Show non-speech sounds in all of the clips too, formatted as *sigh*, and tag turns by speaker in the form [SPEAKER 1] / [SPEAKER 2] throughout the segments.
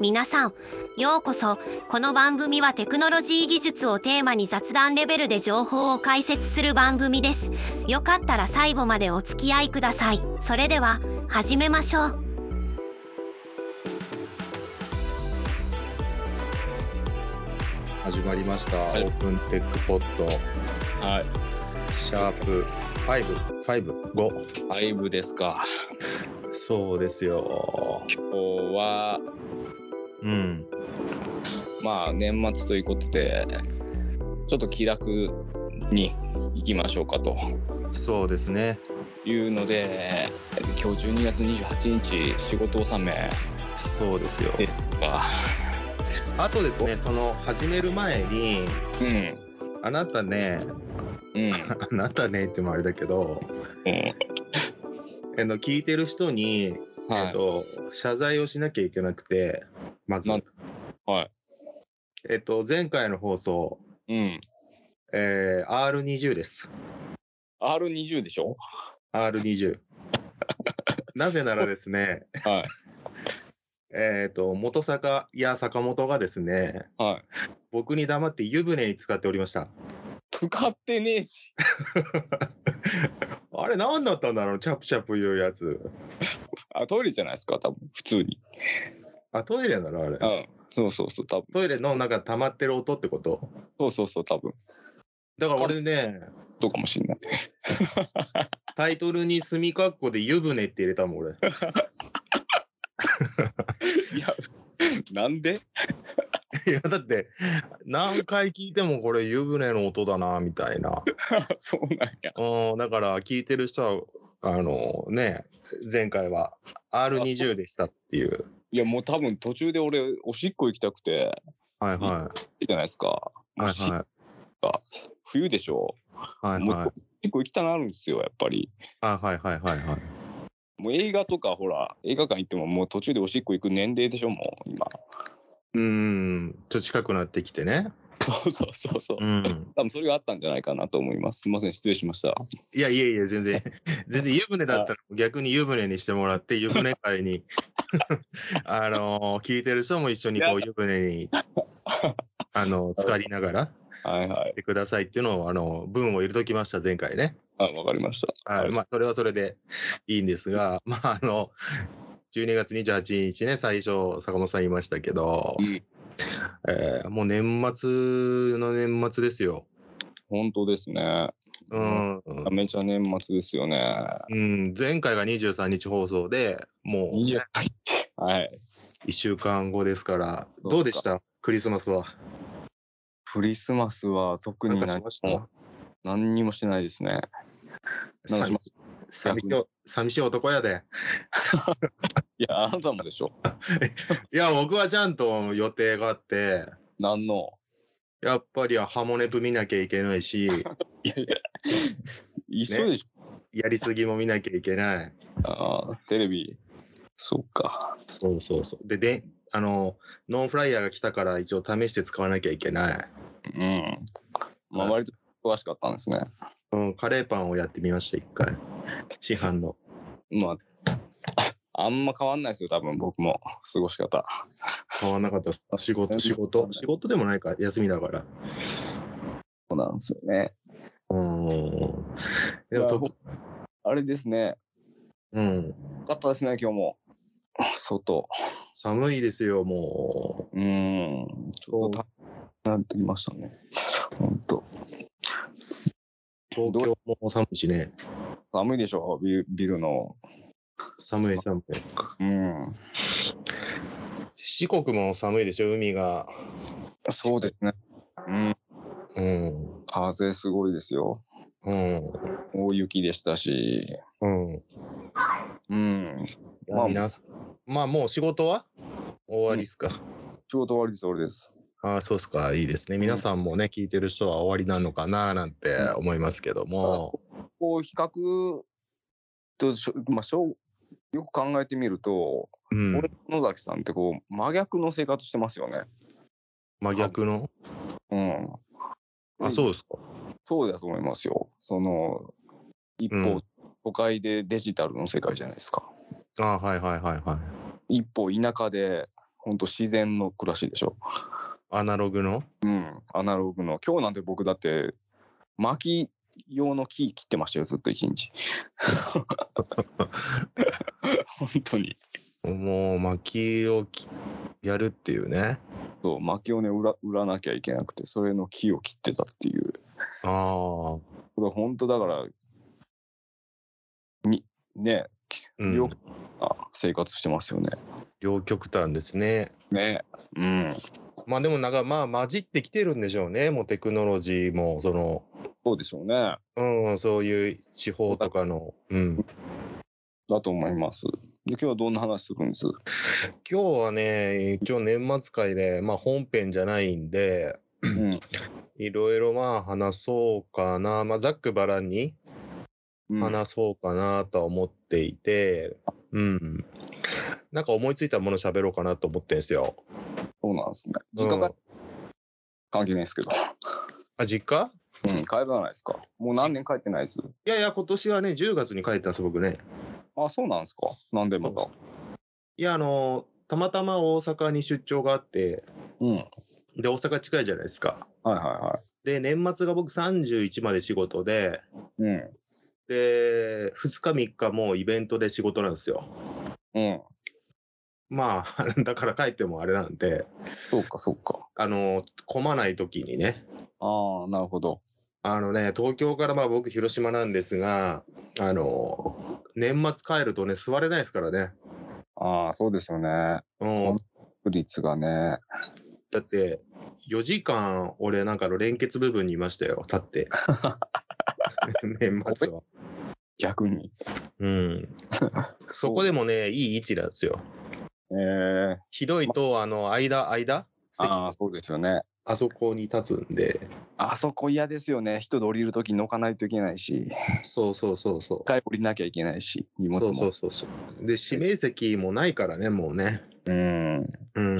[SPEAKER 1] 皆さんようこそこの番組はテクノロジー技術をテーマに雑談レベルで情報を解説する番組ですよかったら最後までお付き合いくださいそれでは始めましょう
[SPEAKER 2] 始まりました、
[SPEAKER 3] い
[SPEAKER 2] オープンテックポッド
[SPEAKER 3] はい。
[SPEAKER 2] シャープ555
[SPEAKER 3] 5ですか。
[SPEAKER 2] そうですよ
[SPEAKER 3] 今日は、
[SPEAKER 2] うん
[SPEAKER 3] まあ、年末ということで、ちょっと気楽に行きましょうかと
[SPEAKER 2] そうですね
[SPEAKER 3] いうので、今日12月28日、仕事納め
[SPEAKER 2] そうですよ
[SPEAKER 3] ですとか。
[SPEAKER 2] あとですねその始める前に
[SPEAKER 3] うん。
[SPEAKER 2] あなたね *laughs*
[SPEAKER 3] うん。
[SPEAKER 2] あなたねってもあれだけど
[SPEAKER 3] う
[SPEAKER 2] あの聞いてる人に、
[SPEAKER 3] ん。は
[SPEAKER 2] えっ
[SPEAKER 3] い。
[SPEAKER 2] と、謝罪をしなきゃいけなくてまず
[SPEAKER 3] なんはい。
[SPEAKER 2] えっと前回の放送、
[SPEAKER 3] うん。
[SPEAKER 2] えー、R20 です
[SPEAKER 3] R20 でしょ
[SPEAKER 2] *laughs* R20 なぜならですね
[SPEAKER 3] は
[SPEAKER 2] えー、と元坂や坂本がですね
[SPEAKER 3] い。はい。
[SPEAKER 2] 僕に黙って湯船に使っておりました
[SPEAKER 3] 使ってねえし。
[SPEAKER 2] あれ何だったんだろうチャプチャプ言うやつ
[SPEAKER 3] あ、トイレじゃないですか、多分普通に。
[SPEAKER 2] あトイレなのあれ
[SPEAKER 3] うん。そうそうそう、多分
[SPEAKER 2] トイレのなんか溜まってる音ってこと
[SPEAKER 3] そうそうそう、多分
[SPEAKER 2] だから俺ね
[SPEAKER 3] そうかもしんない。
[SPEAKER 2] タイトルに墨括弧で湯船って入れたもん俺 *laughs*
[SPEAKER 3] いや、なんで
[SPEAKER 2] いやだって何回聞いてもこれ湯船の音だなみたいな
[SPEAKER 3] *laughs* そうなんや。
[SPEAKER 2] うんだから聞いてる人はあのね前回は R20 でしたっていう
[SPEAKER 3] いやもう多分途中で俺おしっこ行きたくて
[SPEAKER 2] はいはい
[SPEAKER 3] いじゃないですか。もう
[SPEAKER 2] い
[SPEAKER 3] し
[SPEAKER 2] はい
[SPEAKER 3] 冬でしょ。
[SPEAKER 2] はい
[SPEAKER 3] もう
[SPEAKER 2] はい
[SPEAKER 3] 結構行きたなるんですよやっぱり。
[SPEAKER 2] はいはいはいはいはい
[SPEAKER 3] もう映画とかほら映画館行ってももう途中でおしっこ行く年齢でしょもう今。 *laughs*
[SPEAKER 2] うーん、ちょっと近くなってきてね。
[SPEAKER 3] そうそうそうそう。
[SPEAKER 2] ん。
[SPEAKER 3] 多分それがあったんじゃないかなと思います。すみません失礼しました。
[SPEAKER 2] いやいやいや、全然、 *laughs* 全然湯船だったら逆に湯船にしてもらって、湯船会に、 *laughs* あのー聞いてる人も一緒にこう湯船に、あ *laughs* のー、浸かりながら、
[SPEAKER 3] はいはい。
[SPEAKER 2] てくださいっていうのを、あのー文を入れときました、前回ね。
[SPEAKER 3] あわかりました。
[SPEAKER 2] はい。まあ、それはそれでいいんですが、まあ、あの、12月28日ね、最初、坂本さん言いましたけど、
[SPEAKER 3] うん
[SPEAKER 2] えーもう年末の年末ですよ。
[SPEAKER 3] 本当ですね。
[SPEAKER 2] うん。
[SPEAKER 3] めちゃ年末ですよね。
[SPEAKER 2] うん、前回が23日放送でもう
[SPEAKER 3] いいじゃないって。はい。
[SPEAKER 2] 1週間後ですから
[SPEAKER 3] そうか
[SPEAKER 2] どうでしたクリスマスは
[SPEAKER 3] クリスマスは特
[SPEAKER 2] なん
[SPEAKER 3] に
[SPEAKER 2] か
[SPEAKER 3] 何
[SPEAKER 2] しました
[SPEAKER 3] も何にもしてないですね。なんかしま
[SPEAKER 2] 寂し寂しい寂しい男やで
[SPEAKER 3] いやあなたもでしょ。
[SPEAKER 2] いや僕はちゃんと予定があって
[SPEAKER 3] 何の
[SPEAKER 2] やっぱりハモネプ見なきゃいけない *laughs* し
[SPEAKER 3] いやいや、一緒でし
[SPEAKER 2] やりすぎも見なきゃいけない
[SPEAKER 3] ょ、あーテレビ。そうか。
[SPEAKER 2] そうそうそうでであのノンフライヤーが来たから一応試して使わなきゃいけない、
[SPEAKER 3] うん。まあ、
[SPEAKER 2] は
[SPEAKER 3] 割と詳しかったんですね。
[SPEAKER 2] うん、カレーパンをやってみました一回市販の *laughs*
[SPEAKER 3] まあ、あんま変わんないですよ、多分僕も。過ごし方。
[SPEAKER 2] 変わんなかったっす仕事仕事仕事でもないか休みだから
[SPEAKER 3] そうなんですよね。
[SPEAKER 2] うん。でも
[SPEAKER 3] いや
[SPEAKER 2] と
[SPEAKER 3] ほあれですね。
[SPEAKER 2] うん、
[SPEAKER 3] よかったですね、今日も。外。
[SPEAKER 2] 寒いですよ、も
[SPEAKER 3] うーん。ちょっとた、なってきましたね。ほんと。
[SPEAKER 2] う。東京も寒いしね。
[SPEAKER 3] 寒いでしょ、ビルビルの。
[SPEAKER 2] 寒い寒い。
[SPEAKER 3] うん。
[SPEAKER 2] 四国も寒いでしょ、海が。
[SPEAKER 3] そうですね。うん。
[SPEAKER 2] うん。
[SPEAKER 3] 風すごいですよ。
[SPEAKER 2] うん。
[SPEAKER 3] 大雪でしたし。
[SPEAKER 2] うん。
[SPEAKER 3] うん。
[SPEAKER 2] ま
[SPEAKER 3] ま
[SPEAKER 2] あ、
[SPEAKER 3] あ
[SPEAKER 2] 皆さん。まあ、もう仕事は終わりっすか。
[SPEAKER 3] 仕事終わりです、俺です。
[SPEAKER 2] ああ、そうっすか。いいですね。皆さんもね、聞いてる人は終わりなのかな、なんて思いますけども。
[SPEAKER 3] こう、比較としょ、まあ、しょうよく考えてみると、
[SPEAKER 2] うん。
[SPEAKER 3] 俺と野崎さんってこう、真逆の生活してますよね。
[SPEAKER 2] 真逆の。
[SPEAKER 3] うん。
[SPEAKER 2] あ、
[SPEAKER 3] う
[SPEAKER 2] そ
[SPEAKER 3] ん。
[SPEAKER 2] うですか。
[SPEAKER 3] そうだと思いますよ。その、一方、
[SPEAKER 2] うん
[SPEAKER 3] 都会でデジタルの世界じゃないですか。
[SPEAKER 2] あはいはいはいはい。
[SPEAKER 3] 一方、田舎でほんと自然の暮らしでしょ。
[SPEAKER 2] アナログの
[SPEAKER 3] うん、アナログの。今日なんて僕だって、薪用の木切ってましたよ、ずっと一
[SPEAKER 2] *laughs*
[SPEAKER 3] 日。 *laughs* 本当に。
[SPEAKER 2] もう薪をきやるっていうね。
[SPEAKER 3] そう、薪をね売ら、売らなきゃいけなくて、それの木を切ってたっていう。
[SPEAKER 2] ああ。
[SPEAKER 3] これ本当だから、に、ね、
[SPEAKER 2] うん
[SPEAKER 3] よあ生活してますよね。
[SPEAKER 2] 両極端ですね。
[SPEAKER 3] ね。うん。
[SPEAKER 2] まあでもなんかまあ混じってきてるんでしょうね。もうテクノロジーもその、
[SPEAKER 3] そうでしょうね。
[SPEAKER 2] うん、そういう地方とかの。うん。
[SPEAKER 3] だと思います。で、今日はどんな話するんです
[SPEAKER 2] 今日はね、一応年末会で、まあ本編じゃないんで、
[SPEAKER 3] うん。
[SPEAKER 2] いろいろまあ話そうかな。まあざっくばらんに
[SPEAKER 3] うん
[SPEAKER 2] 話そうかなとは思っていて、うん。なんか思いついたもの喋ろうかなと思ってんすよ。
[SPEAKER 3] そうなんですね。
[SPEAKER 2] う
[SPEAKER 3] 実
[SPEAKER 2] ん
[SPEAKER 3] 家が関係ないですけど。
[SPEAKER 2] あ、実家
[SPEAKER 3] うん、帰らないですか。もう何年帰ってないです。
[SPEAKER 2] いやいや、今年はね、10月に帰ったんです、僕ね。
[SPEAKER 3] あ、そうなんですか。なんでまた。
[SPEAKER 2] いや、あの、たまたま大阪に出張があって、
[SPEAKER 3] うん。はい
[SPEAKER 2] で、大阪近いじゃないですか。
[SPEAKER 3] はいは
[SPEAKER 2] で、年末が僕31まで仕事で、
[SPEAKER 3] い。うん。
[SPEAKER 2] で、2日3日もうイベントで仕事なんですよ。
[SPEAKER 3] うん。
[SPEAKER 2] まあ、 *laughs* だから帰ってもあれなんで、
[SPEAKER 3] そうかそうか。
[SPEAKER 2] あの、混まない時にね、
[SPEAKER 3] ああ、なるほど。
[SPEAKER 2] あのね、東京からまあ僕広島なんですが、あの、年末帰るとね、座れないですからね。
[SPEAKER 3] ああ、そうですよね。
[SPEAKER 2] うん。
[SPEAKER 3] 率がね。
[SPEAKER 2] だって、4時間俺なんかの連結部分にいましたよ、立 *laughs* って。年末は。
[SPEAKER 3] 逆に。
[SPEAKER 2] *laughs* うん。そこでもね、いい位置なんですよ。
[SPEAKER 3] ええ
[SPEAKER 2] ひどいと、あの、間、間席
[SPEAKER 3] ああ、そうですよね。
[SPEAKER 2] あそこに立つんで。
[SPEAKER 3] あそこ嫌ですよね。人で降りるときに乗かないといけないし、
[SPEAKER 2] そうそうそうそう
[SPEAKER 3] 一。回降りなきゃいけないし、荷物
[SPEAKER 2] そ
[SPEAKER 3] も。
[SPEAKER 2] うそうそうそう。で、指名席もないからね、もうね。
[SPEAKER 3] うん。
[SPEAKER 2] うん。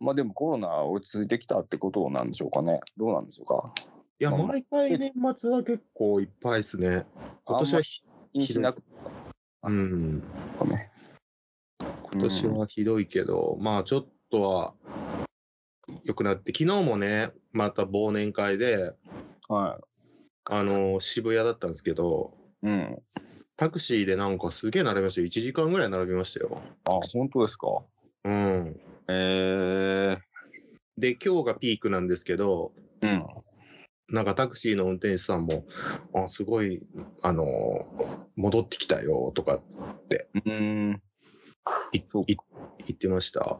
[SPEAKER 3] まあでもコロナ落ち着いてきたってことなんでしょうかね。どうなんでしょうか。
[SPEAKER 2] いや、
[SPEAKER 3] まあ
[SPEAKER 2] 毎回年末は結構いっぱいですね。今年はひ、
[SPEAKER 3] 気にしなくて
[SPEAKER 2] うん。
[SPEAKER 3] もね。
[SPEAKER 2] 今年はひどいけど、まあちょっとは良くなって、昨日もね、また忘年会で、
[SPEAKER 3] は
[SPEAKER 2] あの、渋谷だったんですけど、
[SPEAKER 3] い。うん。
[SPEAKER 2] タクシーでなんかすげえ並びましたよ。1時間ぐらい並びましたよ。
[SPEAKER 3] あ、本当ですか。
[SPEAKER 2] うん。
[SPEAKER 3] ええ
[SPEAKER 2] で、今日がピークなんですけど、
[SPEAKER 3] うん。
[SPEAKER 2] なんかタクシーの運転手さんも、あ、すごい、あの、戻ってきたよとか
[SPEAKER 3] うん。
[SPEAKER 2] い
[SPEAKER 3] そう
[SPEAKER 2] い言ってました。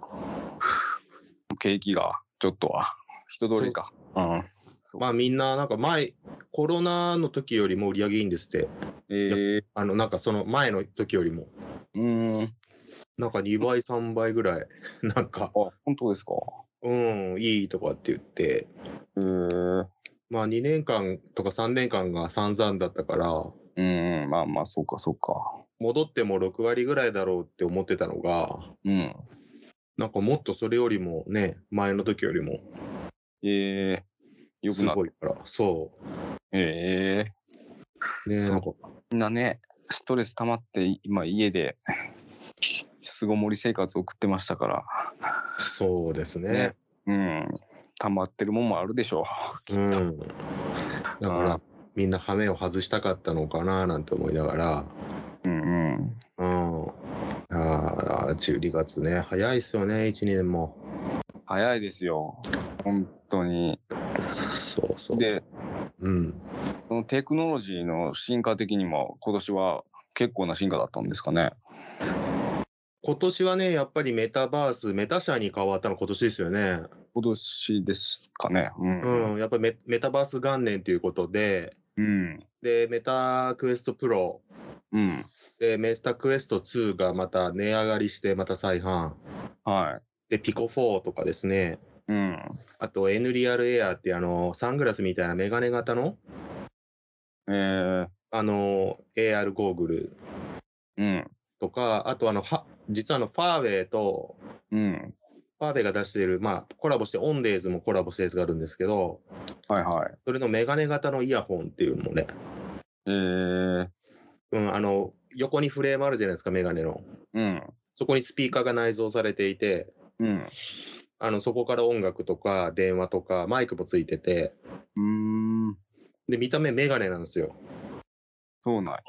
[SPEAKER 3] 景気が、ちょっとは、人通りか。うん。
[SPEAKER 2] まあみんな、なんか前、コロナの時よりも売り上げいいんですって。
[SPEAKER 3] ええ
[SPEAKER 2] あの、なんかその前の時よりも、
[SPEAKER 3] うん。
[SPEAKER 2] なんか2倍、3倍ぐらい、 *laughs* なんか、
[SPEAKER 3] あ、本当ですか。
[SPEAKER 2] うん、いいとかって言って、
[SPEAKER 3] ええ
[SPEAKER 2] まあ2年間とか3年間が散々だったから、
[SPEAKER 3] うん。まあまあ、そうか、そうか。
[SPEAKER 2] 戻っても6割ぐらいだろうって思ってたのが、
[SPEAKER 3] うん。
[SPEAKER 2] なんかもっとそれよりもね、前の時よりも
[SPEAKER 3] ええよく
[SPEAKER 2] す
[SPEAKER 3] な
[SPEAKER 2] ごいから、そ
[SPEAKER 3] ええ
[SPEAKER 2] う。ね、
[SPEAKER 3] そう
[SPEAKER 2] なんか、
[SPEAKER 3] みんなね、ストレス溜まって、今、家で、巣ごもり生活を送ってましたから。
[SPEAKER 2] そうですね
[SPEAKER 3] ね。うん。溜まってるもんもあるでしょ
[SPEAKER 2] うん。だから、みんな羽目を外したかったのかななんて思いながら、
[SPEAKER 3] う。うんうん。
[SPEAKER 2] うん。ああ、12月ね、早いっすよね、1、2年も。
[SPEAKER 3] 早いですよ。本当に。
[SPEAKER 2] そうそう。
[SPEAKER 3] で、
[SPEAKER 2] うん。
[SPEAKER 3] そのテクノロジーの進化的にも今年は結構な進化だったんですかね。
[SPEAKER 2] 今年はね、やっぱりメタバース、メタ社に変わったの今年ですよね。
[SPEAKER 3] 今年ですかね。うん。
[SPEAKER 2] うん、やっぱりメメタバース元年ということで、
[SPEAKER 3] うん。
[SPEAKER 2] で、メタクエストプロ、
[SPEAKER 3] うん。
[SPEAKER 2] で、メタクエスト2がまた値上がりして、また再販。
[SPEAKER 3] は
[SPEAKER 2] で、ピコ4とかですね。
[SPEAKER 3] い。うん。
[SPEAKER 2] あと、N リアルエアーってあの、サングラスみたいなメガネ型の、
[SPEAKER 3] えー、
[SPEAKER 2] あの、AR ゴーグル
[SPEAKER 3] うん。
[SPEAKER 2] とか、あとあの、は、実はあの、ファーウェイと、
[SPEAKER 3] うん。
[SPEAKER 2] ファーウェイが出している、まあ、コラボして、オンデーズもコラボしたやつがあるんですけど、
[SPEAKER 3] はいはい。
[SPEAKER 2] それのメガネ型のイヤホンっていうのもね、
[SPEAKER 3] えー、
[SPEAKER 2] うん、あの、横にフレームあるじゃないですか、メガネの。
[SPEAKER 3] うん。
[SPEAKER 2] そこにスピーカーが内蔵されていて、
[SPEAKER 3] うん。
[SPEAKER 2] あの、そこから音楽とか電話とかマイクもついてて、
[SPEAKER 3] うん。
[SPEAKER 2] で、見た目メガネなんですよ。
[SPEAKER 3] そうなんや。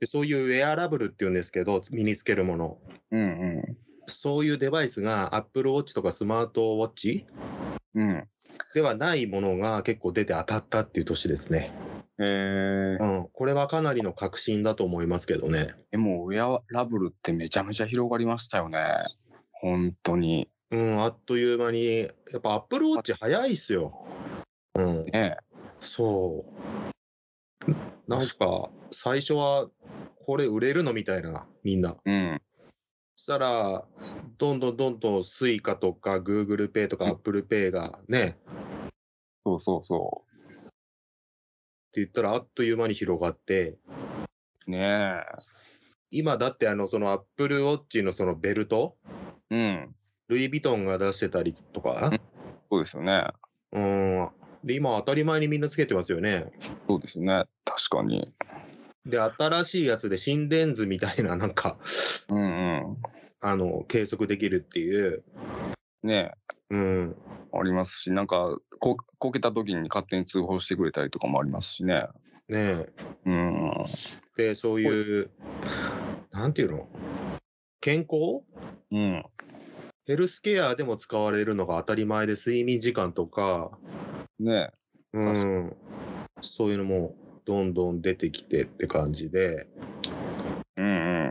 [SPEAKER 2] でそういうウェアラブルっていうんですけど、身につけるもの。
[SPEAKER 3] うん
[SPEAKER 2] そういうデバイスが Apple Watch とかスマートウォッチ
[SPEAKER 3] うん。うん。
[SPEAKER 2] ではないものが結構出て当たったっていう年ですね。
[SPEAKER 3] えー、
[SPEAKER 2] うん。これはかなりの革新だと思いますけどね。
[SPEAKER 3] でも、ウェアラブルってめちゃめちゃ広がりましたよね。本当に。
[SPEAKER 2] うん、あっという間に、やっぱ Apple Watch 早いっすよ。うん、
[SPEAKER 3] ね
[SPEAKER 2] そう。なんか、最初は、これ売れるのみたいな、みんな。
[SPEAKER 3] うん。
[SPEAKER 2] そしたら、どんどんどんどん Suica とか GooglePay とか ApplePay がね、って
[SPEAKER 3] そうそうそ
[SPEAKER 2] 言ったらあっという間に広がって、
[SPEAKER 3] う。ね
[SPEAKER 2] 今だってあの、その Apple Watch のそのベルト、
[SPEAKER 3] え。うん。
[SPEAKER 2] ルイ・ヴィトンが出してたりとか、
[SPEAKER 3] そうですよね。
[SPEAKER 2] うん。で、今当たり前にみんなつけてますよね。
[SPEAKER 3] そうですね。確かに。
[SPEAKER 2] で、新しいやつで心電図みたいな、 *laughs* なんか、
[SPEAKER 3] うんうん。
[SPEAKER 2] あの、計測できるっていう。
[SPEAKER 3] ねえ。
[SPEAKER 2] うん。
[SPEAKER 3] ありますし、なんか、こ、こけた時に勝手に通報してくれたりとかもありますしね。
[SPEAKER 2] ねえ
[SPEAKER 3] うん。
[SPEAKER 2] で、そういう、なんていうの健康
[SPEAKER 3] うん。
[SPEAKER 2] ヘルスケアでも使われるのが当たり前で、睡眠時間とか、
[SPEAKER 3] ね
[SPEAKER 2] うん。そういうのも、どんどん出てきてって感じで。
[SPEAKER 3] え。うん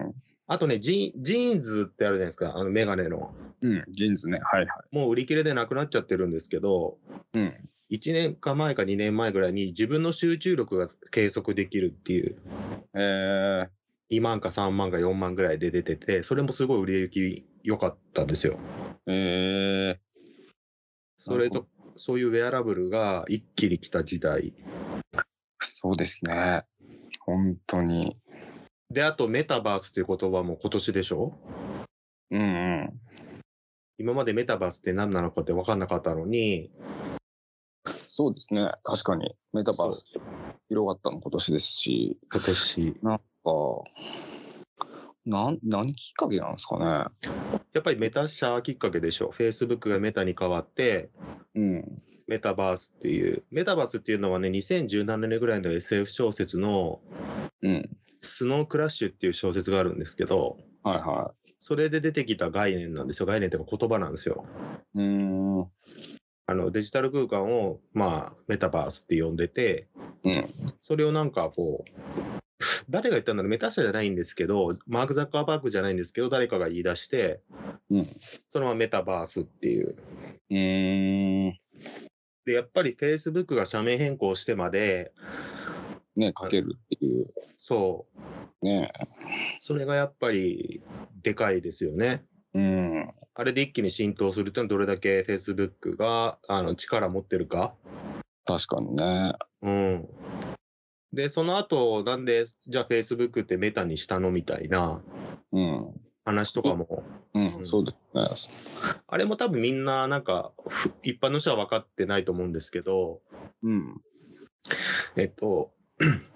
[SPEAKER 3] うん。
[SPEAKER 2] あとね、ジージーンズってあるじゃないですか、あの、メガネの。
[SPEAKER 3] うん、ジーンズね。はいはい。
[SPEAKER 2] もう売り切れでなくなっちゃってるんですけど、
[SPEAKER 3] うん。
[SPEAKER 2] 1年か前か2年前ぐらいに自分の集中力が計測できるっていう
[SPEAKER 3] え
[SPEAKER 2] 2万か3万か4万ぐらいで出てて、それもすごい売れ行き良かったんですよ。
[SPEAKER 3] ー、え
[SPEAKER 2] それ
[SPEAKER 3] なる
[SPEAKER 2] と、そういうウェアラブルが一気に来た時代。
[SPEAKER 3] ー、そうですね。本当に。
[SPEAKER 2] で、あとメタバースっていう言葉も今年でしょ
[SPEAKER 3] うんうん。
[SPEAKER 2] 今までメタバースって何なのかって分かんなかったのに、
[SPEAKER 3] そうですね。確かに。メタバース広がったの今年ですし、
[SPEAKER 2] 今年。
[SPEAKER 3] あーなん何きっかけなんですか
[SPEAKER 2] やっぱりメタ社きっかけでしょ ?Facebook がメタに変わって、
[SPEAKER 3] ね。うん。
[SPEAKER 2] メタバースっていう。メタバースっていうのはね、2017年ぐらいの SF 小説の
[SPEAKER 3] うん。
[SPEAKER 2] スノークラッシュっていう小説があるんですけど、
[SPEAKER 3] はいは
[SPEAKER 2] それで出てきた概念なんですよ。概念というか言葉なんですよ。
[SPEAKER 3] い。うーん。うん。
[SPEAKER 2] あのデジタル空間を、まあ、メタバースって呼んでて、それをなんかこう、誰が言ったんだろう、メタ社じゃないんですけど、マーク・ザッカーバーグじゃないんですけど、誰かが言い出して、
[SPEAKER 3] うん。
[SPEAKER 2] そのままメタバースっていう。
[SPEAKER 3] うーん。
[SPEAKER 2] で、やっぱり Facebook が社名変更してまで、
[SPEAKER 3] ね、かけるっていう。
[SPEAKER 2] そ
[SPEAKER 3] ね。
[SPEAKER 2] う、それがやっぱりでかいですよね。
[SPEAKER 3] うん。
[SPEAKER 2] あれで一気に浸透するっていうのは、どれだけ Facebook があの力持ってるか。
[SPEAKER 3] 確かにね。
[SPEAKER 2] うん。で、その後、なんで、じゃあ Facebook ってメタにしたのみたいな
[SPEAKER 3] うん。
[SPEAKER 2] 話とかも、
[SPEAKER 3] うん、
[SPEAKER 2] うん
[SPEAKER 3] そうですね。
[SPEAKER 2] あれも多分みんな、なんか、ふ一般の人は分かってないと思うんですけど、
[SPEAKER 3] うん。
[SPEAKER 2] えっと、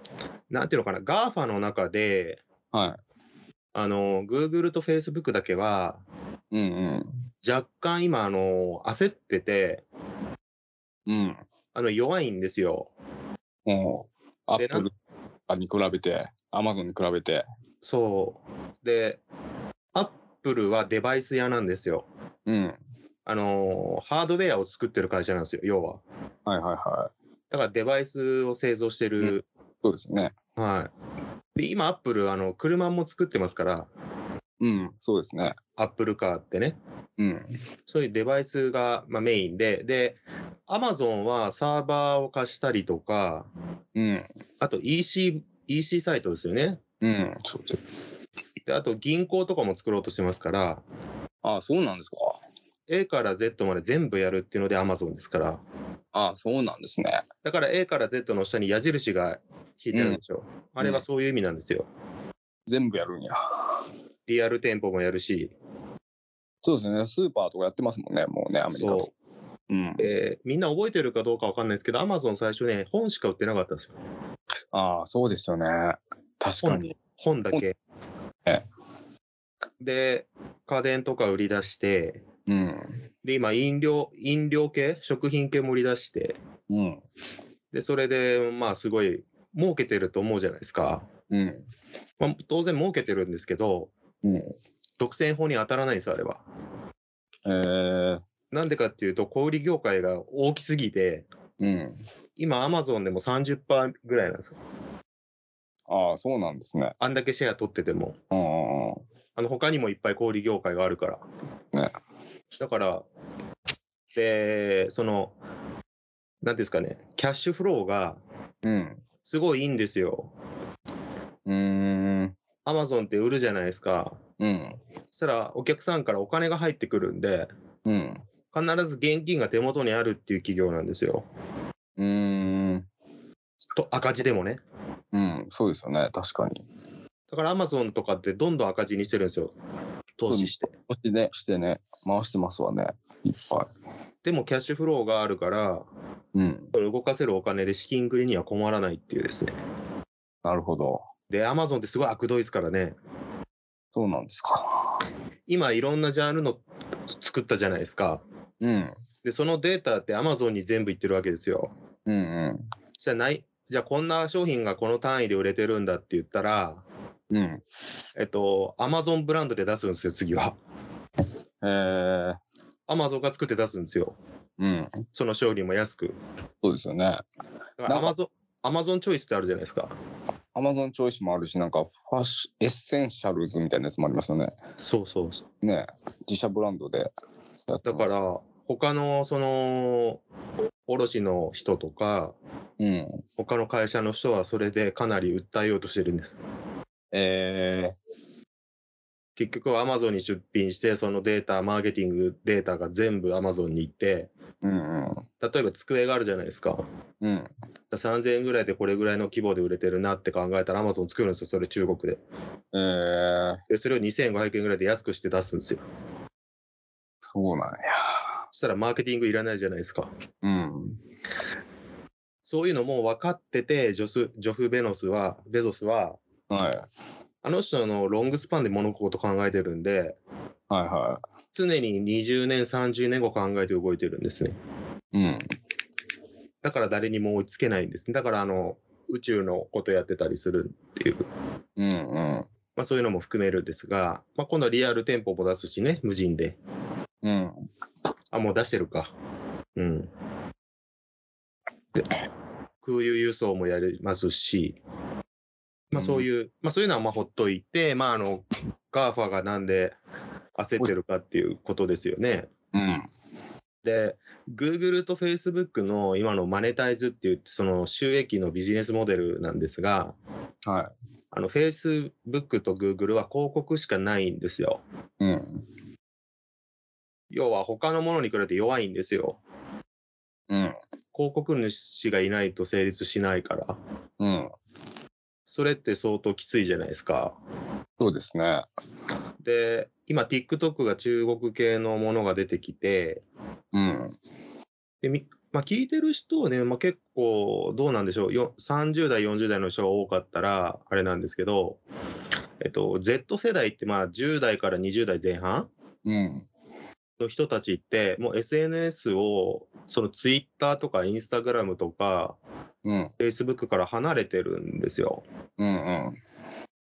[SPEAKER 2] *clears throat* なんていうのかな、GAFA の中で、
[SPEAKER 3] は
[SPEAKER 2] あの、Google と Facebook だけは、
[SPEAKER 3] い。うん
[SPEAKER 2] 若干今、あの、焦ってて、
[SPEAKER 3] うん。うん。
[SPEAKER 2] あの、弱いんですよ。
[SPEAKER 3] もう、ア
[SPEAKER 2] で
[SPEAKER 3] ップルに比べて、アマゾンに比べて。
[SPEAKER 2] そう。で、Apple はデバイス屋なんですよ。
[SPEAKER 3] うん。
[SPEAKER 2] あの、ハードウェアを作ってる会社なんですよ、要は。
[SPEAKER 3] はいはいはい。
[SPEAKER 2] だからデバイスを製造してる。
[SPEAKER 3] そうですね。
[SPEAKER 2] はい。で、今、アップル、あの、車も作ってますから、
[SPEAKER 3] うん、そうですね。
[SPEAKER 2] アップルカーってね。
[SPEAKER 3] うん。
[SPEAKER 2] そういうデバイスが、まあ、メインで、で、アマゾンはサーバーを貸したりとか、
[SPEAKER 3] うん。
[SPEAKER 2] あと EC、EC サイトですよね。
[SPEAKER 3] うん。そうです。
[SPEAKER 2] で、あと銀行とかも作ろうとしてますから、
[SPEAKER 3] あそうなんですか。
[SPEAKER 2] A から Z まで全部やるっていうのでアマゾンですから。
[SPEAKER 3] あそうなんですね。
[SPEAKER 2] だから A から Z の下に矢印が引いてあるでしょ。あれはそういう意味なんですよ。
[SPEAKER 3] 全部やるんや。
[SPEAKER 2] リアル店舗もやるし、
[SPEAKER 3] そうですね。スーパーとかやってますもんね、もうね、アメリカ
[SPEAKER 2] そう
[SPEAKER 3] と。うん。
[SPEAKER 2] えーみんな覚えてるかどうかわかんないですけど、アマゾン最初ね、本しか売ってなかったんですよ。
[SPEAKER 3] ああ、そうですよね。確かに。
[SPEAKER 2] 本だけ
[SPEAKER 3] え。
[SPEAKER 2] で、家電とか売り出して、
[SPEAKER 3] うん。
[SPEAKER 2] で、今、飲料、飲料系、食品系も売り出して、
[SPEAKER 3] うん。
[SPEAKER 2] で、それで、まあ、すごい、儲けてると思うじゃないですか。
[SPEAKER 3] うん。
[SPEAKER 2] まあ、当然、儲けてるんですけど、
[SPEAKER 3] うん。
[SPEAKER 2] 独占法に当たらないんです、あれは。
[SPEAKER 3] えー、
[SPEAKER 2] なんでかっていうと、小売業界が大きすぎて、
[SPEAKER 3] うん。
[SPEAKER 2] 今、アマゾンでも30%ぐらいなんですよ。
[SPEAKER 3] ああ、そうなんですね。
[SPEAKER 2] あんだけシェア取ってても。
[SPEAKER 3] うんうんうん。
[SPEAKER 2] あの他にもいっぱい小売業界があるから。
[SPEAKER 3] ね
[SPEAKER 2] だから、で、その、なんていうんですかね、キャッシュフローが
[SPEAKER 3] うん。
[SPEAKER 2] すごいいいんですよ。
[SPEAKER 3] うーん。
[SPEAKER 2] アマゾンって売るじゃないですか。
[SPEAKER 3] うん。
[SPEAKER 2] そしたら、お客さんからお金が入ってくるんで、
[SPEAKER 3] うん。
[SPEAKER 2] 必ず現金が手元にあるっていう企業なんですよ。
[SPEAKER 3] うーん。
[SPEAKER 2] と赤字でもね。
[SPEAKER 3] うん。そうですよね。確かに。
[SPEAKER 2] だからアマゾンとかってどんどん赤字にしてるんですよ。投資して。
[SPEAKER 3] 押してね、してね、回してますわね。いっぱい。
[SPEAKER 2] でもキャッシュフローがあるから、
[SPEAKER 3] うん。
[SPEAKER 2] それ動かせるお金で資金繰りには困らないっていうですね。
[SPEAKER 3] なるほど。
[SPEAKER 2] で、アマゾンってすごい悪どいですからね。
[SPEAKER 3] そうなんですか。
[SPEAKER 2] 今いろんなジャンルの作ったじゃないですか。
[SPEAKER 3] うん。
[SPEAKER 2] で、そのデータって Amazon に全部いってるわけですよ。
[SPEAKER 3] うんうん。
[SPEAKER 2] じゃあない、じゃあこんな商品がこの単位で売れてるんだって言ったら、
[SPEAKER 3] うん。
[SPEAKER 2] えっと、Amazon ブランドで出すんですよ、次は。
[SPEAKER 3] えー、
[SPEAKER 2] Amazon が作って出すんですよ。
[SPEAKER 3] うん。
[SPEAKER 2] その商品も安く。
[SPEAKER 3] そうですよね。
[SPEAKER 2] だから
[SPEAKER 3] なん
[SPEAKER 2] Amazon、Amazon チョイスってあるじゃないですか。
[SPEAKER 3] アマゾンチョイスもあるし、なんか、ファッシエッセンシャルズみたいなやつもありますよね。
[SPEAKER 2] そうそうそう。
[SPEAKER 3] ねえ自社ブランドでやって
[SPEAKER 2] だか
[SPEAKER 3] ます。
[SPEAKER 2] ら、他の、その、卸の人とか、
[SPEAKER 3] うん。
[SPEAKER 2] 他の会社の人はそれでかなり訴えようとしてるんです。
[SPEAKER 3] え
[SPEAKER 2] 結局は Amazon に出品して、そのデータ、マーケティングデータが全部 Amazon に行って、
[SPEAKER 3] ー、うん
[SPEAKER 2] 例えば机があるじゃないですか。
[SPEAKER 3] うん。うん。
[SPEAKER 2] 3000円ぐらいでこれぐらいの規模で売れてるなって考えたら Amazon 作るんですよ、それ中国で。
[SPEAKER 3] えー、
[SPEAKER 2] で、それを2500円ぐらいで安くして出すんですよ。
[SPEAKER 3] そうなんや。
[SPEAKER 2] そしたらマーケティングいらないじゃないですか。
[SPEAKER 3] うん。
[SPEAKER 2] そういうのも分かってて、ジョス、ジョフ・ベノスは、ベゾスは、
[SPEAKER 3] はい。
[SPEAKER 2] あの人のロングスパンで物事考えてるんで、
[SPEAKER 3] はいは
[SPEAKER 2] 常に20年、30年後考えて動いてるんですね。
[SPEAKER 3] い。うん。
[SPEAKER 2] だから誰にも追いつけないんですね。だからあの宇宙のことやってたりするっていう、
[SPEAKER 3] うんうん。
[SPEAKER 2] まあ、そういうのも含めるんですが、まあ、今度はリアル店舗も出すしね、無人で。
[SPEAKER 3] うん。
[SPEAKER 2] あ、もう出してるか。うん。で空輸輸送もやりますし、まあそういう、まあそういうのはまあほっといて、まああの、ガーファがなんで焦ってるかっていうことですよね。
[SPEAKER 3] うん。
[SPEAKER 2] で、Google と Facebook の今のマネタイズって言って、その収益のビジネスモデルなんですが、
[SPEAKER 3] は
[SPEAKER 2] あの Facebook と Google は広告しかないんですよ。
[SPEAKER 3] い。うん。
[SPEAKER 2] 要は他のものに比べて弱いんですよ。
[SPEAKER 3] うん。
[SPEAKER 2] 広告主がいないと成立しないから。
[SPEAKER 3] うん。
[SPEAKER 2] それって相当きついじゃないですか。
[SPEAKER 3] そうですね。
[SPEAKER 2] で、今 TikTok が中国系のものが出てきて、
[SPEAKER 3] うん。
[SPEAKER 2] でみまあ、聞いてる人はね、まあ、結構どうなんでしょうよ30代40代の人が多かったらあれなんですけど、えっと、Z 世代ってまあ10代から20代前半
[SPEAKER 3] うん。
[SPEAKER 2] の人たちってもう SNS をその Twitter とか Instagram とか
[SPEAKER 3] うん。
[SPEAKER 2] Facebook から離れてるんですよ。
[SPEAKER 3] うん。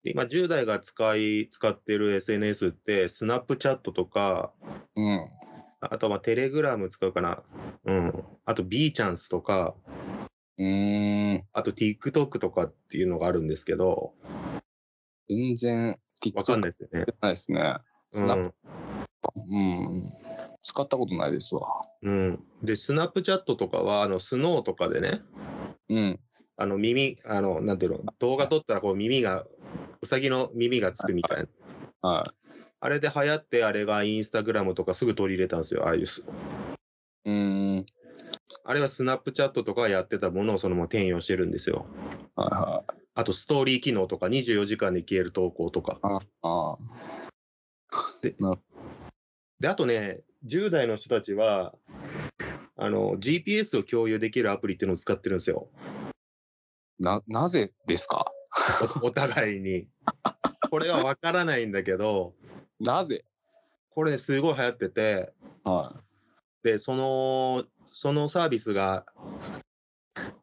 [SPEAKER 2] で今10代が使い使ってる SNS って Snapchat とか
[SPEAKER 3] うん。うん。
[SPEAKER 2] あとはまあ Telegram 使うかな、うん、あと B チャンスとか
[SPEAKER 3] うーん。
[SPEAKER 2] あと TikTok とかっていうのがあるんですけど、
[SPEAKER 3] 全然、
[SPEAKER 2] わかん
[SPEAKER 3] TikTok
[SPEAKER 2] ないですよね。
[SPEAKER 3] ないですね。
[SPEAKER 2] う
[SPEAKER 3] スナッ
[SPEAKER 2] ん。
[SPEAKER 3] プ、うん。使ったことないですわ。
[SPEAKER 2] うん、で、スナップチャットとかは、あの、スノーとかでね、
[SPEAKER 3] うん。
[SPEAKER 2] あの、耳、あの、なんていうの、動画撮ったら、こう、耳が、うさぎの耳がつくみたいな。
[SPEAKER 3] は
[SPEAKER 2] あれで流行って、あれがインスタグラムとかすぐ取り入れたんですよ、ああいうす。
[SPEAKER 3] い。うーん。
[SPEAKER 2] あれはスナップチャットとかやってたものをそのまま転用してるんですよ。
[SPEAKER 3] はいはい。
[SPEAKER 2] あと、ストーリー機能とか、24時間で消える投稿とか。
[SPEAKER 3] ああ。
[SPEAKER 2] で、あとね、10代の人たちは、あの、GPS を共有できるアプリっていうのを使ってるんですよ。
[SPEAKER 3] な、なぜですか
[SPEAKER 2] お *laughs* お互いに。これは分からないんだけど、
[SPEAKER 3] なぜ
[SPEAKER 2] これすごい流行ってて、
[SPEAKER 3] は
[SPEAKER 2] で、その、そのサービスが、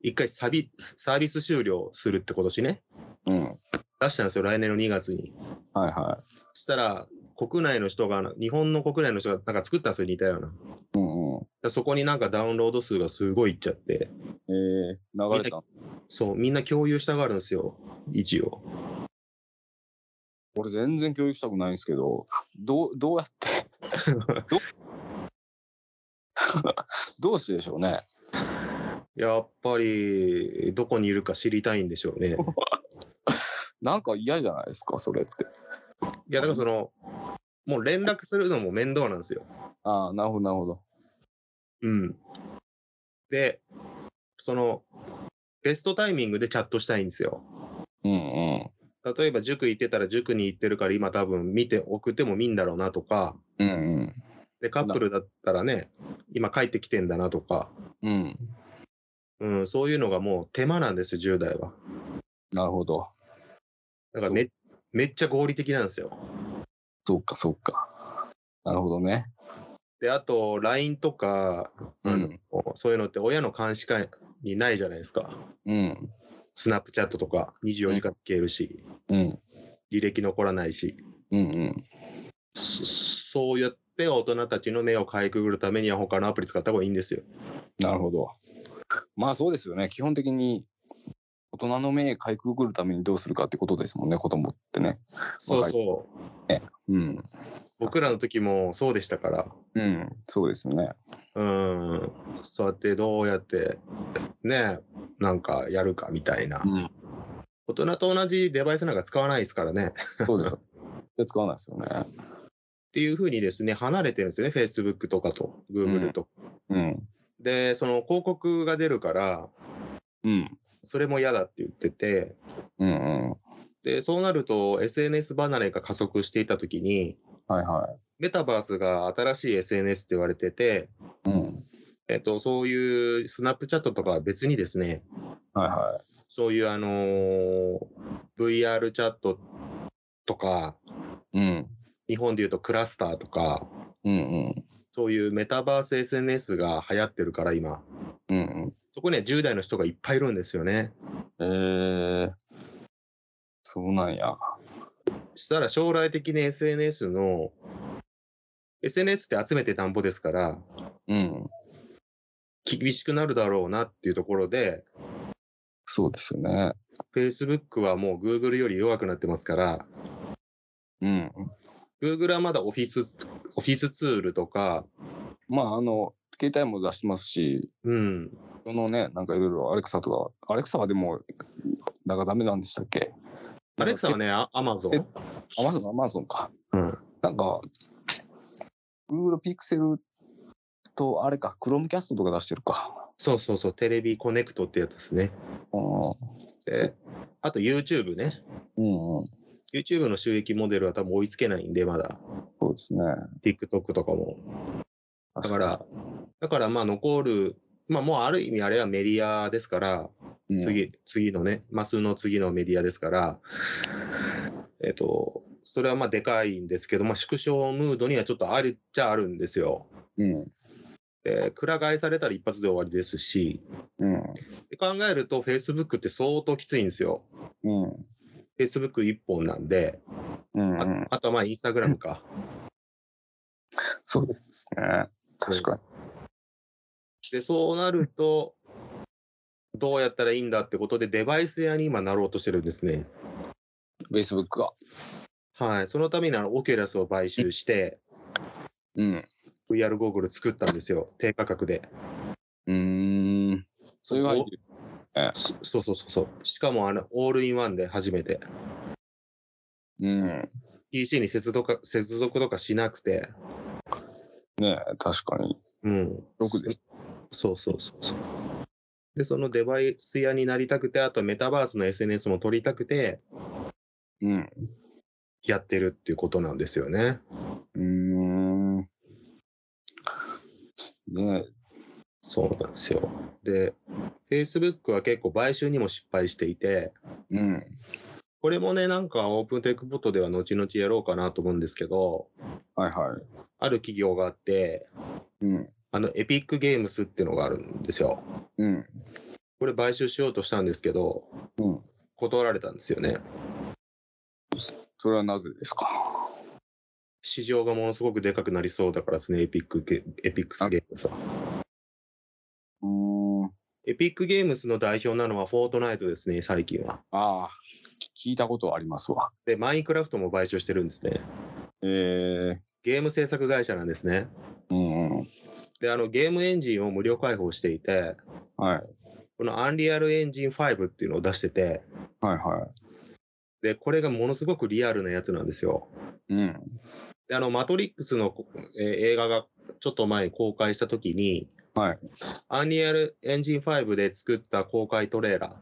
[SPEAKER 2] 一回サビサービス終了するって今年ね、
[SPEAKER 3] い。うん。はい
[SPEAKER 2] 出したんですよ、来年の2月に。
[SPEAKER 3] は
[SPEAKER 2] そしたら、国内の人が、日本の国内の人がなんか作ったんですよ、似たような。だか
[SPEAKER 3] い。うんうん。
[SPEAKER 2] らそこになんかダウンロード数がすごいいっちゃって、
[SPEAKER 3] えー、流れた。
[SPEAKER 2] そう、みんな共有したがるんですよ、一応。
[SPEAKER 3] 俺全然共有したくないんですけど、どう、どうやって、ど *laughs* どうしてでしょうね。
[SPEAKER 2] やっぱり、どこにいるか知りたいんでしょうね。
[SPEAKER 3] なんか嫌じゃないですか、それって。
[SPEAKER 2] いや、だからその、もう連絡するのも面倒なんですよ。
[SPEAKER 3] ああ、なるほど、なるほど。
[SPEAKER 2] うん。で、その、ベストタイミングでチャットしたいんですよ。
[SPEAKER 3] うんうん。
[SPEAKER 2] 例えば塾行ってたら塾に行ってるから今多分見て送っても見んだろうなとか、
[SPEAKER 3] うん
[SPEAKER 2] で、カップルだったらね、今帰ってきてんだなとか、
[SPEAKER 3] うん。うん。
[SPEAKER 2] うん、そういうのがもう手間なんですよ、10代は。
[SPEAKER 3] なるほど。
[SPEAKER 2] だからめめっちゃ合理的なんですよ。
[SPEAKER 3] そうか、そうか。なるほどね。
[SPEAKER 2] で、あと、LINE とか、
[SPEAKER 3] う
[SPEAKER 2] あの
[SPEAKER 3] ん。
[SPEAKER 2] そういうのって親の監視下にないじゃないですか。
[SPEAKER 3] うん。
[SPEAKER 2] スナップチャットとか24時間消えるし、
[SPEAKER 3] うん。
[SPEAKER 2] 履歴残らないし、
[SPEAKER 3] うんうん。
[SPEAKER 2] そそうやって大人たちの目をかいくぐるためには他のアプリ使った方がいいんですよ。
[SPEAKER 3] なるほど。まあそうですよね。基本的に大人の目かいくぐるためにどうするかってことですもんね、子供ってね。
[SPEAKER 2] そうそう。
[SPEAKER 3] うん。
[SPEAKER 2] 僕らの時もそうでしたから、
[SPEAKER 3] うん。そうですよね。
[SPEAKER 2] うん、そうやってどうやって、ね、なんかやるかみたいな。
[SPEAKER 3] うん。
[SPEAKER 2] 大人と同じデバイスなんか使わないですからね。っ *laughs*
[SPEAKER 3] そうですよ。いや使わないですよね。
[SPEAKER 2] ていうふうにですね、離れてるんですよね、Facebook とかと、Google と。
[SPEAKER 3] うん。
[SPEAKER 2] で、その広告が出るから、
[SPEAKER 3] うん。
[SPEAKER 2] それも嫌だって言ってて、
[SPEAKER 3] うんうん。
[SPEAKER 2] で、そうなると SNS 離れが加速していた時に、
[SPEAKER 3] はいは
[SPEAKER 2] メタバースが新しい SNS って言われてて、
[SPEAKER 3] い。うん。
[SPEAKER 2] えっと、そういうスナップチャットとかは別にですね、
[SPEAKER 3] はいは
[SPEAKER 2] そういうあのー VR チャットとか、
[SPEAKER 3] い。うん。
[SPEAKER 2] 日本でいうとクラスターとか、
[SPEAKER 3] うん
[SPEAKER 2] そういうメタバース SNS が流行ってるから今、
[SPEAKER 3] うん。うんうん。
[SPEAKER 2] そこには10代の人がいっぱいいるんですよね。
[SPEAKER 3] えー、そうなんや。
[SPEAKER 2] したら将来的に SNS の、SNS って集めてなんぼですから、
[SPEAKER 3] うん。
[SPEAKER 2] 厳しくなるだろうなっていうところで、
[SPEAKER 3] そうですよね。
[SPEAKER 2] Facebook はもう Google より弱くなってますから、
[SPEAKER 3] うん。
[SPEAKER 2] Google はまだ Office、Office ツールとか、
[SPEAKER 3] まあ、あの、携帯も出してますし、
[SPEAKER 2] うん、
[SPEAKER 3] そのね、なんかいろいろアレクサとか、アレクサはでも、なんかダメなんでしたっけ
[SPEAKER 2] アレクサはね、アマゾ
[SPEAKER 3] え
[SPEAKER 2] ン。
[SPEAKER 3] アマゾン、アマゾンか。
[SPEAKER 2] うん。
[SPEAKER 3] なんか、Google Pixel と、あれか、Chromecast とか出してるか。
[SPEAKER 2] そうそうそう、テレビコネクトってやつですね。
[SPEAKER 3] うん。
[SPEAKER 2] で、あと YouTube ね。
[SPEAKER 3] うん、うん。
[SPEAKER 2] YouTube の収益モデルは多分追いつけないんで、まだ。
[SPEAKER 3] そうですね。
[SPEAKER 2] TikTok とかも。だか
[SPEAKER 3] 確
[SPEAKER 2] ら、だからまあ残る、まあもうある意味あれはメディアですから、
[SPEAKER 3] に、うん。
[SPEAKER 2] 次、次のね、マスの次のメディアですから、えっと、それはまあでかいんですけど、まあ縮小ムードにはちょっとあるっちゃあるんですよ。
[SPEAKER 3] うん。
[SPEAKER 2] で、くら替えされたら一発で終わりですし、
[SPEAKER 3] うん。
[SPEAKER 2] で考えると Facebook って相当きついんですよ。
[SPEAKER 3] うん。
[SPEAKER 2] Facebook 一本なんで、
[SPEAKER 3] うん、
[SPEAKER 2] あ
[SPEAKER 3] うん。
[SPEAKER 2] あとはまあ Instagram か。
[SPEAKER 3] そうですね。確か
[SPEAKER 2] で、そうなると、どうやったらいいんだってことで、デバイス屋に今なろうとしてるんですね。
[SPEAKER 3] に。Facebook が。
[SPEAKER 2] はい。そのためにあの、オキュラスを買収して、
[SPEAKER 3] うん。
[SPEAKER 2] VR ゴーグル作ったんです
[SPEAKER 3] *laughs*
[SPEAKER 2] よ。低価格で。
[SPEAKER 3] うーん。そういう配慮。
[SPEAKER 2] そそうそうそうそう。しかもあの、オールインワンで初めて。
[SPEAKER 3] うん。
[SPEAKER 2] PC に接続か接続とかしなくて。
[SPEAKER 3] ねえ確かに。
[SPEAKER 2] うん。
[SPEAKER 3] よくです。
[SPEAKER 2] そうそうそうそう。で、そのデバイス屋になりたくて、あとメタバースの SNS も撮りたくて、
[SPEAKER 3] うん。
[SPEAKER 2] やってるっていうことなんですよね。
[SPEAKER 3] うーん。ねえ
[SPEAKER 2] そうなんですよ。で、Facebook は結構買収にも失敗していて、
[SPEAKER 3] うん。
[SPEAKER 2] これもね、なんかオープンテックボットでは後々やろうかなと思うんですけど、
[SPEAKER 3] はいは
[SPEAKER 2] ある企業があって、
[SPEAKER 3] い。うん。
[SPEAKER 2] あの、エピックゲームスっていうのがあるんですよ。
[SPEAKER 3] うん。
[SPEAKER 2] これ買収しようとしたんですけど、
[SPEAKER 3] うん。
[SPEAKER 2] 断られたんですよね。
[SPEAKER 3] それはなぜですか
[SPEAKER 2] 市場がものすごくでかくなりそうだからですね、エピックゲ、エピックスゲームスは。
[SPEAKER 3] うーん。
[SPEAKER 2] エピックゲームスの代表なのはフォートナイトですね、最近は。
[SPEAKER 3] ああ、聞いたことはありますわ。
[SPEAKER 2] で、マインクラフトも買収してるんですね。
[SPEAKER 3] ええ
[SPEAKER 2] ゲーム制作会社なんですね。
[SPEAKER 3] うんうん。
[SPEAKER 2] で、あの、ゲームエンジンを無料開放していて、
[SPEAKER 3] はい。
[SPEAKER 2] このアンリアルエンジン5っていうのを出してて、
[SPEAKER 3] はいは
[SPEAKER 2] で、これがものすごくリアルなやつなんですよ。
[SPEAKER 3] い。うん。
[SPEAKER 2] で、あの、マトリックスの、えー映画がちょっと前に公開した時に、
[SPEAKER 3] はい。
[SPEAKER 2] アンリアルエンジン5で作った公開トレーラ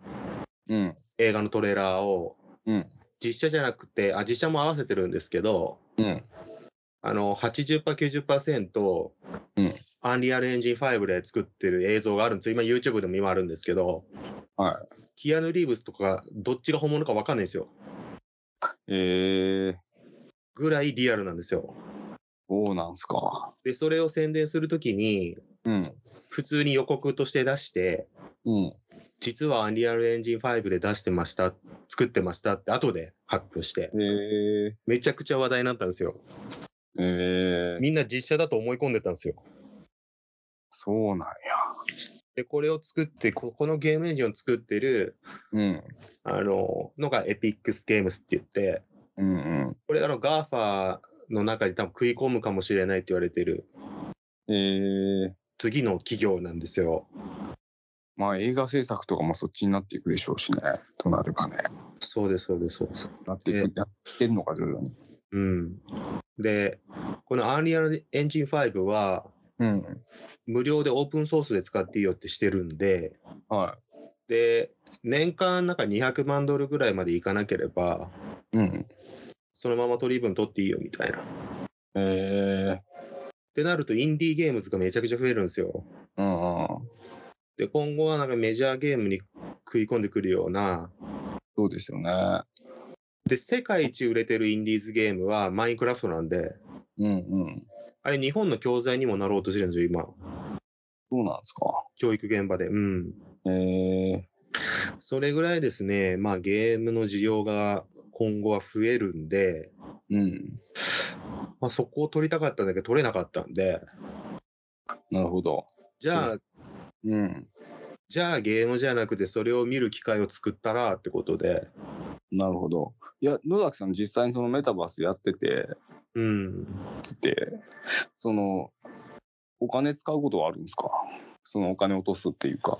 [SPEAKER 2] ー、
[SPEAKER 3] うん。
[SPEAKER 2] 映画のトレーラーを、
[SPEAKER 3] うん。
[SPEAKER 2] 実写じゃなくて、あ、実写も合わせてるんですけど、
[SPEAKER 3] うん。
[SPEAKER 2] あの、80%、90%、
[SPEAKER 3] うん
[SPEAKER 2] アンリアルエンジン5で作ってる映像があるんですよ。今 YouTube でも今あるんですけど、
[SPEAKER 3] はい。
[SPEAKER 2] キアヌ・リーブスとか、どっちが本物か分かんないんですよ。
[SPEAKER 3] ええ
[SPEAKER 2] ぐらいリアルなんですよ。
[SPEAKER 3] そうなんすか。
[SPEAKER 2] で、それを宣伝するときに、
[SPEAKER 3] うん。
[SPEAKER 2] 普通に予告として出して、
[SPEAKER 3] うん。
[SPEAKER 2] 実はアンリアルエンジン5で出してました、作ってましたって後で発表して、
[SPEAKER 3] ええ
[SPEAKER 2] めちゃくちゃ話題になったんですよ。
[SPEAKER 3] ええ
[SPEAKER 2] みんな実写だと思い込んでたんですよ。
[SPEAKER 3] そうなんや。
[SPEAKER 2] で、これを作って、ここのゲームエンジンを作ってる、
[SPEAKER 3] うん。
[SPEAKER 2] あの、のがエピックスゲームスって言って、
[SPEAKER 3] うんうん。
[SPEAKER 2] これあの GAFA の中に多分食い込むかもしれないって言われてる
[SPEAKER 3] ええ
[SPEAKER 2] 次の企業なんですよ。
[SPEAKER 3] まあ映画制作とかもそっちになっていくでしょうしね。となるかね。
[SPEAKER 2] そうです、そうです、そうです。
[SPEAKER 3] なっていく、やってんのか、徐々に。
[SPEAKER 2] うん。で、この Unreal Engine 5は
[SPEAKER 3] うん。
[SPEAKER 2] 無料でオープンソースで使っていいよってしてるんで、
[SPEAKER 3] は
[SPEAKER 2] で、年間なんか200万ドルぐらいまでいかなければ、
[SPEAKER 3] い。うん。
[SPEAKER 2] そのまま取り分取っていいよみたいな。っ
[SPEAKER 3] ええ
[SPEAKER 2] てなると、インディーゲームズがめちゃくちゃ増えるんですよ。
[SPEAKER 3] うんうん。
[SPEAKER 2] で、今後はなんかメジャーゲームに食い込んでくるような、
[SPEAKER 3] そうですよね。
[SPEAKER 2] で、世界一売れてるインディーズゲームはマインクラフトなんで、
[SPEAKER 3] うんうん。
[SPEAKER 2] あれ日本の教材にもなろうとしてるんですよ、今。
[SPEAKER 3] そうなんですか。
[SPEAKER 2] 教育現場で。うん。
[SPEAKER 3] ええ
[SPEAKER 2] それぐらいですね、まあゲームの需要が今後は増えるんで、
[SPEAKER 3] うん。
[SPEAKER 2] まあそこを取りたかったんだけど取れなかったんで、
[SPEAKER 3] なるほど。
[SPEAKER 2] じゃ
[SPEAKER 3] そ
[SPEAKER 2] あ、
[SPEAKER 3] うん。
[SPEAKER 2] じゃあゲームじゃなくてそれを見る機会を作ったらってことで、
[SPEAKER 3] なるほど。いや、野崎さん実際にそのメタバースやってて、
[SPEAKER 2] うん。
[SPEAKER 3] ってて、その、お金使うことはあるんですかそのお金落とすっていうか。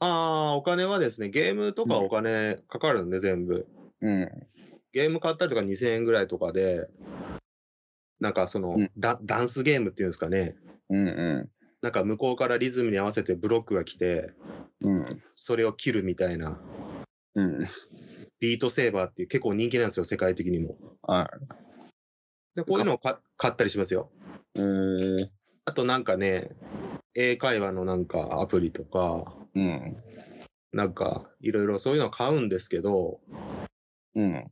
[SPEAKER 2] ああ、お金はですね、ゲームとかお金かかるんで全部。
[SPEAKER 3] うん。
[SPEAKER 2] ゲーム買ったりとか2000円ぐらいとかで、なんかその、
[SPEAKER 3] うん
[SPEAKER 2] ダダンスゲームっていうんですかね、
[SPEAKER 3] うんう
[SPEAKER 2] なんか向こうからリズムに合わせてブロックが来て、
[SPEAKER 3] ん。うん。
[SPEAKER 2] それを切るみたいな、
[SPEAKER 3] うん。
[SPEAKER 2] ビートセーバーっていう結構人気なんですよ、世界的にも。
[SPEAKER 3] は
[SPEAKER 2] でこういうのをか買ったりしますよ。
[SPEAKER 3] い。えー、
[SPEAKER 2] あとなんかね、英会話のなんかアプリとか、
[SPEAKER 3] うん。
[SPEAKER 2] なんかいろいろそういうのを買うんですけど、
[SPEAKER 3] うん。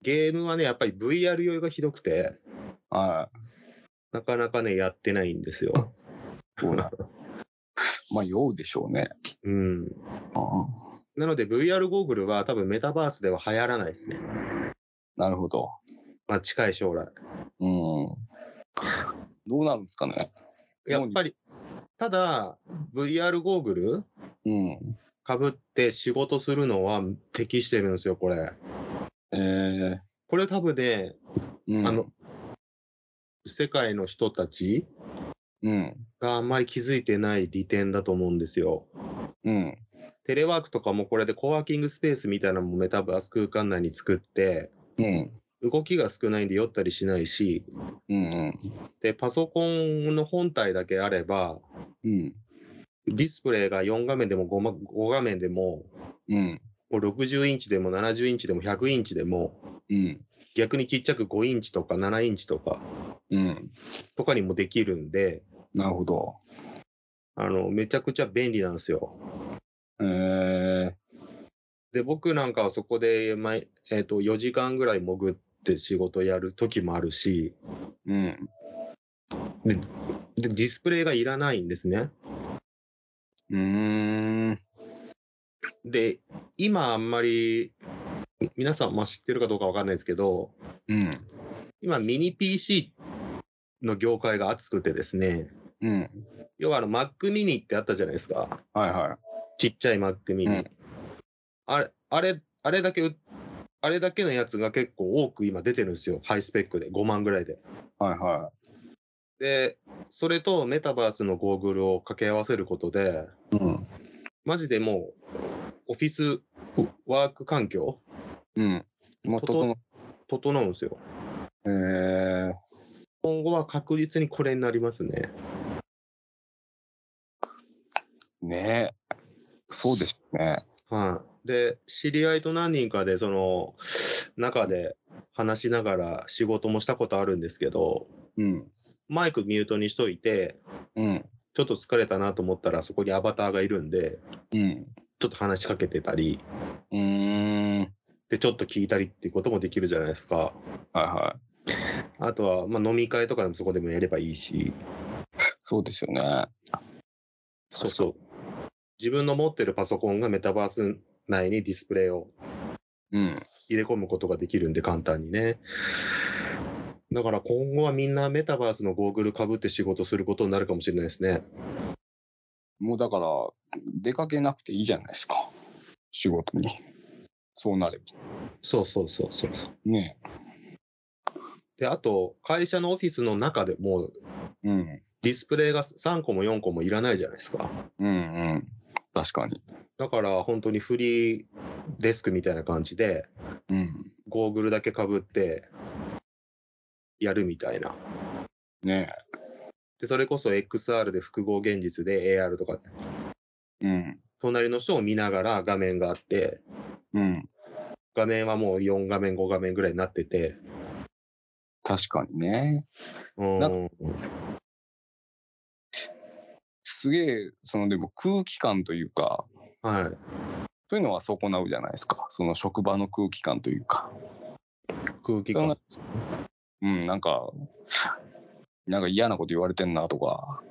[SPEAKER 2] ゲームはね、やっぱり VR 用がひどくて、
[SPEAKER 3] は
[SPEAKER 2] なかなかね、やってないんですよ。
[SPEAKER 3] い。そうだ。 *laughs* まあ、酔うでしょうね。
[SPEAKER 2] うん。
[SPEAKER 3] ああ
[SPEAKER 2] なので VR ゴーグルは多分メタバースでは流行らないですね。
[SPEAKER 3] なるほど。
[SPEAKER 2] まあ近い将来。
[SPEAKER 3] うん。どうなるんですかね。
[SPEAKER 2] やっぱり、ただ VR ゴーグル
[SPEAKER 3] うん。
[SPEAKER 2] かぶって仕事するのは適してるんですよ、これ。
[SPEAKER 3] えー、
[SPEAKER 2] これ多分ね、
[SPEAKER 3] うん。
[SPEAKER 2] あの、、世界の人たち
[SPEAKER 3] うん。
[SPEAKER 2] があんまり気づいてない利点だと思うんですよ。
[SPEAKER 3] うん。
[SPEAKER 2] テレワークとかもこれでコワーキングスペースみたいなのもメタバース空間内に作って、
[SPEAKER 3] うん。
[SPEAKER 2] 動きが少ないんで酔ったりしないし、
[SPEAKER 3] うん。
[SPEAKER 2] で、パソコンの本体だけあれば、
[SPEAKER 3] うん。
[SPEAKER 2] ディスプレイが4画面でも 5, ま5画面でも、
[SPEAKER 3] うん。
[SPEAKER 2] もう60インチでも70インチでも100インチでも、
[SPEAKER 3] うん。
[SPEAKER 2] 逆にちっちゃく5インチとか7インチとか、
[SPEAKER 3] うん。
[SPEAKER 2] とかにもできるんで、
[SPEAKER 3] なるほど。
[SPEAKER 2] あの、めちゃくちゃ便利なんですよ。
[SPEAKER 3] えー、
[SPEAKER 2] で、僕なんかはそこで、まえっと4時間ぐらい潜って仕事やる時もあるし、
[SPEAKER 3] うん。
[SPEAKER 2] ででディスプレイがいらないんですね。
[SPEAKER 3] うーん。
[SPEAKER 2] で、今あんまり、み皆さん、まあ、知ってるかどうかわかんないですけど、
[SPEAKER 3] うん。
[SPEAKER 2] 今ミニ PC の業界が熱くてですね、
[SPEAKER 3] うん。
[SPEAKER 2] 要はあの Mac mini ってあったじゃないですか。
[SPEAKER 3] はいは
[SPEAKER 2] ちっちゃい Mac mini。
[SPEAKER 3] うん
[SPEAKER 2] あれ、あれ、あれだけう、あれだけのやつが結構多く今出てるんですよ。ハイスペックで。5万ぐらいで。
[SPEAKER 3] い。はいは
[SPEAKER 2] で、それとメタバースのゴーグルを掛け合わせることで、
[SPEAKER 3] い。うん。
[SPEAKER 2] マジでもう、オフィスワーク環境、
[SPEAKER 3] うん。もう整
[SPEAKER 2] 整うんですよ。
[SPEAKER 3] えー、
[SPEAKER 2] 今後は確実にこれになりますね。
[SPEAKER 3] ねえ。そうですね。
[SPEAKER 2] はい。で、知り合いと何人かで、その、中で話しながら仕事もしたことあるんですけど、
[SPEAKER 3] うん。
[SPEAKER 2] マイクミュートにしといて、
[SPEAKER 3] うん。
[SPEAKER 2] ちょっと疲れたなと思ったら、そこにアバターがいるんで、
[SPEAKER 3] うん。
[SPEAKER 2] ちょっと話しかけてたり、
[SPEAKER 3] うーん。
[SPEAKER 2] で、ちょっと聞いたりっていうこともできるじゃないですか。
[SPEAKER 3] はいはい。
[SPEAKER 2] あとは、まあ、飲み会とかでもそこでもやればいいし、
[SPEAKER 3] そうですよね。
[SPEAKER 2] そうそう。自分の持ってるパソコンがメタバース内にディスプレイを
[SPEAKER 3] うん。
[SPEAKER 2] 入れ込むことができるんで、簡単にね。だから今後はみんなメタバースのゴーグルかぶって仕事することになるかもしれないですね。
[SPEAKER 3] もうだから、出かけなくていいじゃないですか。仕事に。そうなれば。
[SPEAKER 2] そうそうそうそう。
[SPEAKER 3] ね
[SPEAKER 2] で、あと、会社のオフィスの中でもう
[SPEAKER 3] え。うん。
[SPEAKER 2] ディスプレイが3個も4個もいらないじゃないですか。
[SPEAKER 3] うんうん。確かに。
[SPEAKER 2] だから本当にフリーデスクみたいな感じで、
[SPEAKER 3] うん。
[SPEAKER 2] ゴーグルだけかぶって、やるみたいな。
[SPEAKER 3] ね
[SPEAKER 2] で、それこそ XR で複合現実で AR とか、
[SPEAKER 3] え。うん。
[SPEAKER 2] 隣の人を見ながら画面があって、
[SPEAKER 3] うん。
[SPEAKER 2] 画面はもう4画面、5画面ぐらいになってて、
[SPEAKER 3] 確かにね。
[SPEAKER 2] う、
[SPEAKER 3] なんすげえ、そのでも空気感というか、
[SPEAKER 2] はい。
[SPEAKER 3] そういうのは損なうじゃないですか。その職場の空気感というか。
[SPEAKER 2] 空気感。
[SPEAKER 3] うん、なんか、なんか嫌なこと言われてんなとか、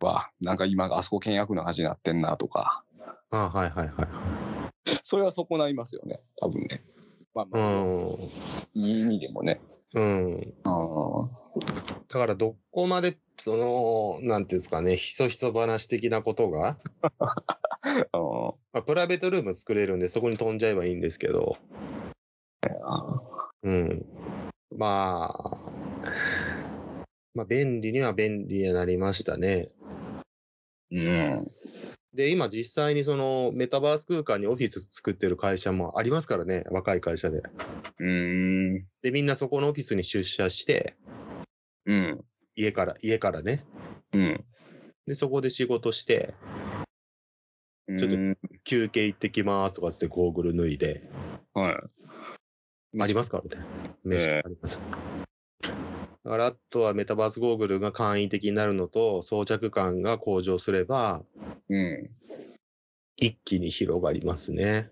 [SPEAKER 3] わ、なんか今あそこ倹約の話になってんなとか、
[SPEAKER 2] あはいはいはい。
[SPEAKER 3] それは損ないますよね、多分ね。まあ、
[SPEAKER 2] う
[SPEAKER 3] まあ
[SPEAKER 2] ん。
[SPEAKER 3] いい意味でもね。
[SPEAKER 2] うん。
[SPEAKER 3] うん。
[SPEAKER 2] だからどこまで、その、なんていうんですかね、ひそひそ話的なことが、
[SPEAKER 3] うん
[SPEAKER 2] まあ、プライベートルーム作れるんで、そこに飛んじゃえばいいんですけど、うん。まあ、まあ、便利には便利になりましたね。
[SPEAKER 3] うん。
[SPEAKER 2] で、今実際にそのメタバース空間にオフィス作ってる会社もありますからね、若い会社で。
[SPEAKER 3] うん。
[SPEAKER 2] で、みんなそこのオフィスに出社して、
[SPEAKER 3] うん。
[SPEAKER 2] 家から、家からね。
[SPEAKER 3] うん。
[SPEAKER 2] で、そこで仕事して、ちょっと休憩行ってきますとかつってゴーグル脱いで、
[SPEAKER 3] と、はい。
[SPEAKER 2] ありますからね。飯
[SPEAKER 3] ええ
[SPEAKER 2] あります。だから、あとはメタバースゴーグルが簡易的になるのと、装着感が向上すれば、
[SPEAKER 3] うん。
[SPEAKER 2] 一気に広がりますね。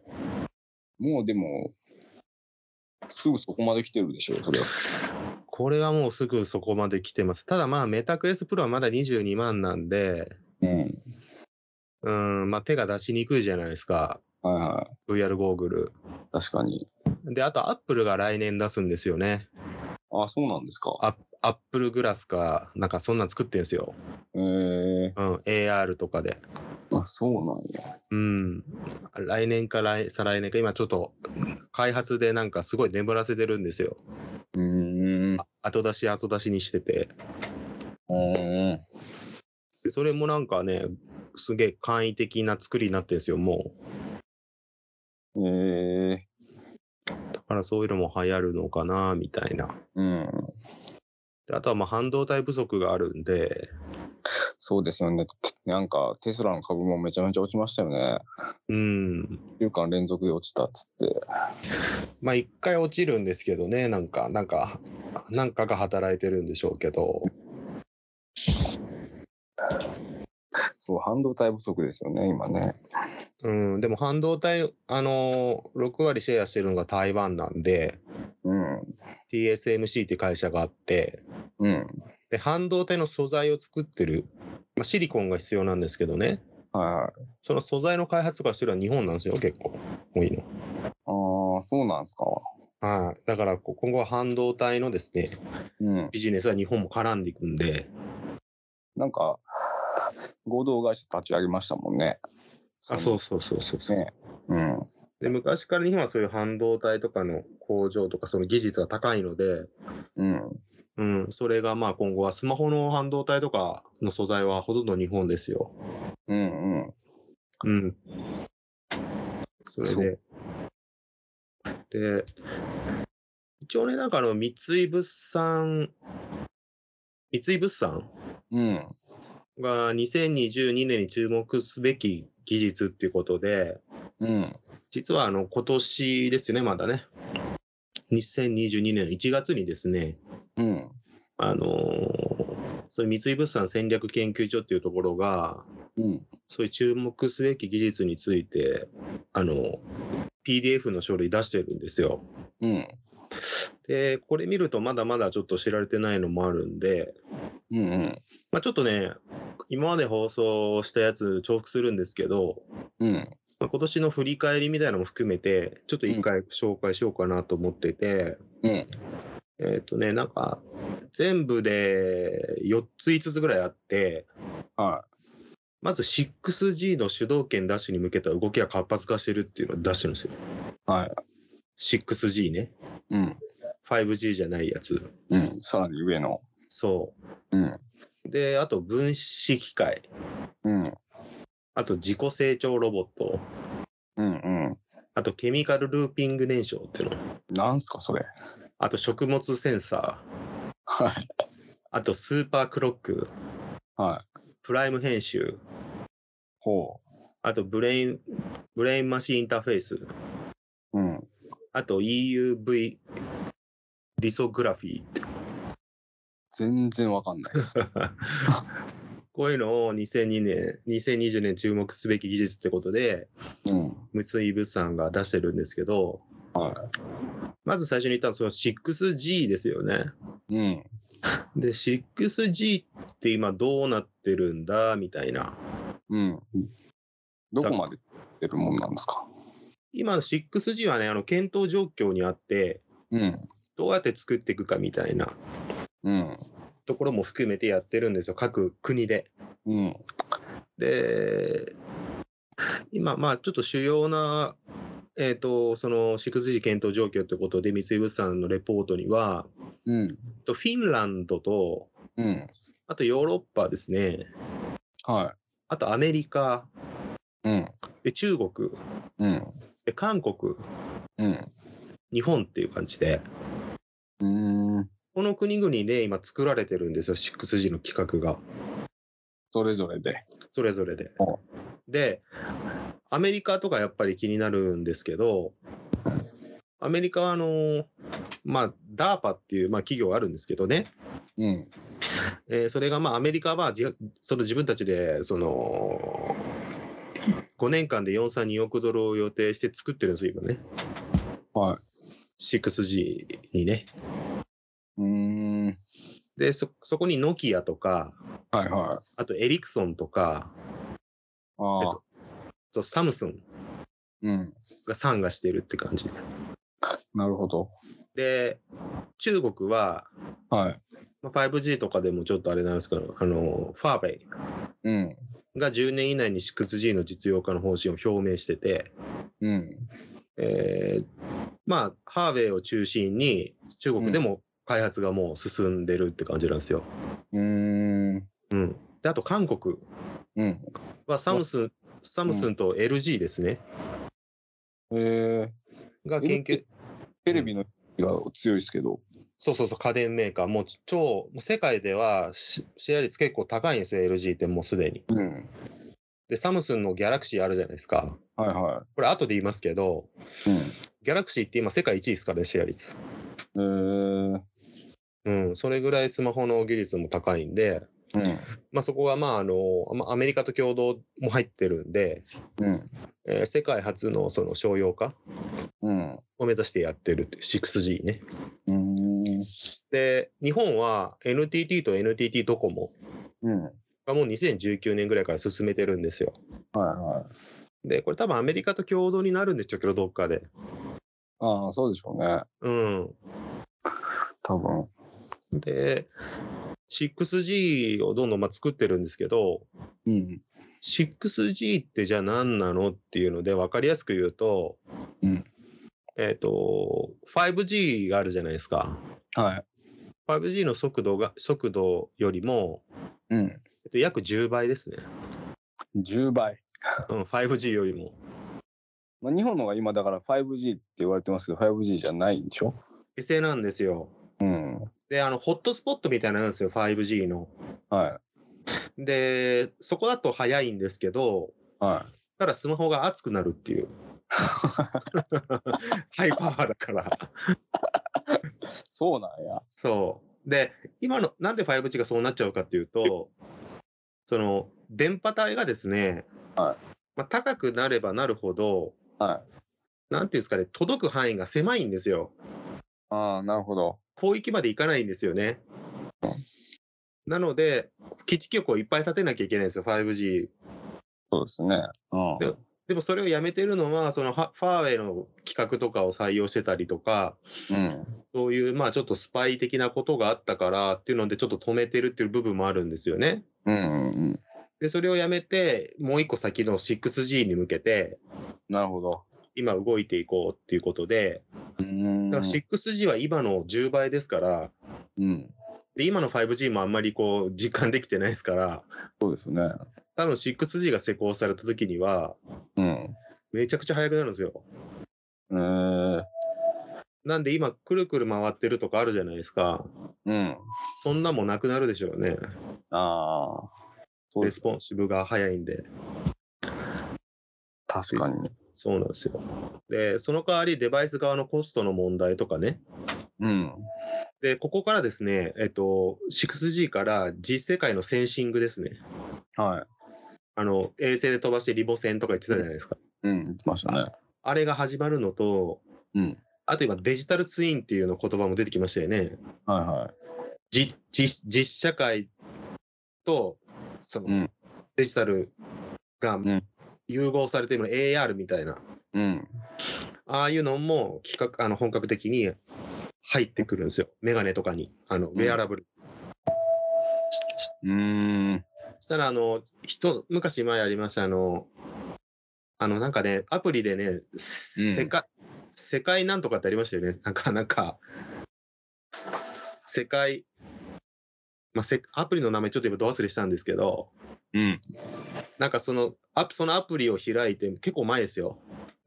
[SPEAKER 3] もうでも、すぐそこまで来てるでしょう、それは。
[SPEAKER 2] これはもうすぐそこまで来てます。ただまあ、メタクエスプロはまだ22万なんで、
[SPEAKER 3] うん。
[SPEAKER 2] うーん、まあ手が出しにくいじゃないですか。
[SPEAKER 3] はいは
[SPEAKER 2] VR ゴーグル。
[SPEAKER 3] い。確かに。
[SPEAKER 2] で、あと、アップルが来年出すんですよね。
[SPEAKER 3] あ、そうなんですか。
[SPEAKER 2] あアップルグラスか、なんかそんなん作ってんですよ。
[SPEAKER 3] ええ
[SPEAKER 2] うん、AR とかで。
[SPEAKER 3] あ、そうなんや。
[SPEAKER 2] うん。来年か来再来年か、今ちょっと開発でなんかすごい眠らせてるんですよ。
[SPEAKER 3] うん。
[SPEAKER 2] 後出し後出しにしてて。
[SPEAKER 3] うん。
[SPEAKER 2] でそれもなんかね、すげえ簡易的な作りになってるんですよ、もう。
[SPEAKER 3] ええ
[SPEAKER 2] だからそういうのも流行るのかな、みたいな。
[SPEAKER 3] うん。
[SPEAKER 2] であとはまあ半導体不足があるんで、
[SPEAKER 3] そうですよね。なんか、テスラの株もめちゃめちゃ落ちましたよね。
[SPEAKER 2] うん。
[SPEAKER 3] 1週間連続で落ちたっつって。
[SPEAKER 2] まあ一回落ちるんですけどね、なんか、なんか、なんかが働いてるんでしょうけど。
[SPEAKER 3] そう、半導体不足ですよね、今ね。
[SPEAKER 2] うん、でも半導体、あのー、6割シェアしてるのが台湾なんで、
[SPEAKER 3] うん。
[SPEAKER 2] TSMC って会社があって、
[SPEAKER 3] うん。
[SPEAKER 2] でで半導体の素材を作ってる、まあ、シリコンが必要なんですけどね
[SPEAKER 3] はい。
[SPEAKER 2] その素材の開発とかしてるのは日本なんですよ結構多いの
[SPEAKER 3] ああ、そうなんですか。
[SPEAKER 2] はいだからこ今後は半導体のですね
[SPEAKER 3] うん。
[SPEAKER 2] ビジネスは日本も絡んでいくんで
[SPEAKER 3] なんか、合同会社立ち上げましたもんね。
[SPEAKER 2] あそうそうそうそうそう、
[SPEAKER 3] ね。うん。
[SPEAKER 2] で昔から日本はそういう半導体とかの工場とかその技術が高いので、
[SPEAKER 3] うん。
[SPEAKER 2] うん、それがまあ今後はスマホの半導体とかの素材はほとんど日本ですよ。
[SPEAKER 3] うんうん。
[SPEAKER 2] うん。それで。で、一応ね、なんかあの、三井物産、三井物産
[SPEAKER 3] うん。
[SPEAKER 2] が2022年に注目すべき技術っていうことで、
[SPEAKER 3] うん。
[SPEAKER 2] 実はあの、今年ですよね、まだね。2022年1月にですね、
[SPEAKER 3] うん。
[SPEAKER 2] あのーそういう三井物産戦略研究所っていうところが、
[SPEAKER 3] うん。
[SPEAKER 2] そういう注目すべき技術について、あの、PDF の書類出してるんですよ。
[SPEAKER 3] うん。
[SPEAKER 2] で、これ見るとまだまだちょっと知られてないのもあるんで、
[SPEAKER 3] うん。うん。
[SPEAKER 2] まあちょっとね、今まで放送したやつ重複するんですけど、
[SPEAKER 3] うん。
[SPEAKER 2] まあ、今年の振り返りみたいなのも含めて、ちょっと一回紹介しようかなと思ってて、
[SPEAKER 3] うん。
[SPEAKER 2] えっ、とね、なんか、全部で4つ5つぐらいあって、
[SPEAKER 3] は
[SPEAKER 2] まず 6G の主導権奪取に向けた動きが活発化してるっていうのを出してるんですよ。
[SPEAKER 3] い。はい。
[SPEAKER 2] 6G ね。
[SPEAKER 3] うん。
[SPEAKER 2] 5G じゃないやつ。
[SPEAKER 3] うん。さらに上の。
[SPEAKER 2] そ
[SPEAKER 3] うん。
[SPEAKER 2] う。で、あと分子機械。
[SPEAKER 3] うん。
[SPEAKER 2] あと自己成長ロボット。
[SPEAKER 3] うん。うん。
[SPEAKER 2] あとケミカルルーピング燃焼っていうの。
[SPEAKER 3] なんすか、それ。
[SPEAKER 2] あと食物センサー。
[SPEAKER 3] はい。
[SPEAKER 2] あとスーパークロック。
[SPEAKER 3] はい。
[SPEAKER 2] プライム編集。
[SPEAKER 3] ほ
[SPEAKER 2] あとブレイン、ブレインマシンインターフェース。
[SPEAKER 3] う。うん。
[SPEAKER 2] あと EUV リソグラフィーって。
[SPEAKER 3] 全然わかんないです。
[SPEAKER 2] こういうのを2002年、2020年注目すべき技術ってことで、
[SPEAKER 3] うん。
[SPEAKER 2] 三井物産が出してるんですけど、
[SPEAKER 3] は
[SPEAKER 2] まず最初に言ったのはその 6G ですよね。
[SPEAKER 3] うん。
[SPEAKER 2] で、6G って今どうなってるんだみたいな。
[SPEAKER 3] うん。どこまで出るもんなんですか。
[SPEAKER 2] 今の 6G はね、あの検討状況にあって、
[SPEAKER 3] うん。
[SPEAKER 2] どうやって作っていくかみたいな
[SPEAKER 3] うん。
[SPEAKER 2] ところも含めてやってるんですよ、各国で。
[SPEAKER 3] うん。
[SPEAKER 2] で、今、まあちょっと主要な、えっ、と、その 6G 検討状況ということで、三井物産のレポートには、
[SPEAKER 3] うん。
[SPEAKER 2] とフィンランドと
[SPEAKER 3] うん。
[SPEAKER 2] あとヨーロッパですね。
[SPEAKER 3] は
[SPEAKER 2] あとアメリカ、
[SPEAKER 3] い。うん。
[SPEAKER 2] で中国、
[SPEAKER 3] うん。
[SPEAKER 2] で韓国、
[SPEAKER 3] うん。
[SPEAKER 2] 日本っていう感じで、
[SPEAKER 3] うーん。
[SPEAKER 2] この国々で今作られてるんですよ、6G の企画が。
[SPEAKER 3] それぞれで。
[SPEAKER 2] それぞれで
[SPEAKER 3] お。
[SPEAKER 2] で、アメリカとかやっぱり気になるんですけど、アメリカはあの、まあ、DARPA っていう、まあ、企業があるんですけどね、
[SPEAKER 3] うん。
[SPEAKER 2] えーそれがまあアメリカは自その自分たちでその5年間で4、3、2億ドルを予定して作ってるんですよ、今ね。
[SPEAKER 3] は
[SPEAKER 2] 6G にね。
[SPEAKER 3] い。うーん。
[SPEAKER 2] で、そ、そこにノキアとか、
[SPEAKER 3] はいはい。
[SPEAKER 2] あとエリクソンとか、
[SPEAKER 3] ああ。
[SPEAKER 2] あとサムスン
[SPEAKER 3] うん。
[SPEAKER 2] が参加してるって感じです。
[SPEAKER 3] なるほど。
[SPEAKER 2] で、中国は、
[SPEAKER 3] はい。
[SPEAKER 2] まあ 5G とかでもちょっとあれなんですけど、あの、ファーウェイ
[SPEAKER 3] うん。
[SPEAKER 2] が10年以内に 6G の実用化の方針を表明してて、
[SPEAKER 3] うん。
[SPEAKER 2] えーまあ、ハーウェイを中心に中国でも開発がもう進んでるって感じなんですよ。
[SPEAKER 3] うーん。
[SPEAKER 2] うん。で、あと韓国
[SPEAKER 3] うん。
[SPEAKER 2] はサムスン、サムスンと LG ですね。
[SPEAKER 3] えー、
[SPEAKER 2] が研究、
[SPEAKER 3] テレビのが強いですけど。
[SPEAKER 2] そうそうそう、家電メーカー、もう超、もう世界ではシシェア率結構高いんですよ、LG ってもうすでに。
[SPEAKER 3] うん。
[SPEAKER 2] で、サムスンのギャラクシーあるじゃないですか。
[SPEAKER 3] はいは
[SPEAKER 2] これ、後で言いますけど、
[SPEAKER 3] い。
[SPEAKER 2] ギャラクシーって今、世界1位ですからね、シェア率。
[SPEAKER 3] うん。えー、
[SPEAKER 2] うん、それぐらいスマホの技術も高いんで、
[SPEAKER 3] うん。
[SPEAKER 2] まあ、そこはまああの、まあアメリカと共同も入ってるんで、
[SPEAKER 3] うん。
[SPEAKER 2] えー世界初のその商用化
[SPEAKER 3] うん。
[SPEAKER 2] を目指してやってるって、6G ね。
[SPEAKER 3] うん。
[SPEAKER 2] で、日本は NTT と NTT ドコモ
[SPEAKER 3] うん。はい
[SPEAKER 2] がもう2019年ぐらいから進めてるんですよ。
[SPEAKER 3] はい。
[SPEAKER 2] で、これ多分アメリカと共同になるんでしょうけど、どっかで。
[SPEAKER 3] ああ、そうでしょうね。
[SPEAKER 2] うん。
[SPEAKER 3] 多分。
[SPEAKER 2] で、6G をどんどんまあ作ってるんですけど、
[SPEAKER 3] うん。
[SPEAKER 2] 6G ってじゃあ何なのっていうので分かりやすく言うと、
[SPEAKER 3] うん
[SPEAKER 2] えっ、と、5G があるじゃないですか。
[SPEAKER 3] はい。
[SPEAKER 2] 5G の速度が、速度よりも、
[SPEAKER 3] うん。
[SPEAKER 2] えっと、約10倍ですね。
[SPEAKER 3] 10倍。
[SPEAKER 2] うん、5G よりも。
[SPEAKER 3] まあ、日本の方が今だから 5G って言われてますけど、5G じゃないんでしょ
[SPEAKER 2] 衛星なんですよ。
[SPEAKER 3] うん。
[SPEAKER 2] で、あの、ホットスポットみたいなのなんですよ、5G の。
[SPEAKER 3] は
[SPEAKER 2] で、そこだと早いんですけど、
[SPEAKER 3] い。は
[SPEAKER 2] ただスマホが熱くなるって
[SPEAKER 3] *laughs*
[SPEAKER 2] いう。ハイパワーだから。
[SPEAKER 3] い。そうなんや。
[SPEAKER 2] そう。で、今の、なんで 5G がそうなっちゃうかっていうと、その、電波帯がですね、
[SPEAKER 3] は
[SPEAKER 2] まあ、高くなればなるほど、
[SPEAKER 3] は
[SPEAKER 2] なんていうんですかね、届く範囲が狭いんですよ。
[SPEAKER 3] ああ、なるほど。
[SPEAKER 2] 広域まで行かないんですよね
[SPEAKER 3] う。
[SPEAKER 2] なので、基地局をいっぱい立てなきゃいけないんですよ、5G。
[SPEAKER 3] そうですね。うん。
[SPEAKER 2] ででもそれをやめてるのは、そのファファーウェイの企画とかを採用してたりとか、
[SPEAKER 3] うん。
[SPEAKER 2] そういう、まあちょっとスパイ的なことがあったからっていうので、ちょっと止めてるっていう部分もあるんですよね。
[SPEAKER 3] うん、うん。
[SPEAKER 2] で、それをやめて、もう一個先の 6G に向けて、
[SPEAKER 3] なるほど。
[SPEAKER 2] 今動いていこうっていうことで、
[SPEAKER 3] うーん。
[SPEAKER 2] だから 6G は今の10倍ですから、
[SPEAKER 3] うん。
[SPEAKER 2] で、今の 5G もあんまりこう、実感できてないですから、
[SPEAKER 3] そうですね。
[SPEAKER 2] 多分 6G が施行された時には、
[SPEAKER 3] うん。
[SPEAKER 2] めちゃくちゃ速くなるんですよ。
[SPEAKER 3] えー、
[SPEAKER 2] なんで今、くるくる回ってるとかあるじゃないですか。
[SPEAKER 3] うん。
[SPEAKER 2] そんなもんなくなるでしょうね。
[SPEAKER 3] ああ。そう
[SPEAKER 2] レ
[SPEAKER 3] で
[SPEAKER 2] ス
[SPEAKER 3] す。
[SPEAKER 2] ポンシブが速いんで。
[SPEAKER 3] 確かに。
[SPEAKER 2] そうなんですよ。で、その代わりデバイス側のコストの問題とかね。
[SPEAKER 3] うん。
[SPEAKER 2] で、ここからですね、えっと、6G から実世界のセンシングですね。
[SPEAKER 3] は
[SPEAKER 2] あの、衛星で飛ばしてリボ線とか言ってたじゃないですか。
[SPEAKER 3] い。うん。言ってましたね。
[SPEAKER 2] あれが始まるのと、
[SPEAKER 3] うん。
[SPEAKER 2] あと今デジタルツインっていうの言葉も出てきましたよね。
[SPEAKER 3] はいは
[SPEAKER 2] じじ実社会と、その、
[SPEAKER 3] うん
[SPEAKER 2] デジタルが
[SPEAKER 3] ん
[SPEAKER 2] 融合されてる AR みたいな、
[SPEAKER 3] い。うん。
[SPEAKER 2] ああいうのも企画、あの、本格的に入ってくるんですよ。メガネとかに、あの、ウェアラブル
[SPEAKER 3] うーん。
[SPEAKER 2] したら、あの、一昔前ありました、あの、あの、なんかね、アプリでね、世界、世界なんとかってありましたよね。なんか、なんか、世界、まあ、せアプリの名前ちょっと今ど忘れしたんですけど、
[SPEAKER 3] うん。
[SPEAKER 2] なんかその、アプそのアプリを開いて、結構前ですよ。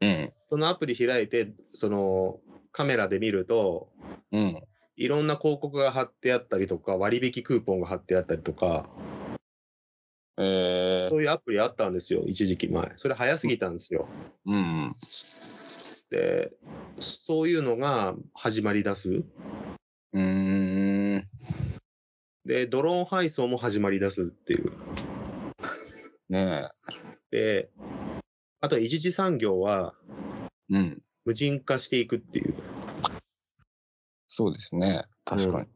[SPEAKER 3] うん。
[SPEAKER 2] そのアプリ開いて、その、カメラで見ると、
[SPEAKER 3] うん。
[SPEAKER 2] いろんな広告が貼ってあったりとか、割引クーポンが貼ってあったりとか、
[SPEAKER 3] えー
[SPEAKER 2] そ。ういうアプリあったんですよ、一時期前。それ早すぎたんですよ。
[SPEAKER 3] うん。
[SPEAKER 2] で、そういうのが始まりだす。
[SPEAKER 3] うーん。
[SPEAKER 2] で、ドローン配送も始まりだすっていう。
[SPEAKER 3] ね
[SPEAKER 2] で、あと一次産業は
[SPEAKER 3] え。うん。
[SPEAKER 2] 無人化していくっていう。
[SPEAKER 3] そうですね。確かに。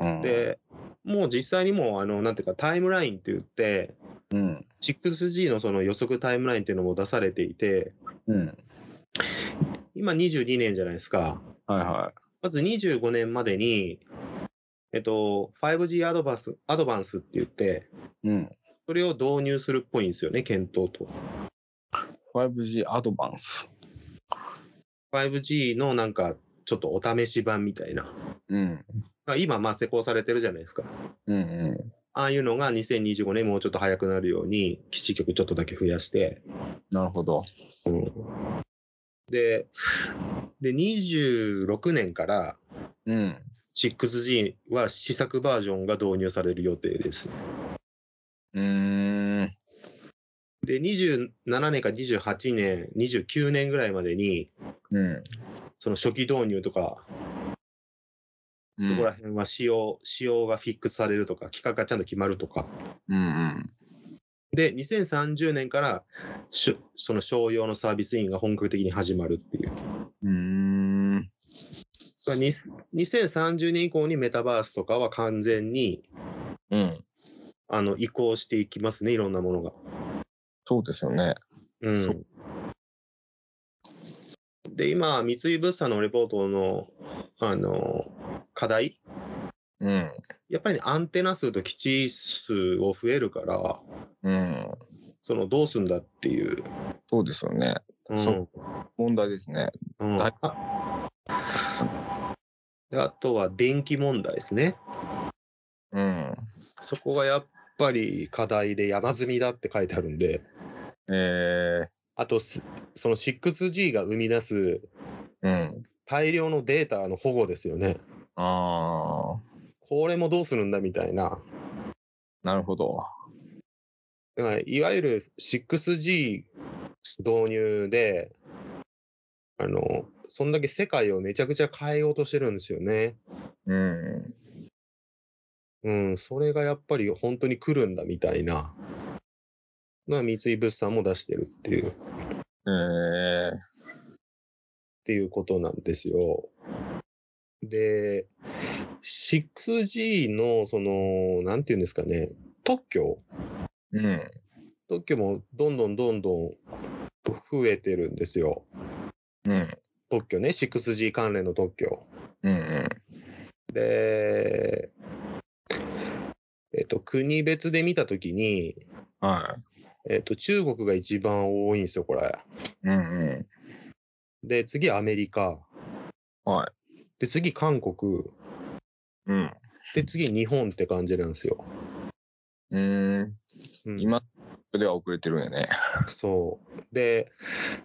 [SPEAKER 3] うん。、
[SPEAKER 2] で、もう実際にもう、あの、なんていうか、タイムラインって言って、
[SPEAKER 3] うん。
[SPEAKER 2] 6G のその予測タイムラインっていうのも出されていて、
[SPEAKER 3] うん。
[SPEAKER 2] 今22年じゃないですか。
[SPEAKER 3] はいは
[SPEAKER 2] まず25年までに、えっと、5G アドバンス、アドバンスって言って、
[SPEAKER 3] い。うん。
[SPEAKER 2] それを導入するっぽいんですよね、検討と。
[SPEAKER 3] 5G アドバンス。
[SPEAKER 2] 5G のなんか、ちょっとお試し版みたいな。
[SPEAKER 3] うん。
[SPEAKER 2] まあ今、まあ施行されてるじゃないですか。
[SPEAKER 3] うんう
[SPEAKER 2] ああいうのが2025年もうちょっと早くなるように、基地局ちょっとだけ増やして。
[SPEAKER 3] ん。なるほど。
[SPEAKER 2] うんで、で、26年から
[SPEAKER 3] うん。
[SPEAKER 2] 6G は試作バージョンが導入される予定です。
[SPEAKER 3] うーん。
[SPEAKER 2] で、27年から28年、29年ぐらいまでに、
[SPEAKER 3] うん。
[SPEAKER 2] その初期導入とか、
[SPEAKER 3] うん
[SPEAKER 2] そこら辺は仕様、仕様がフィックスされるとか、企画がちゃんと決まるとか。
[SPEAKER 3] うん
[SPEAKER 2] で、2030年からしゅ、その商用のサービスインが本格的に始まるっていう。
[SPEAKER 3] うん。うーん。
[SPEAKER 2] だからに2030年以降にメタバースとかは完全に
[SPEAKER 3] うん。
[SPEAKER 2] あの移行していきますね、いろんなものが。
[SPEAKER 3] そうですよね。
[SPEAKER 2] う
[SPEAKER 3] そ
[SPEAKER 2] ん、で、今、三井物産のレポートの、あの、課題、
[SPEAKER 3] うん。
[SPEAKER 2] やっぱりね、アンテナ数と基地数を増えるから、
[SPEAKER 3] うん。
[SPEAKER 2] その、どうすんだっていう。
[SPEAKER 3] そうですよね。
[SPEAKER 2] うん
[SPEAKER 3] そう問題ですね。
[SPEAKER 2] うん
[SPEAKER 3] だい
[SPEAKER 2] あであとは電気問題ですね。
[SPEAKER 3] うん。
[SPEAKER 2] そこがやっぱり課題で山積みだって書いてあるんで、
[SPEAKER 3] え
[SPEAKER 2] あとす、その 6G が生み出す
[SPEAKER 3] ー、うん。
[SPEAKER 2] 大量のデータの保護ですよね。
[SPEAKER 3] あ
[SPEAKER 2] これもどうするんだみたいな。
[SPEAKER 3] ー、なるほど。
[SPEAKER 2] だから、いわゆる 6G 導入で、あの、そんだけ世界をめちゃくちゃ変えようとしてるんですよね。
[SPEAKER 3] うん。
[SPEAKER 2] うん、それがやっぱり本当に来るんだみたいな、のは三井物産も出してるっていう、っ
[SPEAKER 3] えー、
[SPEAKER 2] ていうことなんですよ。で、6G の、その、なんていうんですかね、特許
[SPEAKER 3] うん。
[SPEAKER 2] 特許もどんどんどんどん増えてるんですよ。
[SPEAKER 3] うん。
[SPEAKER 2] 特許ね、6G 関連の特許。
[SPEAKER 3] うん。うん。
[SPEAKER 2] で、えっと、国別で見たときに、
[SPEAKER 3] は
[SPEAKER 2] えっと、中国が一番多いんですよ、これ。
[SPEAKER 3] い。うんう
[SPEAKER 2] で、次アメリカ。
[SPEAKER 3] ん。はい。
[SPEAKER 2] で、次韓国。
[SPEAKER 3] うん。
[SPEAKER 2] で、次日本って感じなんですよ。
[SPEAKER 3] うーん。
[SPEAKER 2] うん
[SPEAKER 3] 今では遅れてるよね。
[SPEAKER 2] そう。で、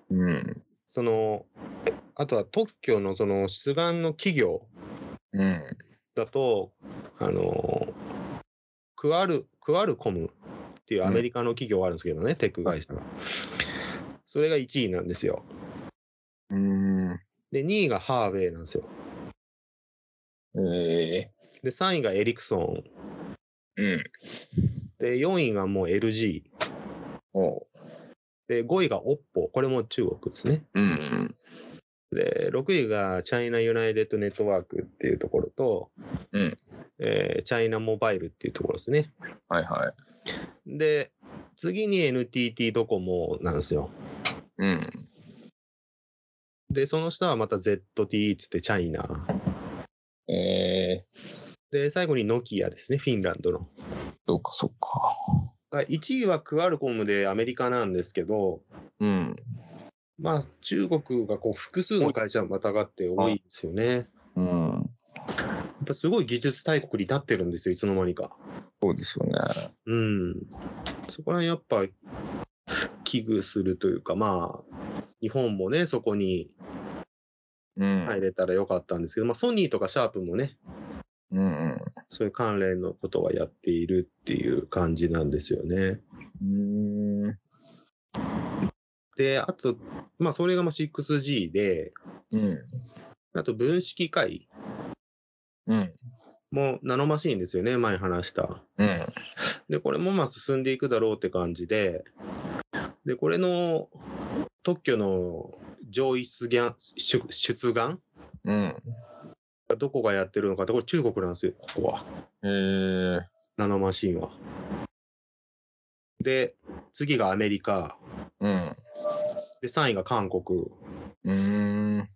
[SPEAKER 3] うん。
[SPEAKER 2] その、あとは特許のその出願の企業
[SPEAKER 3] うん。
[SPEAKER 2] だと、あの、クアル、クアルコムっていうアメリカの企業があるんですけどね、テック会社が。それが1位なんですよ。
[SPEAKER 3] うーん。
[SPEAKER 2] で、2位がハーウェイなんですよ。
[SPEAKER 3] え
[SPEAKER 2] で、3位がエリクソン。
[SPEAKER 3] ー、うん。
[SPEAKER 2] で、4位がもう LG。
[SPEAKER 3] おう。
[SPEAKER 2] で、5位が OPPO。これも中国ですね。
[SPEAKER 3] うん。
[SPEAKER 2] で、6位がチャイナユナイテッドネットワークっていうところと、
[SPEAKER 3] うん
[SPEAKER 2] えーチャイナモバイルっていうところですね。
[SPEAKER 3] はいはい。
[SPEAKER 2] で、次に NTT ドコモなんですよ。
[SPEAKER 3] うん。
[SPEAKER 2] で、その下はまた ZTE っつってチャイナ。
[SPEAKER 3] え
[SPEAKER 2] で、最後にノキアですね、フィンランドの。
[SPEAKER 3] ー、そっかそっか。
[SPEAKER 2] が1位はクアルコムでアメリカなんですけど、
[SPEAKER 3] うん。
[SPEAKER 2] まあ、中国がこう複数の会社をまたがって多いんですよね。
[SPEAKER 3] うん。
[SPEAKER 2] やっぱすごい技術大国になってるんですよ、いつの間にか。
[SPEAKER 3] そうですよね。
[SPEAKER 2] うん。そこら辺やっぱ危惧するというか、まあ、日本もね、そこに
[SPEAKER 3] うん。
[SPEAKER 2] 入れたらよかったんですけど、まあ、ソニーとかシャープもね、
[SPEAKER 3] うんうん。
[SPEAKER 2] そういう関連のことはやっているっていう感じなんですよね。
[SPEAKER 3] うーん。
[SPEAKER 2] で、あと、まあ、それがまあ 6G で、
[SPEAKER 3] うん。
[SPEAKER 2] あと分子機械
[SPEAKER 3] うん。
[SPEAKER 2] もナノマシンですよね、前話した。
[SPEAKER 3] うん。
[SPEAKER 2] で、これもまあ進んでいくだろうって感じで、で、これの特許の上位出願出出願
[SPEAKER 3] うん。
[SPEAKER 2] どこがやってるのかって、これ中国なんですよ、ここは。
[SPEAKER 3] えー、
[SPEAKER 2] ナノマシンは。で、次がアメリカ。
[SPEAKER 3] うん。
[SPEAKER 2] で、3位が韓国。
[SPEAKER 3] うーん。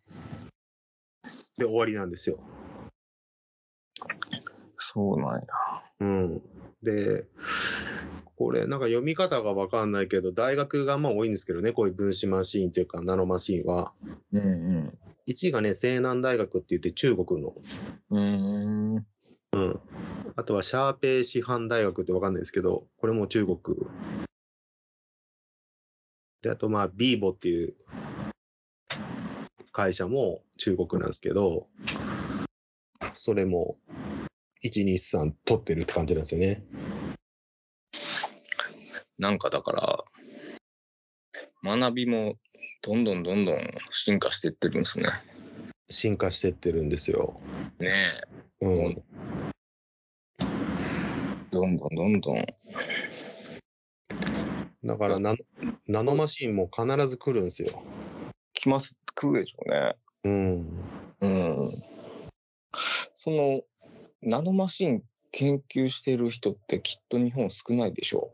[SPEAKER 2] で、終わりなんですよ。
[SPEAKER 3] そうなんや。
[SPEAKER 2] うん。で、これ、なんか読み方がわかんないけど、大学がまあ多いんですけどね、こういう分子マシンというか、ナノマシンは。
[SPEAKER 3] うん
[SPEAKER 2] 1位がね、西南大学って言って中国の。
[SPEAKER 3] うん。うーん。
[SPEAKER 2] あとはシャーペイ師範大学ってわかんないですけど、これも中国。で、あとまあ、ビーボっていう会社も中国なんですけど、それも123取ってるって感じなんですよね。
[SPEAKER 3] なんかだから、学びもどんどんどんどん進化していってるんですね。
[SPEAKER 2] 進化してってるんですよ。
[SPEAKER 3] ね
[SPEAKER 2] う
[SPEAKER 3] うんん。え。どんどんどんどん。
[SPEAKER 2] だからナノ、ナノマシンも必ず来るんですよ。
[SPEAKER 3] 来ます、来るでしょうね。
[SPEAKER 2] うん。
[SPEAKER 3] うん。その、ナノマシン研究してる人ってきっと日本少ないでしょ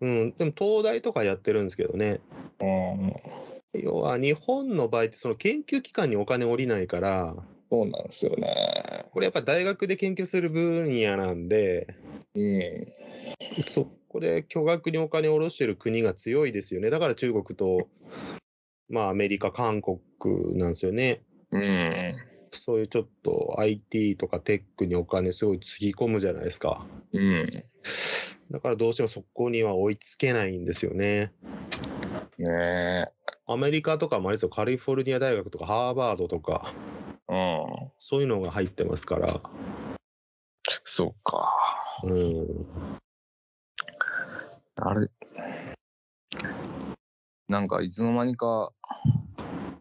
[SPEAKER 2] うん。でも、東大とかやってるんですけどね。
[SPEAKER 3] う。うん。
[SPEAKER 2] 要は、日本の場合って、その研究機関にお金下りないから、
[SPEAKER 3] そうなんですよね。
[SPEAKER 2] これやっぱ大学で研究する分野なんで、
[SPEAKER 3] うん。
[SPEAKER 2] そこで巨額にお金を下ろしてる国が強いですよね。だから中国と、まあアメリカ、韓国なんですよね。
[SPEAKER 3] うん。
[SPEAKER 2] そういうちょっと IT とかテックにお金すごいつぎ込むじゃないですか。
[SPEAKER 3] うん。
[SPEAKER 2] だからどうしてもそこには追いつけないんですよね。
[SPEAKER 3] ねえ。
[SPEAKER 2] アメリカとかもあれですよ、カリフォルニア大学とかハーバードとか、
[SPEAKER 3] うん。
[SPEAKER 2] そういうのが入ってますから。
[SPEAKER 3] そうか。
[SPEAKER 2] うん。
[SPEAKER 3] あれなんかいつの間にか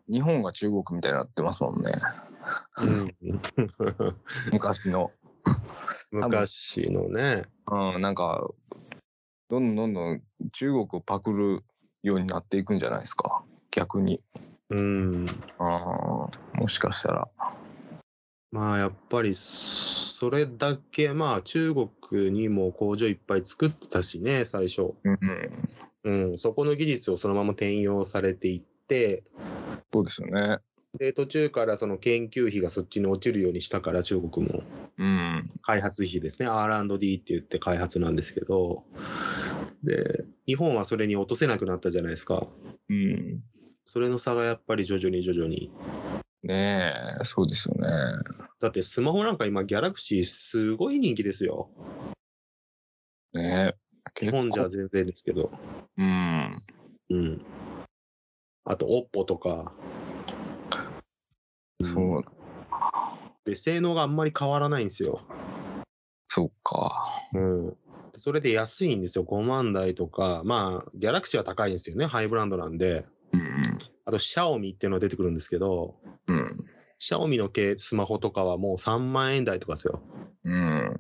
[SPEAKER 3] 日本が中国みたいになってますもんね。昔の。
[SPEAKER 2] 昔のね。
[SPEAKER 3] うん、なんか、どんどんどんどん中国をパクるようになっていくんじゃないですか。逆に。
[SPEAKER 2] うん。
[SPEAKER 3] あーもしかしたら。
[SPEAKER 2] まあやっぱりそれだけまあ中国にも工場いっぱい作ってたしね最初、
[SPEAKER 3] うん、
[SPEAKER 2] うん、そこの技術をそのまま転用されていって
[SPEAKER 3] そうですよね。
[SPEAKER 2] で途中からその研究費がそっちに落ちるようにしたから中国も
[SPEAKER 3] うん。
[SPEAKER 2] 開発費ですね R&D って言って開発なんですけどで日本はそれに落とせなくなったじゃないですか
[SPEAKER 3] うん。
[SPEAKER 2] それの差がやっぱり徐々に徐々に
[SPEAKER 3] ねえ、そうですよね。
[SPEAKER 2] だってスマホなんか今ギャラクシーすごい人気ですよ
[SPEAKER 3] ねえ。
[SPEAKER 2] 日
[SPEAKER 3] 結構
[SPEAKER 2] 本じゃ全然ですけど
[SPEAKER 3] うん。
[SPEAKER 2] うん。あと、OPPO とか。
[SPEAKER 3] そう、
[SPEAKER 2] で、性能があんまり変わらないんですよ。
[SPEAKER 3] そうか。
[SPEAKER 2] うん。それで安いんですよ。5万台とか。まあ、ギャラクシーは高いんですよね。ハイブランドなんで。
[SPEAKER 3] うん。
[SPEAKER 2] あと、シャオミっていうのが出てくるんですけど、
[SPEAKER 3] うん。
[SPEAKER 2] シャオミの系スマホとかはもう3万円台とかですよ。
[SPEAKER 3] うん。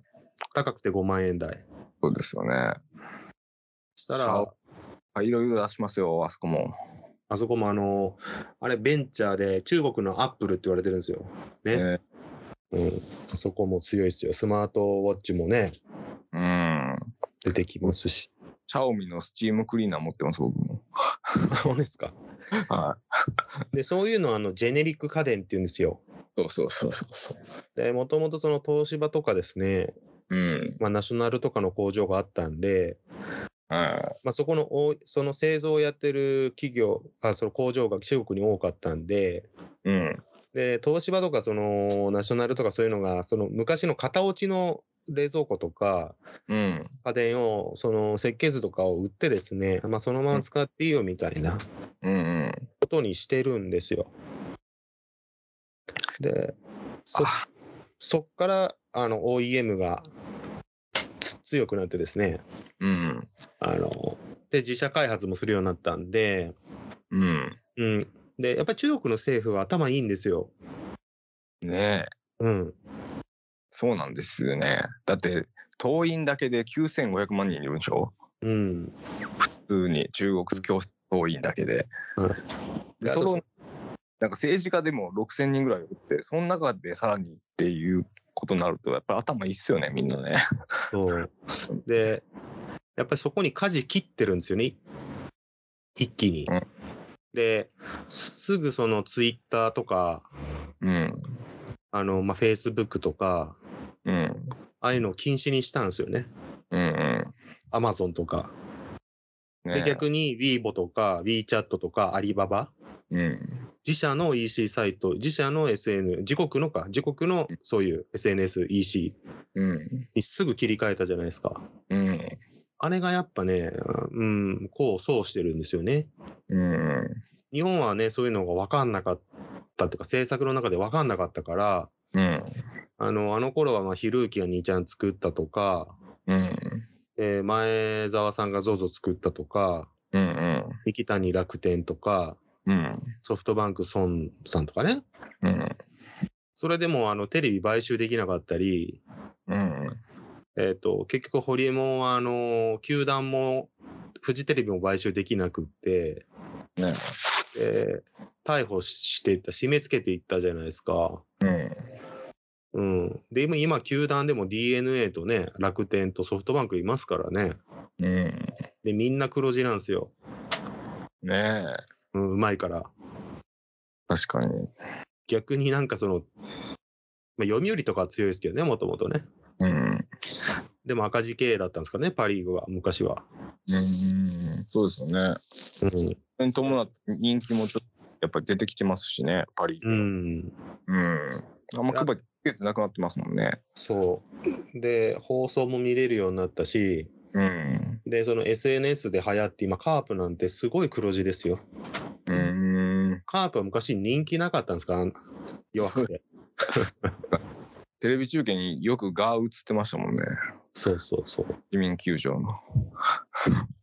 [SPEAKER 2] 高くて5万円台。
[SPEAKER 3] そうですよね。
[SPEAKER 2] した
[SPEAKER 3] シャ
[SPEAKER 2] ら
[SPEAKER 3] オ、あいろいろ出しますよ、あそこも。
[SPEAKER 2] あそこもあの、あれ、ベンチャーで中国のアップルって言われてるんですよ。ね。
[SPEAKER 3] ね
[SPEAKER 2] うん。あそこも強いですよ。スマートウォッチもね、
[SPEAKER 3] うん。
[SPEAKER 2] 出てきます *laughs* し。
[SPEAKER 3] シャオミのスチームクリーナー持ってます、僕も。
[SPEAKER 2] そうですか。
[SPEAKER 3] は
[SPEAKER 2] で、そういうのはあのジェネリック家電って言うんですよ。
[SPEAKER 3] い。そうそうそうそうそう。
[SPEAKER 2] で、もともとその東芝とかですね、
[SPEAKER 3] うん。
[SPEAKER 2] まあ、ナショナルとかの工場があったんで、
[SPEAKER 3] は
[SPEAKER 2] まあ、そこのおその製造をやってる企業あ、その工場が中国に多かったんで、
[SPEAKER 3] い。うん。
[SPEAKER 2] で、東芝とかそのナショナルとかそういうのが、その昔の型落ちの冷蔵庫とか
[SPEAKER 3] うん。
[SPEAKER 2] 家電を、その設計図とかを売ってですね、まあ、そのまま使っていいよみたいな
[SPEAKER 3] うんうん。
[SPEAKER 2] ことにしてるんですよ。で、そ
[SPEAKER 3] あ
[SPEAKER 2] そっからあの OEM がつ強くなってですね
[SPEAKER 3] うん。
[SPEAKER 2] あので自社開発もするようになったんで、
[SPEAKER 3] うん。
[SPEAKER 2] うん、でやっぱり中国の政府は頭いいんですよ。
[SPEAKER 3] ねえ。
[SPEAKER 2] うん、
[SPEAKER 3] そうなんですよね。だって、党員だけで9500万人いるんでしょ
[SPEAKER 2] うん、
[SPEAKER 3] 普通に中国共産党員だけで。
[SPEAKER 2] うん
[SPEAKER 3] でそのなんか政治家でも6000人ぐらいおってその中でさらにっていうことになるとやっぱり頭いいっすよねみんなね。
[SPEAKER 2] そうでやっぱりそこに舵切ってるんですよね一気に
[SPEAKER 3] うん。
[SPEAKER 2] ですすぐそのツイッターとか
[SPEAKER 3] うん
[SPEAKER 2] あの、まあ、フェイスブックとか
[SPEAKER 3] うん
[SPEAKER 2] ああいうのを禁止にしたんですよね
[SPEAKER 3] うんう
[SPEAKER 2] アマゾンとか。
[SPEAKER 3] ん。ね
[SPEAKER 2] で、逆に Weibo とか WeChat とかアリババ、
[SPEAKER 3] うん
[SPEAKER 2] 自社の EC サイト、自社の SN、自国のか、自国のそういう SNS、EC
[SPEAKER 3] うん
[SPEAKER 2] にすぐ切り替えたじゃないですか。
[SPEAKER 3] うん
[SPEAKER 2] あれがやっぱね、うん、こう、そうしてるんですよね。
[SPEAKER 3] うん
[SPEAKER 2] 日本はね、そういうのが分かんなかったっていうか、政策の中で分かんなかったから、
[SPEAKER 3] うん
[SPEAKER 2] あの、あの頃は、まあ、ひるうきが兄ちゃん作ったとか、
[SPEAKER 3] うん
[SPEAKER 2] えー前澤さんが ZOZO 作ったとか、
[SPEAKER 3] うん
[SPEAKER 2] 三木谷楽天とか、
[SPEAKER 3] うん。
[SPEAKER 2] ソフトバンク孫さんとかね。
[SPEAKER 3] うん。
[SPEAKER 2] それでもあのテレビ買収できなかったり、
[SPEAKER 3] うん。
[SPEAKER 2] えっと結局、ホリエモンはあの球団もフジテレビも買収できなくって、
[SPEAKER 3] ね
[SPEAKER 2] で逮捕していった、締め付けていったじゃないですか。
[SPEAKER 3] うん。
[SPEAKER 2] うん、で今、今球団でも d n a とね、楽天とソフトバンクいますからね。
[SPEAKER 3] うん。
[SPEAKER 2] で、みんな黒字なんですよ。
[SPEAKER 3] ねえ。
[SPEAKER 2] うん、うまいから。
[SPEAKER 3] 確かに。
[SPEAKER 2] 逆になんかその、まあ、読売とかは強いですけどね、もともとね。
[SPEAKER 3] うん。
[SPEAKER 2] でも赤字経営だったんですかね、パ・リーグは、昔は。
[SPEAKER 3] うん。そうですよね。
[SPEAKER 2] うん。
[SPEAKER 3] それに伴って人気もちょっとやっぱり出てきてますしね、パリ。
[SPEAKER 2] うん、
[SPEAKER 3] うん。あんま配ってなくなってますもんね。
[SPEAKER 2] そう。で、放送も見れるようになったし、
[SPEAKER 3] うん。
[SPEAKER 2] で、その SNS で流行って、今、カープなんてすごい黒字ですよ。
[SPEAKER 3] うん。
[SPEAKER 2] カープは昔人気なかったんですか弱くて。
[SPEAKER 3] テレビ中継によくが映ってましたもんね。
[SPEAKER 2] そうそうそう。
[SPEAKER 3] 市民球場の。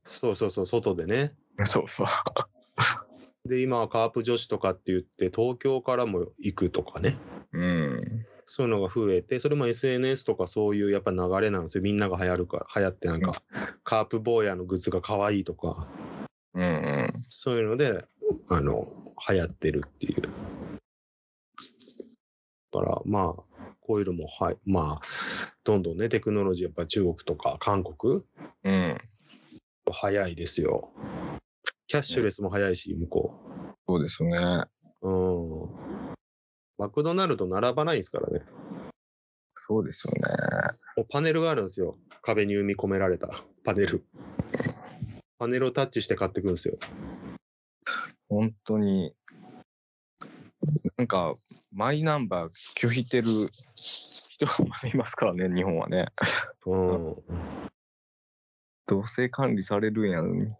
[SPEAKER 2] そうそうそう、外でね。
[SPEAKER 3] そうそう。
[SPEAKER 2] で、今はカープ女子とかって言って、東京からも行くとかね。
[SPEAKER 3] うん。
[SPEAKER 2] そういうのが増えて、それも SNS とかそういうやっぱ流れなんですよ。みんなが流行るから、流行ってなんか、カープ坊やのグッズが可愛いとか、
[SPEAKER 3] うんうん。
[SPEAKER 2] そういうので、あの、流行ってるっていう。だから、まあ、こういうのも、はい、まあ、どんどんね、テクノロジー、やっぱ中国とか韓国、
[SPEAKER 3] うん。
[SPEAKER 2] 早いですよ。キャッシュレスも早いし、向こ
[SPEAKER 3] そうですよね。
[SPEAKER 2] う。うん。マクドナルド並ばないですからね。
[SPEAKER 3] そうですよね。
[SPEAKER 2] もうパネルがあるんですよ。壁に埋め込められたパネル。パネルをタッチして買ってくるんですよ。
[SPEAKER 3] 本当に。なんか、マイナンバー拒否てる人がまだいますからね、日本はね。
[SPEAKER 2] うん。
[SPEAKER 3] 同性管理されるんやのに。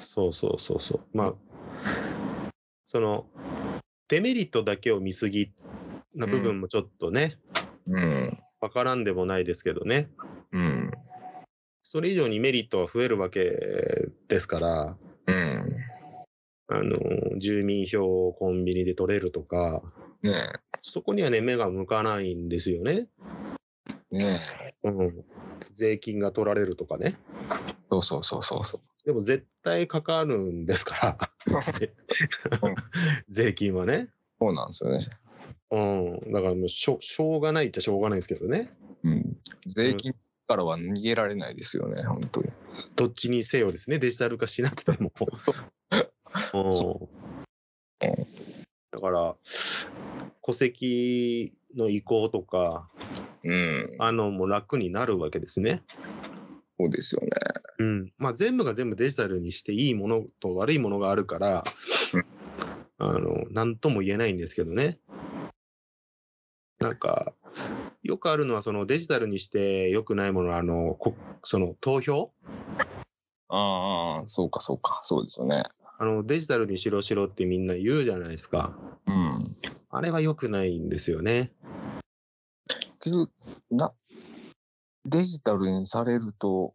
[SPEAKER 2] そうそうそうそう。まあ、その、デメリットだけを見すぎな部分もちょっとね、
[SPEAKER 3] うん。
[SPEAKER 2] わからんでもないですけどね。
[SPEAKER 3] うん。
[SPEAKER 2] それ以上にメリットは増えるわけですから、
[SPEAKER 3] うん。
[SPEAKER 2] あの、住民票をコンビニで取れるとか、
[SPEAKER 3] ね
[SPEAKER 2] そこにはね、目が向かないんですよね。
[SPEAKER 3] え。ねえ。
[SPEAKER 2] うん。税金が取られるとかね。
[SPEAKER 3] そうそうそうそうそう。
[SPEAKER 2] でも絶対かかるんですから、ぜ
[SPEAKER 3] *laughs* うん
[SPEAKER 2] *laughs* 税金はね。
[SPEAKER 3] そうなんですよね。
[SPEAKER 2] うん、だからもうしょしょうがないっちゃしょうがないですけどね。
[SPEAKER 3] うん。税金からは逃げられないですよね、本当に。
[SPEAKER 2] どっちにせよですね、デジタル化しなくても。うん
[SPEAKER 3] う
[SPEAKER 2] だから、戸籍の移行とか、
[SPEAKER 3] うん。
[SPEAKER 2] あの、もう楽になるわけですね。
[SPEAKER 3] そうですよね。
[SPEAKER 2] うん。まあ、全部が全部デジタルにしていいものと悪いものがあるから
[SPEAKER 3] うん、
[SPEAKER 2] あの、なんとも言えないんですけどね。なんか、よくあるのは、そのデジタルにして良くないものは、あの、こその投票
[SPEAKER 3] ああ、そうかそうか、そうですよね。
[SPEAKER 2] あの、デジタルにしろしろってみんな言うじゃないですか。
[SPEAKER 3] うん。
[SPEAKER 2] あれは良くないんですよね。
[SPEAKER 3] 結局、な、デジタルにされると、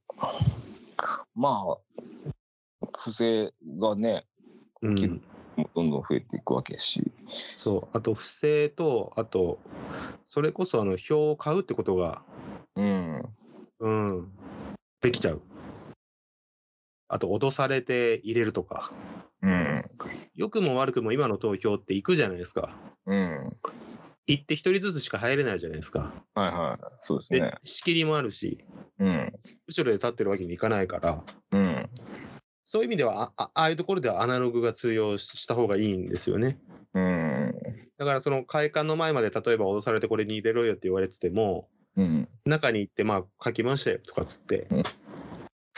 [SPEAKER 3] まあ、不正がね、
[SPEAKER 2] う
[SPEAKER 3] きる
[SPEAKER 2] ん。
[SPEAKER 3] どんどん増えていくわけやし。
[SPEAKER 2] そう。あと、不正と、あと、それこそ、あの、票を買うってことが、
[SPEAKER 3] うん。
[SPEAKER 2] うん、できちゃう。あと、脅されて入れるとか。
[SPEAKER 3] うん。
[SPEAKER 2] 良くも悪くも今の投票って行くじゃないですか。
[SPEAKER 3] うん。
[SPEAKER 2] 行って一人ずつしか入れないじゃないですか。
[SPEAKER 3] はいはい。そうです
[SPEAKER 2] で、
[SPEAKER 3] ね。
[SPEAKER 2] 仕切りもあるし、
[SPEAKER 3] うん。
[SPEAKER 2] 後ろで立ってるわけにいかないから、
[SPEAKER 3] うん。
[SPEAKER 2] そういう意味では、ああああいうところではアナログが通用しした方がいいんですよね。
[SPEAKER 3] うん。
[SPEAKER 2] だからその会館の前まで例えば脅されてこれに入れろよって言われてても、
[SPEAKER 3] うん。
[SPEAKER 2] 中に行ってまあ書きましたよとかっつって
[SPEAKER 3] うん、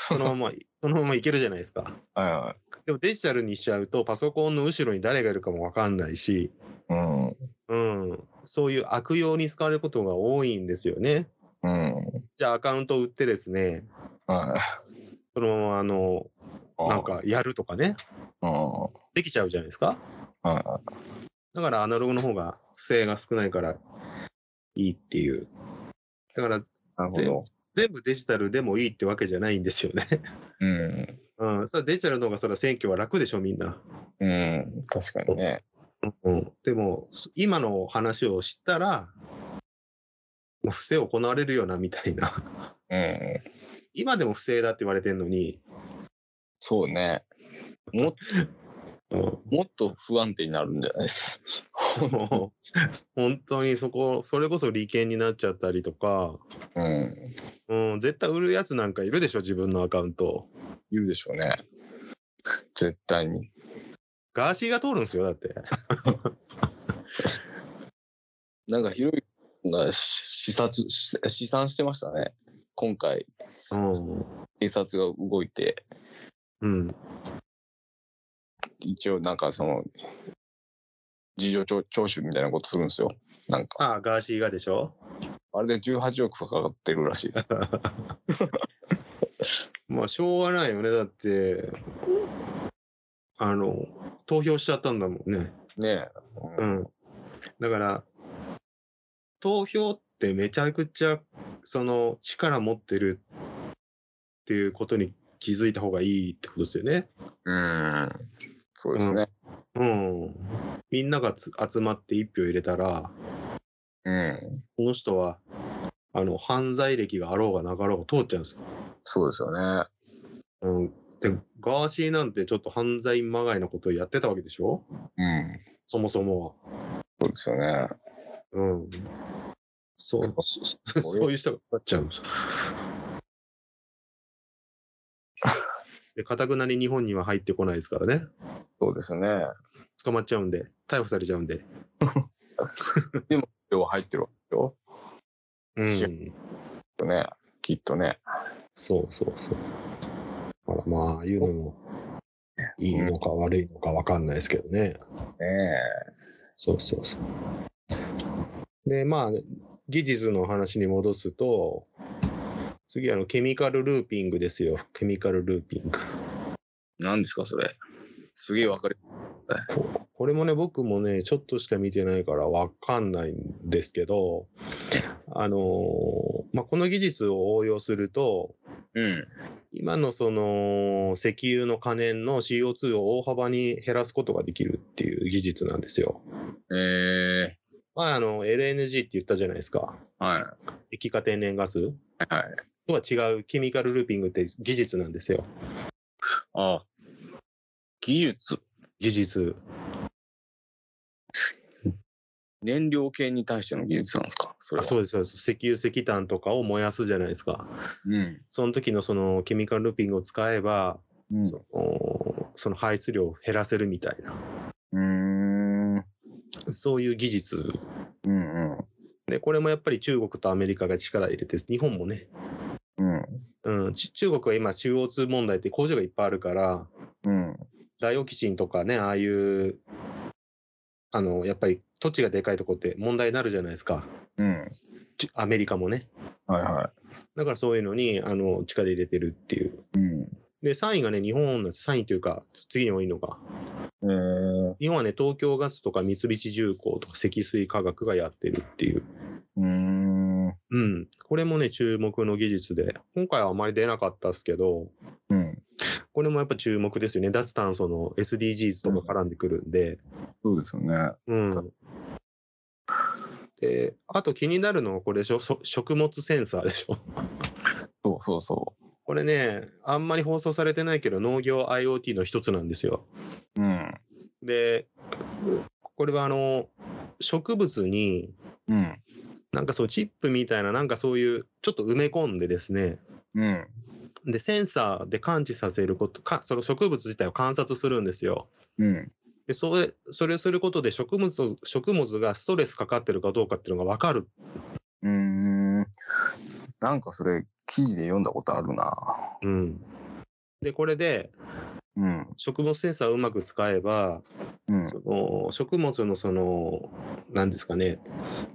[SPEAKER 2] そのまま、そのままいけるじゃないですか。
[SPEAKER 3] はいは
[SPEAKER 2] でもデジタルにしちゃうと、パソコンの後ろに誰がいるかもわかんないし、
[SPEAKER 3] い。うん。
[SPEAKER 2] うん、そういう悪用に使われることが多いんですよね。
[SPEAKER 3] うん。
[SPEAKER 2] じゃあアカウントを売ってですね、
[SPEAKER 3] はい。
[SPEAKER 2] そのままあの、なんかやるとかね、
[SPEAKER 3] ああ。
[SPEAKER 2] できちゃうじゃないですか。
[SPEAKER 3] はいは
[SPEAKER 2] だからアナログの方が不正が少ないからいいっていう。だから
[SPEAKER 3] い。なるほど。
[SPEAKER 2] 全部デジタルでもいいってわけじゃないんですよね。 *laughs*
[SPEAKER 4] うん。
[SPEAKER 2] うん、それはデジタルの方がそれは選挙は楽でしょ、みんな。
[SPEAKER 4] うん。確かにね。
[SPEAKER 2] うん、でも、す今の話を知ったら、もう不正行われるよな、みたいな。 *laughs*
[SPEAKER 4] うん。
[SPEAKER 2] 今でも不正だって言われてるのに、
[SPEAKER 3] そうね。も
[SPEAKER 2] うん、
[SPEAKER 3] もっと不安定になるんじゃないです
[SPEAKER 2] もう本当にそこ、それこそ利権になっちゃったりとか、
[SPEAKER 4] うん。
[SPEAKER 2] うん、絶対売るやつなんかいるでしょ、自分のアカウント。
[SPEAKER 4] 言うでしょうね。
[SPEAKER 3] 絶対に。
[SPEAKER 2] ガーシーが通るんですよ、だって。
[SPEAKER 3] なんか広いな視察し試算してましたね。今回
[SPEAKER 2] うん。
[SPEAKER 3] 警察が動いて
[SPEAKER 2] うん。
[SPEAKER 3] 一応なんかその事情聴聴取みたいなことするんですよ。なんか
[SPEAKER 2] ああ、ガーシーがでしょ
[SPEAKER 3] あれで18億かかってるらしいです。
[SPEAKER 2] まあ、しょうがないよね。だって、あの、投票しちゃったんだもんね。
[SPEAKER 3] ねえ。
[SPEAKER 2] う。ん。だから、投票ってめちゃくちゃ、その、力持ってるっていうことに気づいた方がいいってことですよね。
[SPEAKER 3] うん。そうですね。
[SPEAKER 2] うん。みんながつ集まって一票入れたら、
[SPEAKER 3] うん。
[SPEAKER 2] この人は、あの、犯罪歴があろうがなかろうが通っちゃうんですよ。
[SPEAKER 3] そうですよね。
[SPEAKER 2] うん。で、ガーシーなんてちょっと犯罪まがいのことをやってたわけでしょ
[SPEAKER 3] うん。
[SPEAKER 2] そもそも
[SPEAKER 3] そうですよね。
[SPEAKER 2] は。うん。そう、そ *laughs* そういう人がなっちゃうんです。 *laughs* で、かたくなに日本には入ってこないですからね。
[SPEAKER 3] そうですよね。
[SPEAKER 2] 捕まっちゃうんで、逮捕されちゃうんで。
[SPEAKER 3] 量入ってるわけよ。
[SPEAKER 2] うん。
[SPEAKER 3] ね。きっとね。
[SPEAKER 2] そうそうそう。だからまあ、言うのも、いいのか悪いのか分かんないですけどね。
[SPEAKER 3] ね
[SPEAKER 2] そうそうそう。で、まあ、技術の話に戻すと、次、あの、ケミカルルーピングですよ。ケミカルルーピング。
[SPEAKER 3] え。何ですか、それ。すげえわかる。
[SPEAKER 2] ここれもね、僕もね、ちょっとしか見てないからわかんないんですけど、あのーまあ、この技術を応用すると、
[SPEAKER 3] うん。
[SPEAKER 2] 今のその石油の可燃の CO2 を大幅に減らすことができるっていう技術なんですよ。
[SPEAKER 3] ええ
[SPEAKER 2] まあ、あの、LNG って言ったじゃないですか。
[SPEAKER 3] はい。
[SPEAKER 2] 液化天然ガス。
[SPEAKER 3] はい。
[SPEAKER 2] とは違うケミカルルーピングって技術なんですよ。
[SPEAKER 3] ああ技術。
[SPEAKER 2] 技術。
[SPEAKER 3] 燃料系に対しての技術なんですかそれ
[SPEAKER 2] あ
[SPEAKER 3] は。。
[SPEAKER 2] そううです、そうです。石油石炭とかを燃やすじゃないですか。
[SPEAKER 3] うん。
[SPEAKER 2] その時のそのケミカルルーピングを使えば、
[SPEAKER 3] うん
[SPEAKER 2] そのその排出量を減らせるみたいな、
[SPEAKER 3] うーん。
[SPEAKER 2] そういう技術。
[SPEAKER 3] うん
[SPEAKER 2] で、これもやっぱり中国とアメリカが力入れて、日本もね、
[SPEAKER 3] うん。
[SPEAKER 2] うん、ち中国は今 CO2 問題って工場がいっぱいあるから、
[SPEAKER 3] うん。うん。
[SPEAKER 2] ダイオキシンとかね、ああいう、あの、やっぱり土地がでかいとこって問題になるじゃないですか。
[SPEAKER 3] うん。
[SPEAKER 2] ちアメリカもね。
[SPEAKER 3] はいは
[SPEAKER 2] だからそういうのに、あの、力入れてるっていう。
[SPEAKER 3] い。うん。
[SPEAKER 2] で、3位がね、日本の3位というか、つ次に多いのが、
[SPEAKER 3] えー、
[SPEAKER 2] 日本はね、東京ガスとか三菱重工とか積水化学がやってるっていう。
[SPEAKER 3] うーん。
[SPEAKER 2] うん。これもね、注目の技術で、今回はあまり出なかったですけど、
[SPEAKER 3] うん。
[SPEAKER 2] これもやっぱ注目ですよね。脱炭素の SDGs とか絡んでくるんで。
[SPEAKER 3] そうですよね。
[SPEAKER 2] うん。で、あと気になるのはこれでしょそ食物センサーでしょ *laughs*
[SPEAKER 3] そうそうそ
[SPEAKER 2] これね、あんまり放送されてないけど、農業 IoT の一つなんですよ。
[SPEAKER 3] う。うん。
[SPEAKER 2] で、これはあの、植物に、
[SPEAKER 3] うん。
[SPEAKER 2] なんかそうチップみたいな、なんかそういう、ちょっと埋め込んでですね、
[SPEAKER 3] うん。
[SPEAKER 2] で、センサーで感知させること、かその植物自体を観察するんですよ。
[SPEAKER 3] うん。
[SPEAKER 2] で、それ、それをすることで植物を、食物がストレスかかってるかどうかっていうのがわかる。
[SPEAKER 3] うーん。なんかそれ、記事で読んだことあるな。
[SPEAKER 2] うん。で、これで、
[SPEAKER 3] うん。
[SPEAKER 2] 食物センサーをうまく使えば、
[SPEAKER 3] うん。
[SPEAKER 2] その食物のその、なんですかね、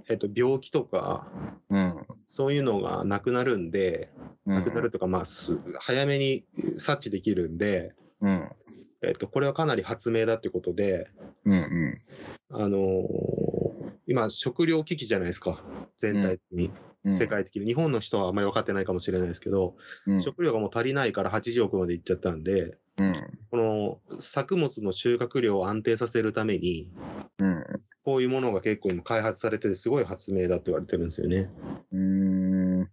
[SPEAKER 2] えっと、病気とか、
[SPEAKER 3] うん。
[SPEAKER 2] そういうのがなくなるんで、なくなるとか、まあ、す早めに察知できるんで、
[SPEAKER 3] うん。
[SPEAKER 2] えっと、これはかなり発明だってことで、
[SPEAKER 3] うん。うん。
[SPEAKER 2] あのー今、食糧危機じゃないですか、全体的に。
[SPEAKER 3] うん
[SPEAKER 2] 世界的に。日本の人はあまり分かってないかもしれないですけど、
[SPEAKER 3] うん
[SPEAKER 2] 食料がもう足りないから80億までいっちゃったんで、
[SPEAKER 3] うん
[SPEAKER 2] この作物の収穫量を安定させるために、
[SPEAKER 3] うん
[SPEAKER 2] こういうものが結構今開発されてて、すごい発明だって言われてるんですよね。
[SPEAKER 3] うーん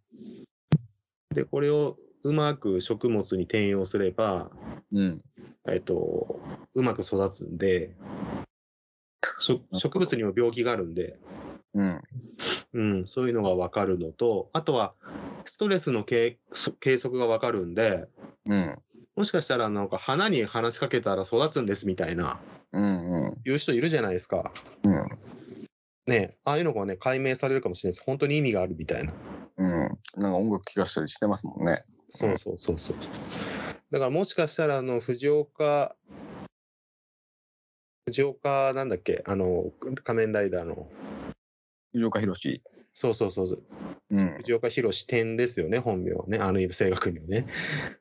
[SPEAKER 2] で、これをうまく食物に転用すれば、
[SPEAKER 3] うん
[SPEAKER 2] えっと、うまく育つんで、しょ植物にも病気があるんで、
[SPEAKER 3] うん
[SPEAKER 2] うん、そういうのが分かるのと、あとはストレスの計そ計測が分かるんで、
[SPEAKER 3] うん
[SPEAKER 2] もしかしたらなんか花に話しかけたら育つんですみたいな、
[SPEAKER 3] うんうん
[SPEAKER 2] いう人いるじゃないですか。
[SPEAKER 3] うん
[SPEAKER 2] ねああいうのがね、解明されるかもしれないです。本当に意味があるみたいな。
[SPEAKER 3] うんなんか音楽聴かしたりしてますもんね
[SPEAKER 2] そうそうそうそう。だからもしかしたら、あの、藤岡、藤岡なんだっけ、あの、仮面ライダーの、
[SPEAKER 3] 藤岡弘
[SPEAKER 2] そうそうそうそう、
[SPEAKER 3] うん
[SPEAKER 2] 藤岡弘天ですよね、本名はね、あの声楽名ね。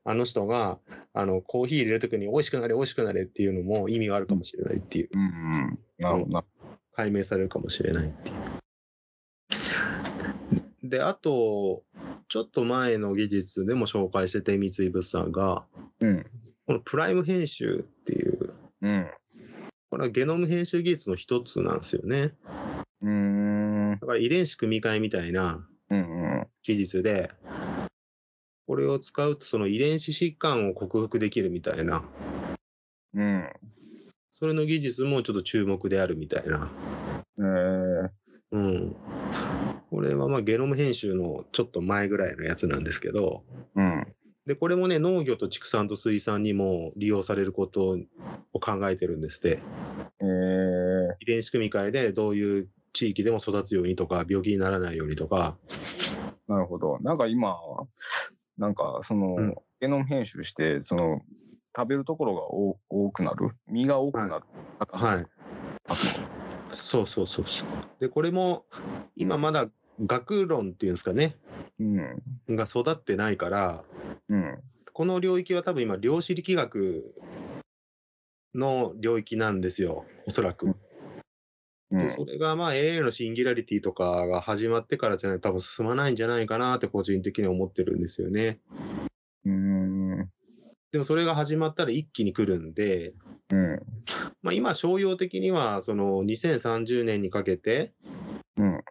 [SPEAKER 2] あの人が、あの、コーヒー入れるときに、美味しくなれ、美味しくなれっていうのも意味があるかもしれないっていう、
[SPEAKER 3] うんうんなるほどな
[SPEAKER 2] 解明されるかもしれないっていう。で、あと、ちょっと前の技術でも紹介してて、三井物産が、
[SPEAKER 3] うん
[SPEAKER 2] このプライム編集っていう、
[SPEAKER 3] うん
[SPEAKER 2] これはゲノム編集技術の一つなんですよね。
[SPEAKER 3] うーん
[SPEAKER 2] だから遺伝子組み換えみたいな
[SPEAKER 3] うんうん
[SPEAKER 2] 技術で、これを使うとその遺伝子疾患を克服できるみたいな、
[SPEAKER 3] うん
[SPEAKER 2] それの技術もちょっと注目であるみたいな。
[SPEAKER 3] えー
[SPEAKER 2] うん。これはまあゲノム編集のちょっと前ぐらいのやつなんですけど、
[SPEAKER 3] うん
[SPEAKER 2] で、これもね、農業と畜産と水産にも利用されることを考えてるんですって。
[SPEAKER 3] えー
[SPEAKER 2] 遺伝子組み換えでどういう地域でも育つようにとか、病気にならないようにとか、
[SPEAKER 3] なるほど。なんか今、なんかその、
[SPEAKER 2] うん
[SPEAKER 3] ゲノム編集して、その、食べるところがお多くなる身が多くなる。
[SPEAKER 2] はい。
[SPEAKER 3] あ
[SPEAKER 2] そうそうそうそう。で、これも、今まだ学論っていうんですかね、
[SPEAKER 3] うん。
[SPEAKER 2] が育ってないから、
[SPEAKER 3] うん。
[SPEAKER 2] この領域は多分今、量子力学の領域なんですよ、おそらく。
[SPEAKER 3] う
[SPEAKER 2] で
[SPEAKER 3] ん。
[SPEAKER 2] それがまあ AI のシンギュラリティとかが始まってからじゃないと多分進まないんじゃないかなって個人的に思ってるんですよね。
[SPEAKER 3] うん。
[SPEAKER 2] でもそれが始まったら一気に来るんで、
[SPEAKER 3] うん。
[SPEAKER 2] まあ、今商用的にはその2030年にかけて
[SPEAKER 3] うん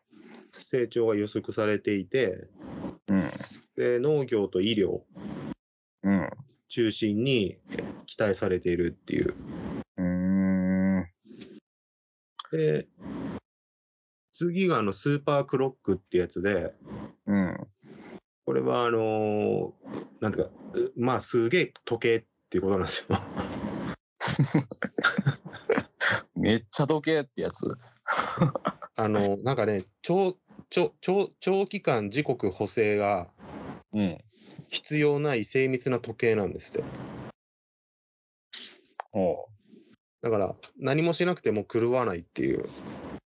[SPEAKER 2] 成長が予測されていて、
[SPEAKER 3] うん。
[SPEAKER 2] で農業と医療
[SPEAKER 3] うん。
[SPEAKER 2] 中心に期待されているっていう。
[SPEAKER 3] うん。
[SPEAKER 2] で次があのスーパークロックってやつで、
[SPEAKER 3] うん。
[SPEAKER 2] これはあのーなんていうか、うまあすげえ時計っていうことなんですよ。 *laughs*
[SPEAKER 3] めっちゃ時計ってやつ。
[SPEAKER 2] あの、なんかね、長、長、長、長期間時刻補正が
[SPEAKER 3] うん。
[SPEAKER 2] 必要ない精密な時計なんですよ。
[SPEAKER 3] ほ
[SPEAKER 2] だから、何もしなくても狂わないっていう、
[SPEAKER 3] う。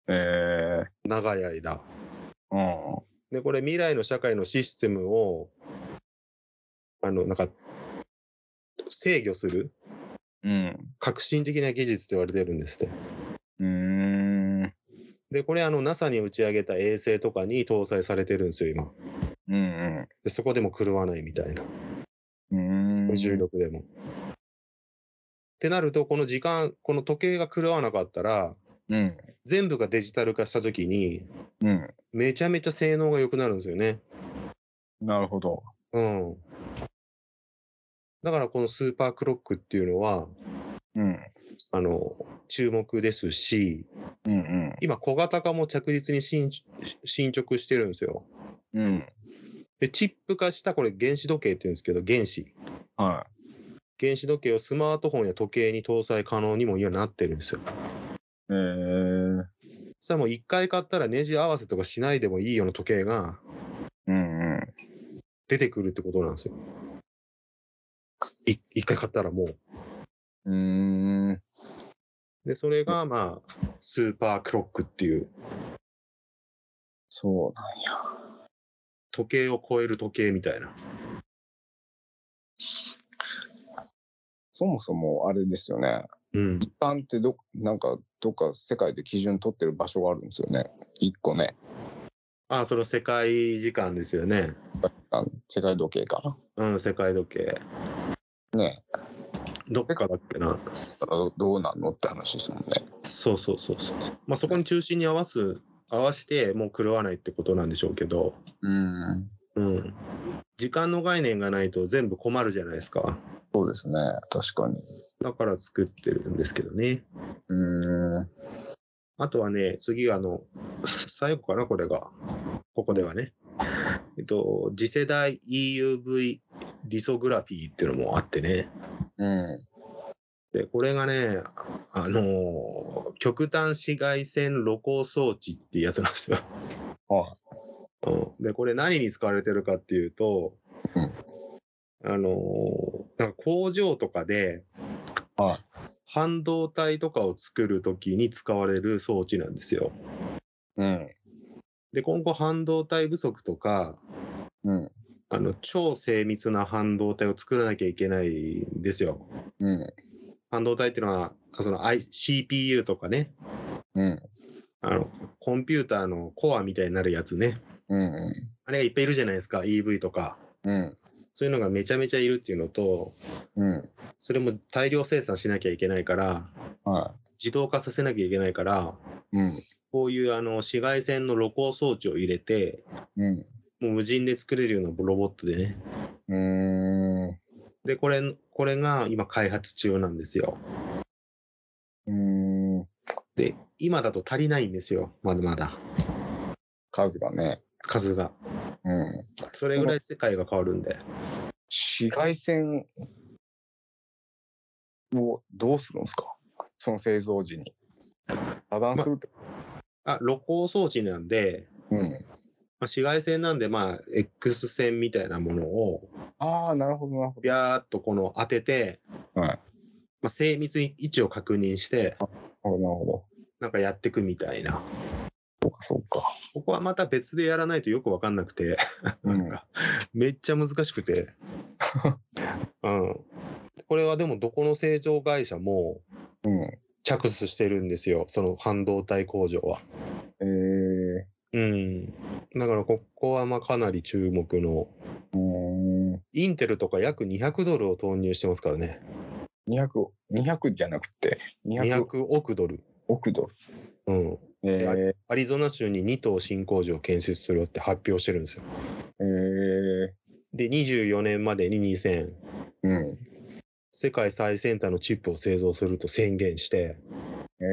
[SPEAKER 3] え
[SPEAKER 2] 長い間。
[SPEAKER 3] ー。うん。
[SPEAKER 2] で、これ未来の社会のシステムを、あの、なんか、制御する
[SPEAKER 3] うん。
[SPEAKER 2] 革新的な技術と言われてるんですって。
[SPEAKER 3] うん。
[SPEAKER 2] で、これあの NASA に打ち上げた衛星とかに搭載されてるんですよ、今。
[SPEAKER 3] うん。
[SPEAKER 2] でそこでも狂わないみたいな。
[SPEAKER 3] うん。
[SPEAKER 2] 重力でも。ってなると、この時間、この時計が狂わなかったら、
[SPEAKER 3] うん。
[SPEAKER 2] 全部がデジタル化したときに、
[SPEAKER 3] うん。
[SPEAKER 2] めちゃめちゃ性能が良くなるんですよね。
[SPEAKER 3] なるほど。
[SPEAKER 2] うん。だからこのスーパークロックっていうのは、
[SPEAKER 3] うん。
[SPEAKER 2] あの、注目ですし、
[SPEAKER 3] うん。
[SPEAKER 2] 今小型化も着実に進進捗してるんですよ。
[SPEAKER 3] うん。うん。
[SPEAKER 2] で、チップ化したこれ原子時計っていうんですけど、原子。
[SPEAKER 3] は
[SPEAKER 2] 原子時計をスマートフォンや時計に搭載可能にも今なってるんですよ。
[SPEAKER 3] い。えー。
[SPEAKER 2] それはもう一回買ったらネジ合わせとかしないでもいいような時計が
[SPEAKER 3] うんうん。
[SPEAKER 2] 出てくるってことなんですよ。い一回買ったらもう。
[SPEAKER 3] うーん。
[SPEAKER 2] で、それがまあ、スーパークロックっていう、
[SPEAKER 3] そうだ。
[SPEAKER 2] 時計を超える時計みたいな。
[SPEAKER 3] そもそもあれですよね。
[SPEAKER 2] うん。
[SPEAKER 3] 一般ってど、なんか、どっか世界で基準取ってる場所があるんですよね。一個ね。
[SPEAKER 2] あ、その世界時間ですよね。
[SPEAKER 3] あの世界時計かな。
[SPEAKER 2] うん、世界時計。
[SPEAKER 3] ね
[SPEAKER 2] どっかだっけな。
[SPEAKER 3] だからどうなんのって話ですもんね。
[SPEAKER 2] そうそうそうそう。まあそこに中心に合わす、合わしてもう狂わないってことなんでしょうけど、
[SPEAKER 5] うん。
[SPEAKER 2] うん。時間の概念がないと全部困るじゃないですか。
[SPEAKER 3] そうですね。確かに。
[SPEAKER 2] だから作ってるんですけどね。
[SPEAKER 3] うーん。
[SPEAKER 2] あとはね、次あの、最後かな、これが。ここではね。えっと、次世代 EUV リソグラフィーっていうのもあってね。
[SPEAKER 3] うん。
[SPEAKER 2] で、これがね、あのー極端紫外線露光装置っていうやつなんですよ。
[SPEAKER 3] は
[SPEAKER 2] うん、で、これ何に使われてるかっていうと、
[SPEAKER 3] うん
[SPEAKER 2] あのーなんか工場とかで、
[SPEAKER 3] はい
[SPEAKER 2] 半導体とかを作るときに使われる装置なんですよ。
[SPEAKER 3] うん。
[SPEAKER 2] で、今後半導体不足とか、
[SPEAKER 3] うん。
[SPEAKER 2] あの、超精密な半導体を作らなきゃいけないんですよ。
[SPEAKER 3] うん。
[SPEAKER 2] 半導体っていうのは、その I CPU とかね、
[SPEAKER 3] うん。
[SPEAKER 2] あの、コンピューターのコアみたいになるやつね。
[SPEAKER 3] うん。
[SPEAKER 2] あれがいっぱいいるじゃないですか、EV とか。
[SPEAKER 3] うん。
[SPEAKER 2] そういうのがめちゃめちゃいるっていうのと、
[SPEAKER 3] うん。
[SPEAKER 2] それも大量生産しなきゃいけないから、
[SPEAKER 3] は
[SPEAKER 2] 自動化させなきゃいけないから、
[SPEAKER 3] い。うん。
[SPEAKER 2] こういうあの紫外線の露光装置を入れて、
[SPEAKER 3] うん。
[SPEAKER 2] もう無人で作れるようなロボットでね。
[SPEAKER 3] うーん。
[SPEAKER 2] で、これ、これが今開発中なんですよ。
[SPEAKER 3] うーん。
[SPEAKER 2] で、今だと足りないんですよ。まだまだ。
[SPEAKER 3] 数がね。
[SPEAKER 2] 数が。
[SPEAKER 3] うん。
[SPEAKER 2] それぐらい世界が変わるんで。
[SPEAKER 3] 紫外線をどうするんですかその製造時に。遮断するって。
[SPEAKER 2] あ、露光装置なんで、
[SPEAKER 3] うん。
[SPEAKER 2] まあ、紫外線なんで、まあ、X 線みたいなものを、
[SPEAKER 3] ああ、なるほど、なるほ
[SPEAKER 2] ビャーっとこの当てて、
[SPEAKER 3] はい
[SPEAKER 2] まあ、精密に位置を確認して、
[SPEAKER 3] ど。なるほど。
[SPEAKER 2] なんかやっていくみたいな。
[SPEAKER 3] そうか、そうか。
[SPEAKER 2] ここはまた別でやらないとよくわかんなくて、 *laughs*
[SPEAKER 3] うん。
[SPEAKER 2] めっちゃ難しくて。うん。これはでもどこの製造会社も
[SPEAKER 3] うん。
[SPEAKER 2] 着手してるんですよ、その半導体工場は。
[SPEAKER 3] えー。
[SPEAKER 2] うん。だからここはまあかなり注目の。
[SPEAKER 3] うーん。
[SPEAKER 2] インテルとか約200ドルを投入してますからね。
[SPEAKER 3] 200、200じゃなくて、200
[SPEAKER 2] 200億ドル。
[SPEAKER 3] 億ド
[SPEAKER 2] う
[SPEAKER 3] ル。
[SPEAKER 2] ん。
[SPEAKER 3] え
[SPEAKER 2] アリゾナ州に2棟新工場を建設するって発表してるんですよ。
[SPEAKER 3] ー、え
[SPEAKER 2] で、24年までに2000、
[SPEAKER 3] ー、うん。
[SPEAKER 2] 世界最先端のチップを製造すると宣言して、
[SPEAKER 3] え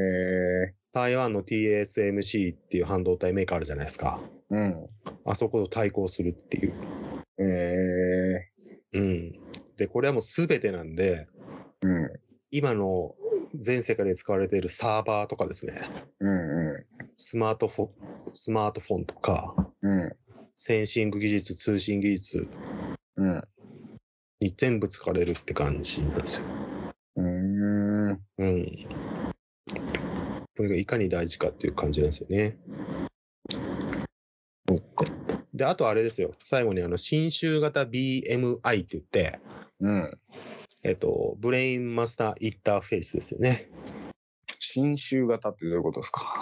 [SPEAKER 2] 台湾の TSMC っていう半導体メーカーあるじゃないですか。
[SPEAKER 3] ー、うん。
[SPEAKER 2] あそこと対抗するっていう。
[SPEAKER 3] え
[SPEAKER 2] うん。で、これはもう全てなんで、
[SPEAKER 3] ー、うん。
[SPEAKER 2] 今の全世界で使われているサーバーとかですね、
[SPEAKER 3] うんう
[SPEAKER 2] スマートフォン、スマートフォンとか、
[SPEAKER 3] ん。う
[SPEAKER 2] センシング技術、通信技術
[SPEAKER 3] ん。うん。
[SPEAKER 2] に全部使われるって感じなんですよ。
[SPEAKER 3] うーん。
[SPEAKER 2] うん。これがいかに大事かっていう感じなんですよね。で、あとあれですよ。最後に、あの、新州型 BMI って言って、
[SPEAKER 3] うん。
[SPEAKER 2] えっと、ブレインマスターインターフェースですよね。
[SPEAKER 3] 新州型ってどういうことですか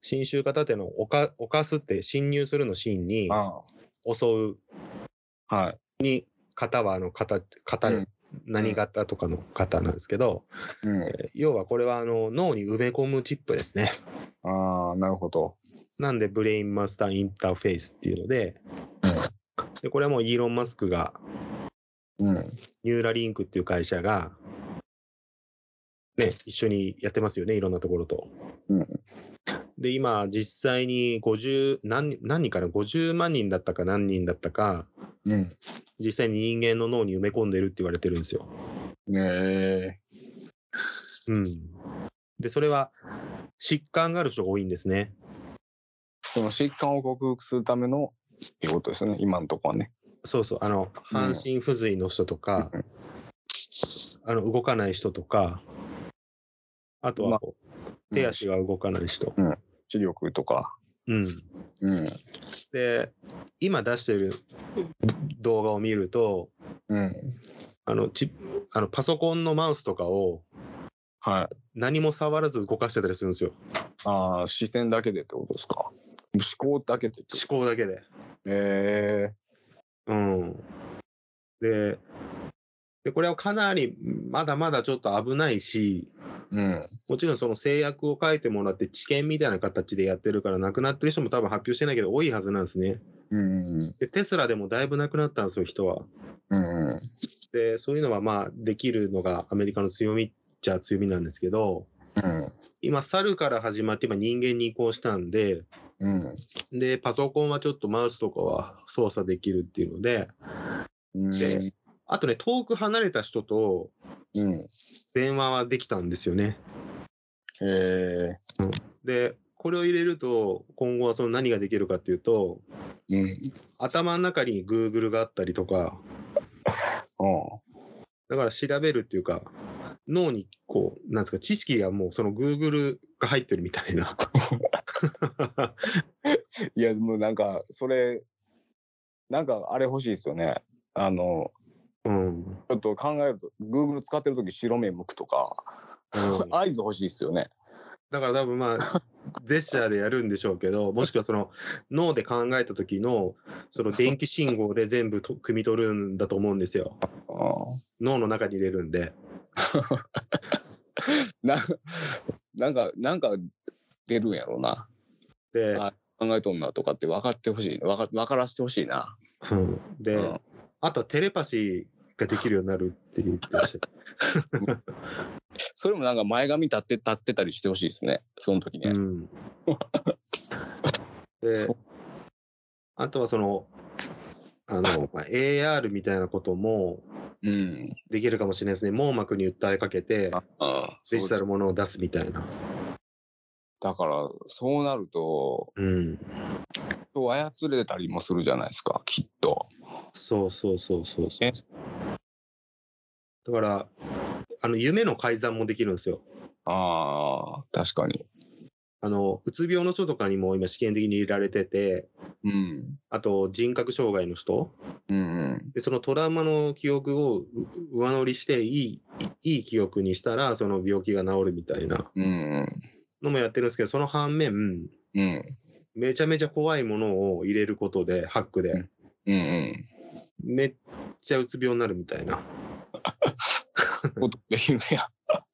[SPEAKER 2] 新州型っていうのを、おか、犯すって侵入するのシーンに、
[SPEAKER 3] あ
[SPEAKER 2] 襲う、
[SPEAKER 3] あ。はい。
[SPEAKER 2] 型は、あの、型、型、
[SPEAKER 3] うん
[SPEAKER 2] 何型とかの型なんですけど、
[SPEAKER 3] うん。
[SPEAKER 2] 要はこれは、あの、脳に埋め込むチップですね。
[SPEAKER 3] ああ、なるほど。
[SPEAKER 2] なんで、ブレインマスターインターフェースっていうので、で、これはもうイーロン・マスクが、
[SPEAKER 3] うん。
[SPEAKER 2] ニューラリンクっていう会社が、ね、一緒にやってますよね、いろんなところと。
[SPEAKER 3] うん
[SPEAKER 2] で、今、実際に50、何、何人かな、50万人だったか何人だったか、
[SPEAKER 3] うん。
[SPEAKER 2] 実際に人間の脳に埋め込んでるって言われてるんですよ。
[SPEAKER 3] うん。え
[SPEAKER 2] うん。で、それは、疾患がある人が多いんですね。
[SPEAKER 3] ー、その疾患を克服するためのっていうことですよね、今のところはね。
[SPEAKER 2] そうそう、あの、
[SPEAKER 3] うん
[SPEAKER 2] 半身不随の人とか、
[SPEAKER 3] うん
[SPEAKER 2] あの、動かない人とか、あと
[SPEAKER 3] ま
[SPEAKER 2] は
[SPEAKER 3] あ
[SPEAKER 2] こう、手足が動かない人。
[SPEAKER 3] 視力とか。
[SPEAKER 2] うん。
[SPEAKER 3] うん。
[SPEAKER 2] で今出してる動画を見ると
[SPEAKER 3] うん。
[SPEAKER 2] あのチあのパソコンのマウスとかを
[SPEAKER 3] はい。
[SPEAKER 2] 何も触らず動かしてたりするんですよ。
[SPEAKER 3] ああ、視線だけでってことですか。思考だけで。
[SPEAKER 2] 思考だけで。
[SPEAKER 3] え
[SPEAKER 2] うん。で、で、これはかなり、まだまだちょっと危ないし、
[SPEAKER 3] えうん。
[SPEAKER 2] もちろんその制約を書いてもらって、知見みたいな形でやってるから、亡くなってる人も多分発表してないけど、多いはずなんですね。
[SPEAKER 3] うん。
[SPEAKER 2] で、テスラでもだいぶ亡くなったんですよ、人は。
[SPEAKER 3] うん。
[SPEAKER 2] で、そういうのはまあ、できるのがアメリカの強みっちゃ強みなんですけど、今、猿から始まって、今人間に移行したんで、
[SPEAKER 3] うん。
[SPEAKER 2] で、パソコンはちょっとマウスとかは操作できるっていうので、
[SPEAKER 3] うん。
[SPEAKER 2] であとね、遠く離れた人と
[SPEAKER 3] うん。
[SPEAKER 2] 電話はできたんですよね。
[SPEAKER 3] ええ
[SPEAKER 2] で、これを入れると、今後はその何ができるかっていうと、
[SPEAKER 3] うん。
[SPEAKER 2] 頭の中に Google があったりとか、だから調べるっていうか、脳にこう、なんですか、知識がもうその Google が入ってるみたいな。
[SPEAKER 3] いや、でもなんか、それ、なんかあれ欲しいですよね。あの、
[SPEAKER 2] うん。うん
[SPEAKER 3] ちょっと考えると、Google 使ってる時白目向くとか、合図欲しいですよね。
[SPEAKER 2] だから多分ま
[SPEAKER 3] *laughs*
[SPEAKER 2] あ、ジェスチャーでやるんでしょうけど、もしくはその脳で考えた時の、その電気信号で全部と汲み取るんだと思うんですよ。脳の中に入れるんで。
[SPEAKER 3] ななんか、なんか出るんやろうな。
[SPEAKER 2] で、
[SPEAKER 3] あ考えとんなとかって分かってほしい。分か分からせてほしいな。
[SPEAKER 2] うんで、
[SPEAKER 3] うん
[SPEAKER 2] あとはテレパシーができるようになるって言ってました。
[SPEAKER 3] それもなんか前髪立って立ってたりしてほ *laughs* しいですね。その時ね。
[SPEAKER 2] うん、で
[SPEAKER 3] そう
[SPEAKER 2] あとはそのあの、まあ、AR みたいなことも
[SPEAKER 3] うん。
[SPEAKER 2] できるかもしれないですね網膜に訴えかけて
[SPEAKER 3] あ
[SPEAKER 2] デジタルものを出すみたいな、
[SPEAKER 3] だから、そうなると、
[SPEAKER 2] うん、
[SPEAKER 3] 人を操れたりもするじゃないですか、きっと。
[SPEAKER 2] そうそうそうそうそう
[SPEAKER 3] え
[SPEAKER 2] だからあの夢の改ざんもできるんですよ
[SPEAKER 3] ああ、確かに。
[SPEAKER 2] あのうつ病の人とかにも今試験的に入れられてて
[SPEAKER 3] うん。
[SPEAKER 2] あと人格障害の人
[SPEAKER 3] うん
[SPEAKER 2] で、そのトラウマの記憶をう上乗りして、いい、いい記憶にしたら、その病気が治るみたいな
[SPEAKER 3] うん。うん
[SPEAKER 2] のもやってるんですけど、その反面、
[SPEAKER 3] うん。うん。
[SPEAKER 2] めちゃめちゃ怖いものを入れることで、ハックで、
[SPEAKER 3] う
[SPEAKER 2] *laughs*
[SPEAKER 3] んうん。
[SPEAKER 2] めっちゃうつ病になるみたいな。
[SPEAKER 3] ことできるやん。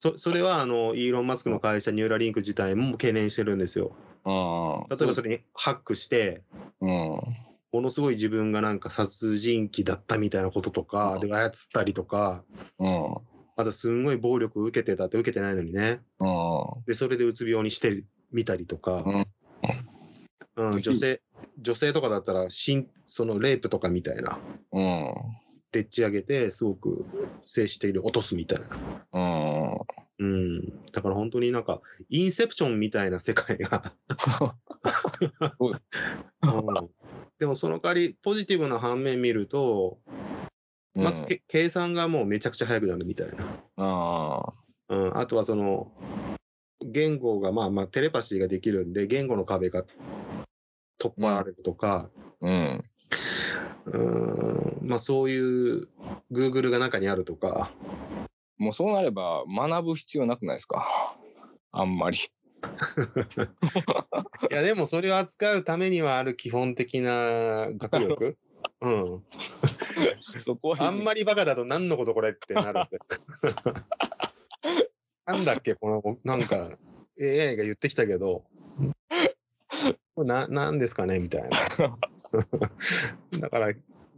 [SPEAKER 2] そそれは、あの、イーロン・マスクの会社、ニューラリンク自体も懸念してるんですよ。
[SPEAKER 3] ああ。
[SPEAKER 2] 例えばそれにハックして、
[SPEAKER 3] うん。
[SPEAKER 2] ものすごい自分がなんか殺人鬼だったみたいなこととか、で、操ったりとか、
[SPEAKER 3] うん。
[SPEAKER 2] あとすんごい暴力を受けてたって受けてないのにね。
[SPEAKER 3] うん。
[SPEAKER 2] で、それでうつ病にしてみたりとか、うん女性、女性とかだったら、しんそのレイプとかみたいな、
[SPEAKER 3] うん。
[SPEAKER 2] でっち上げて、すごく精子的に落とすみたいな。
[SPEAKER 3] うん。
[SPEAKER 2] うん。だから本当になんか、インセプションみたいな世界が。
[SPEAKER 3] ごい
[SPEAKER 2] うん *laughs* でもその代わり、ポジティブな反面見ると、まずけ、計算がもうめちゃくちゃ早くなるみたいな。
[SPEAKER 3] ああ。
[SPEAKER 2] うん、あとはその言語がまあまあテレパシーができるんで言語の壁が突破られるとか、
[SPEAKER 3] うん。
[SPEAKER 2] うーん、まあそういう Google が中にあるとか
[SPEAKER 3] もうそうなれば学ぶ必要なくないですかあ
[SPEAKER 2] *laughs*
[SPEAKER 3] んまり。
[SPEAKER 2] いやでもそれを扱うためにはある基本的な学 *laughs* 力うん、
[SPEAKER 3] そこは。
[SPEAKER 2] あんまりバカだと何のことこれってなるん *laughs* でなんだっけこのなんか AI が言ってきたけどこれななんですかねみたい *laughs* な。だから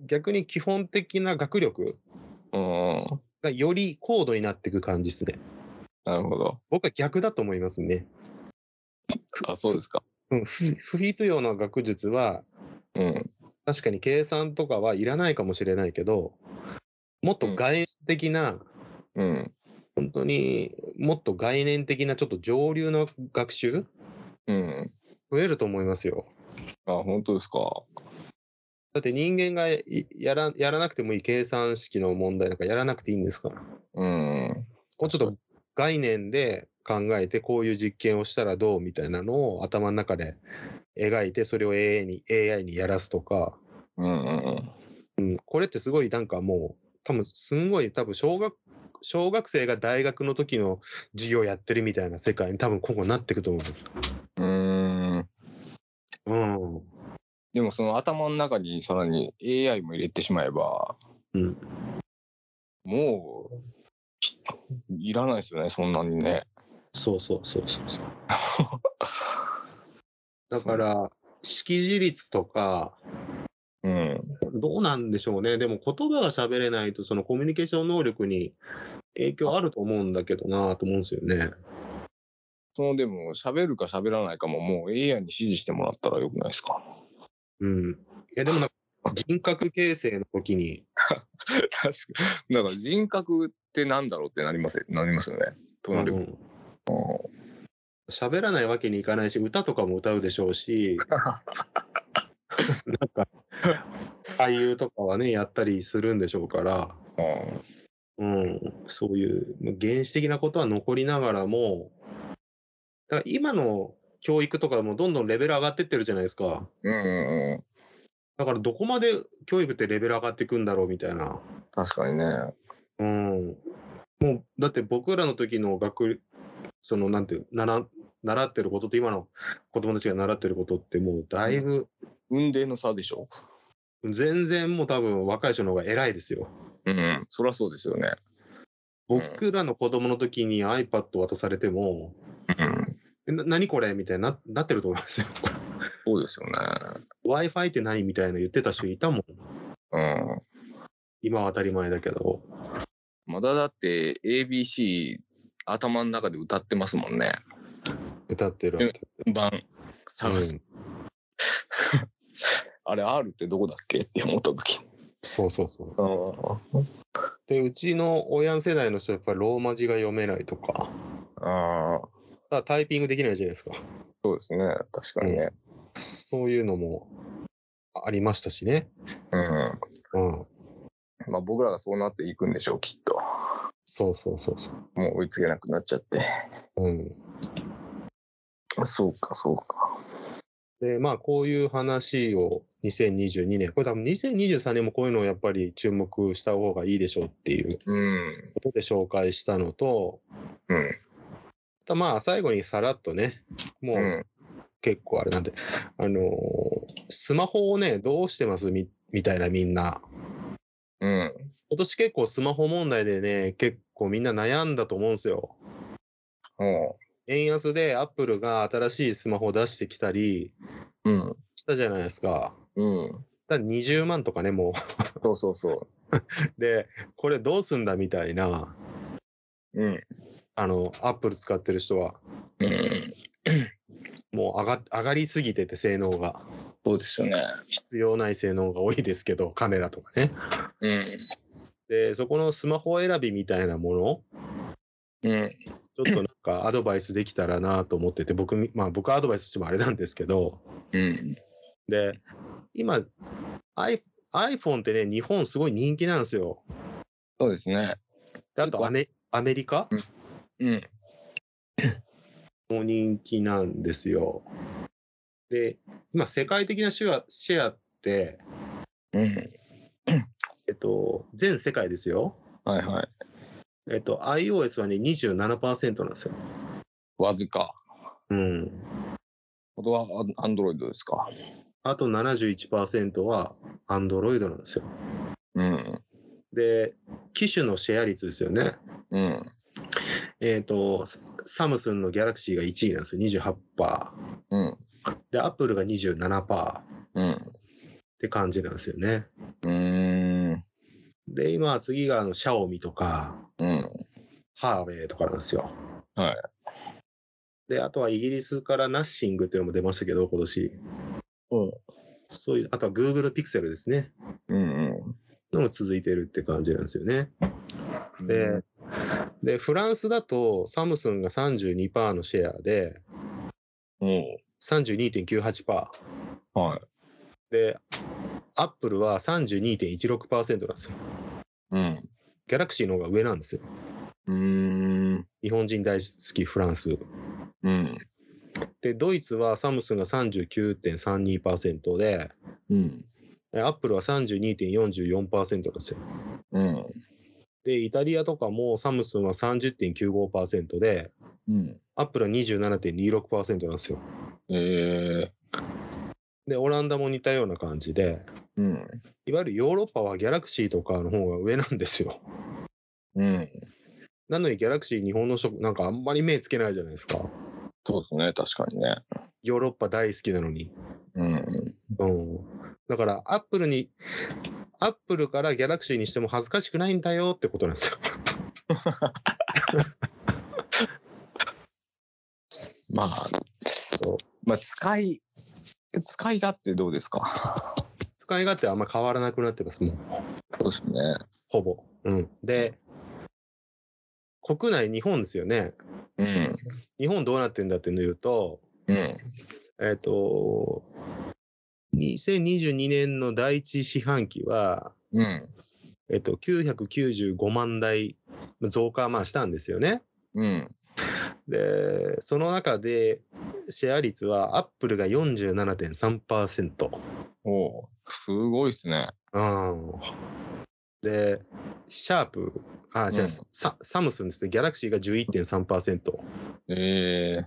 [SPEAKER 2] 逆に基本的な学力
[SPEAKER 3] うん。
[SPEAKER 2] がより高度になっていく感じですね。
[SPEAKER 3] なるほど。
[SPEAKER 2] 僕は逆だと思いますね。
[SPEAKER 3] あ、そうですか。
[SPEAKER 2] うん、不不必要な学術は
[SPEAKER 3] うん。
[SPEAKER 2] 確かに計算とかはいらないかもしれないけどもっと概念的な、
[SPEAKER 3] うん。
[SPEAKER 2] 本当にもっと概念的なちょっと上流な学習
[SPEAKER 3] うん。
[SPEAKER 2] 増えると思いますよ。
[SPEAKER 3] あ、本当ですか。
[SPEAKER 2] だって人間がいやらやらなくてもいい計算式の問題なんかやらなくていいんですから。
[SPEAKER 3] うん。
[SPEAKER 2] もうちょっと概念で考えて、こういう実験をしたらどうみたいなのを頭の中で描いて、それを AI に AI にやらすとか、
[SPEAKER 3] うんうん
[SPEAKER 2] うんこれってすごいなんかもう、多分すんごい、多分小学小学生が大学の時の授業やってるみたいな世界に多分今後なっていくと思うんです。
[SPEAKER 3] うん。うん。
[SPEAKER 2] うん。
[SPEAKER 3] でもその頭の中にさらに AI も入れてしまえば、
[SPEAKER 2] うん
[SPEAKER 3] もうきいらないですよねそんなにね。
[SPEAKER 2] そうそうそうそうそう。だから、識字率とか、
[SPEAKER 3] うん、
[SPEAKER 2] どうなんでしょうね。でも言葉が喋れないと、そのコミュニケーション能力に影響あると思うんだけどなと思うんですよね。
[SPEAKER 3] そのでも喋るか喋らないかももう AI に指示してもらったらよくないですか *laughs*
[SPEAKER 2] うん。いや、でもなんか、人格形成の時に、
[SPEAKER 3] 確かにだから人格ってなんだろうってなりますよなりますよね。となる
[SPEAKER 2] うん喋らないわけにいかないし、歌とかも歌うでしょうし、なんか、俳優とかはね、やったりするんでしょうから、
[SPEAKER 3] うん
[SPEAKER 2] うん、そういうまあ原始的なことは残りながらも、だから今の教育とかもどんどんレベル上がってってるじゃないですか。
[SPEAKER 3] うんうんうん、
[SPEAKER 2] だからどこまで教育ってレベル上がっていくんだろうみたいな。
[SPEAKER 3] 確かにね。
[SPEAKER 2] うん。もう、だって僕らの時の学、その、なんていう、なら習ってることと今の子供たちが習ってることってもうだいぶ、
[SPEAKER 3] 運命の差でしょ。
[SPEAKER 2] 全然もう多分若い人の方が偉いですよ。
[SPEAKER 3] うん、うん、そりゃそうですよね。うん
[SPEAKER 2] 僕らの子供の時に iPad 渡されても、
[SPEAKER 3] うん、
[SPEAKER 2] えな何これみたいにななってると思いますよ。 *laughs*
[SPEAKER 3] そうですよね。
[SPEAKER 2] Wi-Fi って何みたいな言ってた人いたもん。
[SPEAKER 3] うん。
[SPEAKER 2] 今は当たり前だけど。
[SPEAKER 3] まだだって ABC 頭の中で歌ってますもんね。
[SPEAKER 2] 歌ってる歌って
[SPEAKER 3] 晩探
[SPEAKER 2] る。
[SPEAKER 3] す。
[SPEAKER 2] うん
[SPEAKER 3] あれ R ってどこだっけって思った時。
[SPEAKER 2] そうそうそう。
[SPEAKER 3] あ
[SPEAKER 2] で、うちの親世代の人はやっぱりローマ字が読めないとか、だか
[SPEAKER 3] あ、
[SPEAKER 2] らタイピングできないじゃないですか。
[SPEAKER 3] そうですね。確かにね。
[SPEAKER 2] そういうのもありましたしね。
[SPEAKER 3] うん。
[SPEAKER 2] うん。
[SPEAKER 3] まあ僕らがそうなっていくんでしょう、きっと。
[SPEAKER 2] そうそうそうそ
[SPEAKER 3] もう追いつけなくなっちゃって。
[SPEAKER 2] う。うん。
[SPEAKER 3] そうか、そうか。
[SPEAKER 2] で、まあ、こういう話を2022年、これ多分2023年もこういうのをやっぱり注目した方がいいでしょうっていう
[SPEAKER 3] うん。
[SPEAKER 2] ことで紹介したのと、
[SPEAKER 3] うん。
[SPEAKER 2] あとまあ、最後にさらっとね、もうう
[SPEAKER 3] うん。
[SPEAKER 2] 結構あれなんで、あのースマホをね、どうしてますみみたいなみんな。
[SPEAKER 3] うん。
[SPEAKER 2] 今年結構スマホ問題でね、結構みんな悩んだと思うんですよ。
[SPEAKER 3] お
[SPEAKER 2] 円安でアップルが新しいスマホを出してきたり
[SPEAKER 3] ううん。
[SPEAKER 2] したじゃないですか。
[SPEAKER 3] うん。
[SPEAKER 2] だから20万とかね、も。
[SPEAKER 3] そうそうそう
[SPEAKER 2] *laughs* で、これどうすんだみたいな、
[SPEAKER 3] う。うん。
[SPEAKER 2] あの、アップル使ってる人は、
[SPEAKER 3] うん。
[SPEAKER 2] もう上が上がりすぎてて、性能が。
[SPEAKER 3] そうですよね。
[SPEAKER 2] 必要ない性能が多いですけど、カメラとかね。
[SPEAKER 3] うん。
[SPEAKER 2] で、そこのスマホ選びみたいなもの、
[SPEAKER 3] うん。
[SPEAKER 2] ちょっとなんかアドバイスできたらなと思ってて、僕み、まあ僕アドバイスしてもあれなんですけど、
[SPEAKER 3] うん。
[SPEAKER 2] で、今、I、iPhone ってね、日本すごい人気なんですよ。
[SPEAKER 3] そうですね。
[SPEAKER 2] であとアメアメリカ
[SPEAKER 3] うん。
[SPEAKER 2] も人気なんですよ。で、今、世界的なシェアシェアって、
[SPEAKER 3] うん。
[SPEAKER 2] えっと、全世界ですよ。
[SPEAKER 3] はいはい。
[SPEAKER 2] えっと、iOS はね、27%なんですよ。
[SPEAKER 3] わずか。
[SPEAKER 2] うん。
[SPEAKER 3] あとはアンドロイドですか。
[SPEAKER 2] あと71%は Android なんですよ。
[SPEAKER 3] うん。
[SPEAKER 2] で、機種のシェア率ですよね。
[SPEAKER 3] うん。
[SPEAKER 2] えっ、と、サムスンのギャラクシーが1位なんですよ。28%。
[SPEAKER 3] うん。
[SPEAKER 2] で、アップルが27%っ
[SPEAKER 3] うん。
[SPEAKER 2] て感じなんですよね。
[SPEAKER 3] うーん。
[SPEAKER 2] で、今、次があの、シャオミとか、
[SPEAKER 3] うん。
[SPEAKER 2] ハーウェイとかなんですよ。
[SPEAKER 3] はい。
[SPEAKER 2] で、あとはイギリスからナッシングっていうのも出ましたけど、今年。
[SPEAKER 3] うん。
[SPEAKER 2] そういう、あとは Google Pixel ですね。
[SPEAKER 3] うん。
[SPEAKER 2] のも続いてるって感じなんですよね。
[SPEAKER 3] うん。
[SPEAKER 2] で、で、フランスだとサムスンが32%のシェアで、
[SPEAKER 3] お
[SPEAKER 2] 32.98%。
[SPEAKER 3] うはい。
[SPEAKER 2] で、アップルは32.16%なんですよ。
[SPEAKER 3] うん。
[SPEAKER 2] ギャラクシーの方が上なんですよ。
[SPEAKER 3] うーん。
[SPEAKER 2] 日本人大好きフランス。
[SPEAKER 3] うん。
[SPEAKER 2] で、ドイツはサムスンが39.32%で、
[SPEAKER 3] うん。
[SPEAKER 2] えアップルは32.44%なんですよ。
[SPEAKER 3] うん。
[SPEAKER 2] で、イタリアとかもサムスンは30.95%で、
[SPEAKER 3] うん。
[SPEAKER 2] アップルは27.26%なんですよ。
[SPEAKER 3] ええ
[SPEAKER 2] で、オランダも似たような感じで、
[SPEAKER 3] うん。
[SPEAKER 2] いわゆるヨーロッパはギャラクシーとかの方が上なんですよ。 *laughs*
[SPEAKER 3] うん。
[SPEAKER 2] なのにギャラクシー日本の食、なんかあんまり目つけないじゃないですか。
[SPEAKER 3] そうですね、確かにね。
[SPEAKER 2] ヨーロッパ大好きなのに。
[SPEAKER 3] うん。
[SPEAKER 2] うん。だから、アップルに、アップルからギャラクシーにしても恥ずかしくないんだよってことなんですよ。 *laughs*
[SPEAKER 3] まあ、そうまあ、使い、使い勝手どうですか。
[SPEAKER 2] 使い勝手はあんま変わらなくなってます、もう。
[SPEAKER 3] そうですね。
[SPEAKER 2] ほぼ。うん。で、国内、日本ですよね。
[SPEAKER 3] うん。
[SPEAKER 2] 日本どうなってんだっていうと、
[SPEAKER 3] うん。
[SPEAKER 2] えっ、と、2022年の第一四半期は、
[SPEAKER 3] うん。
[SPEAKER 2] えっと、995万台増加、まあ、したんですよね。
[SPEAKER 3] うん。
[SPEAKER 2] で、その中で、シェア率はアップルが47.3%。
[SPEAKER 3] おおすごいですね。
[SPEAKER 2] うん。で、シャープ、あ、じゃ
[SPEAKER 3] うん
[SPEAKER 2] ササムスンですね、ギャラクシーが11.3%。
[SPEAKER 3] ええ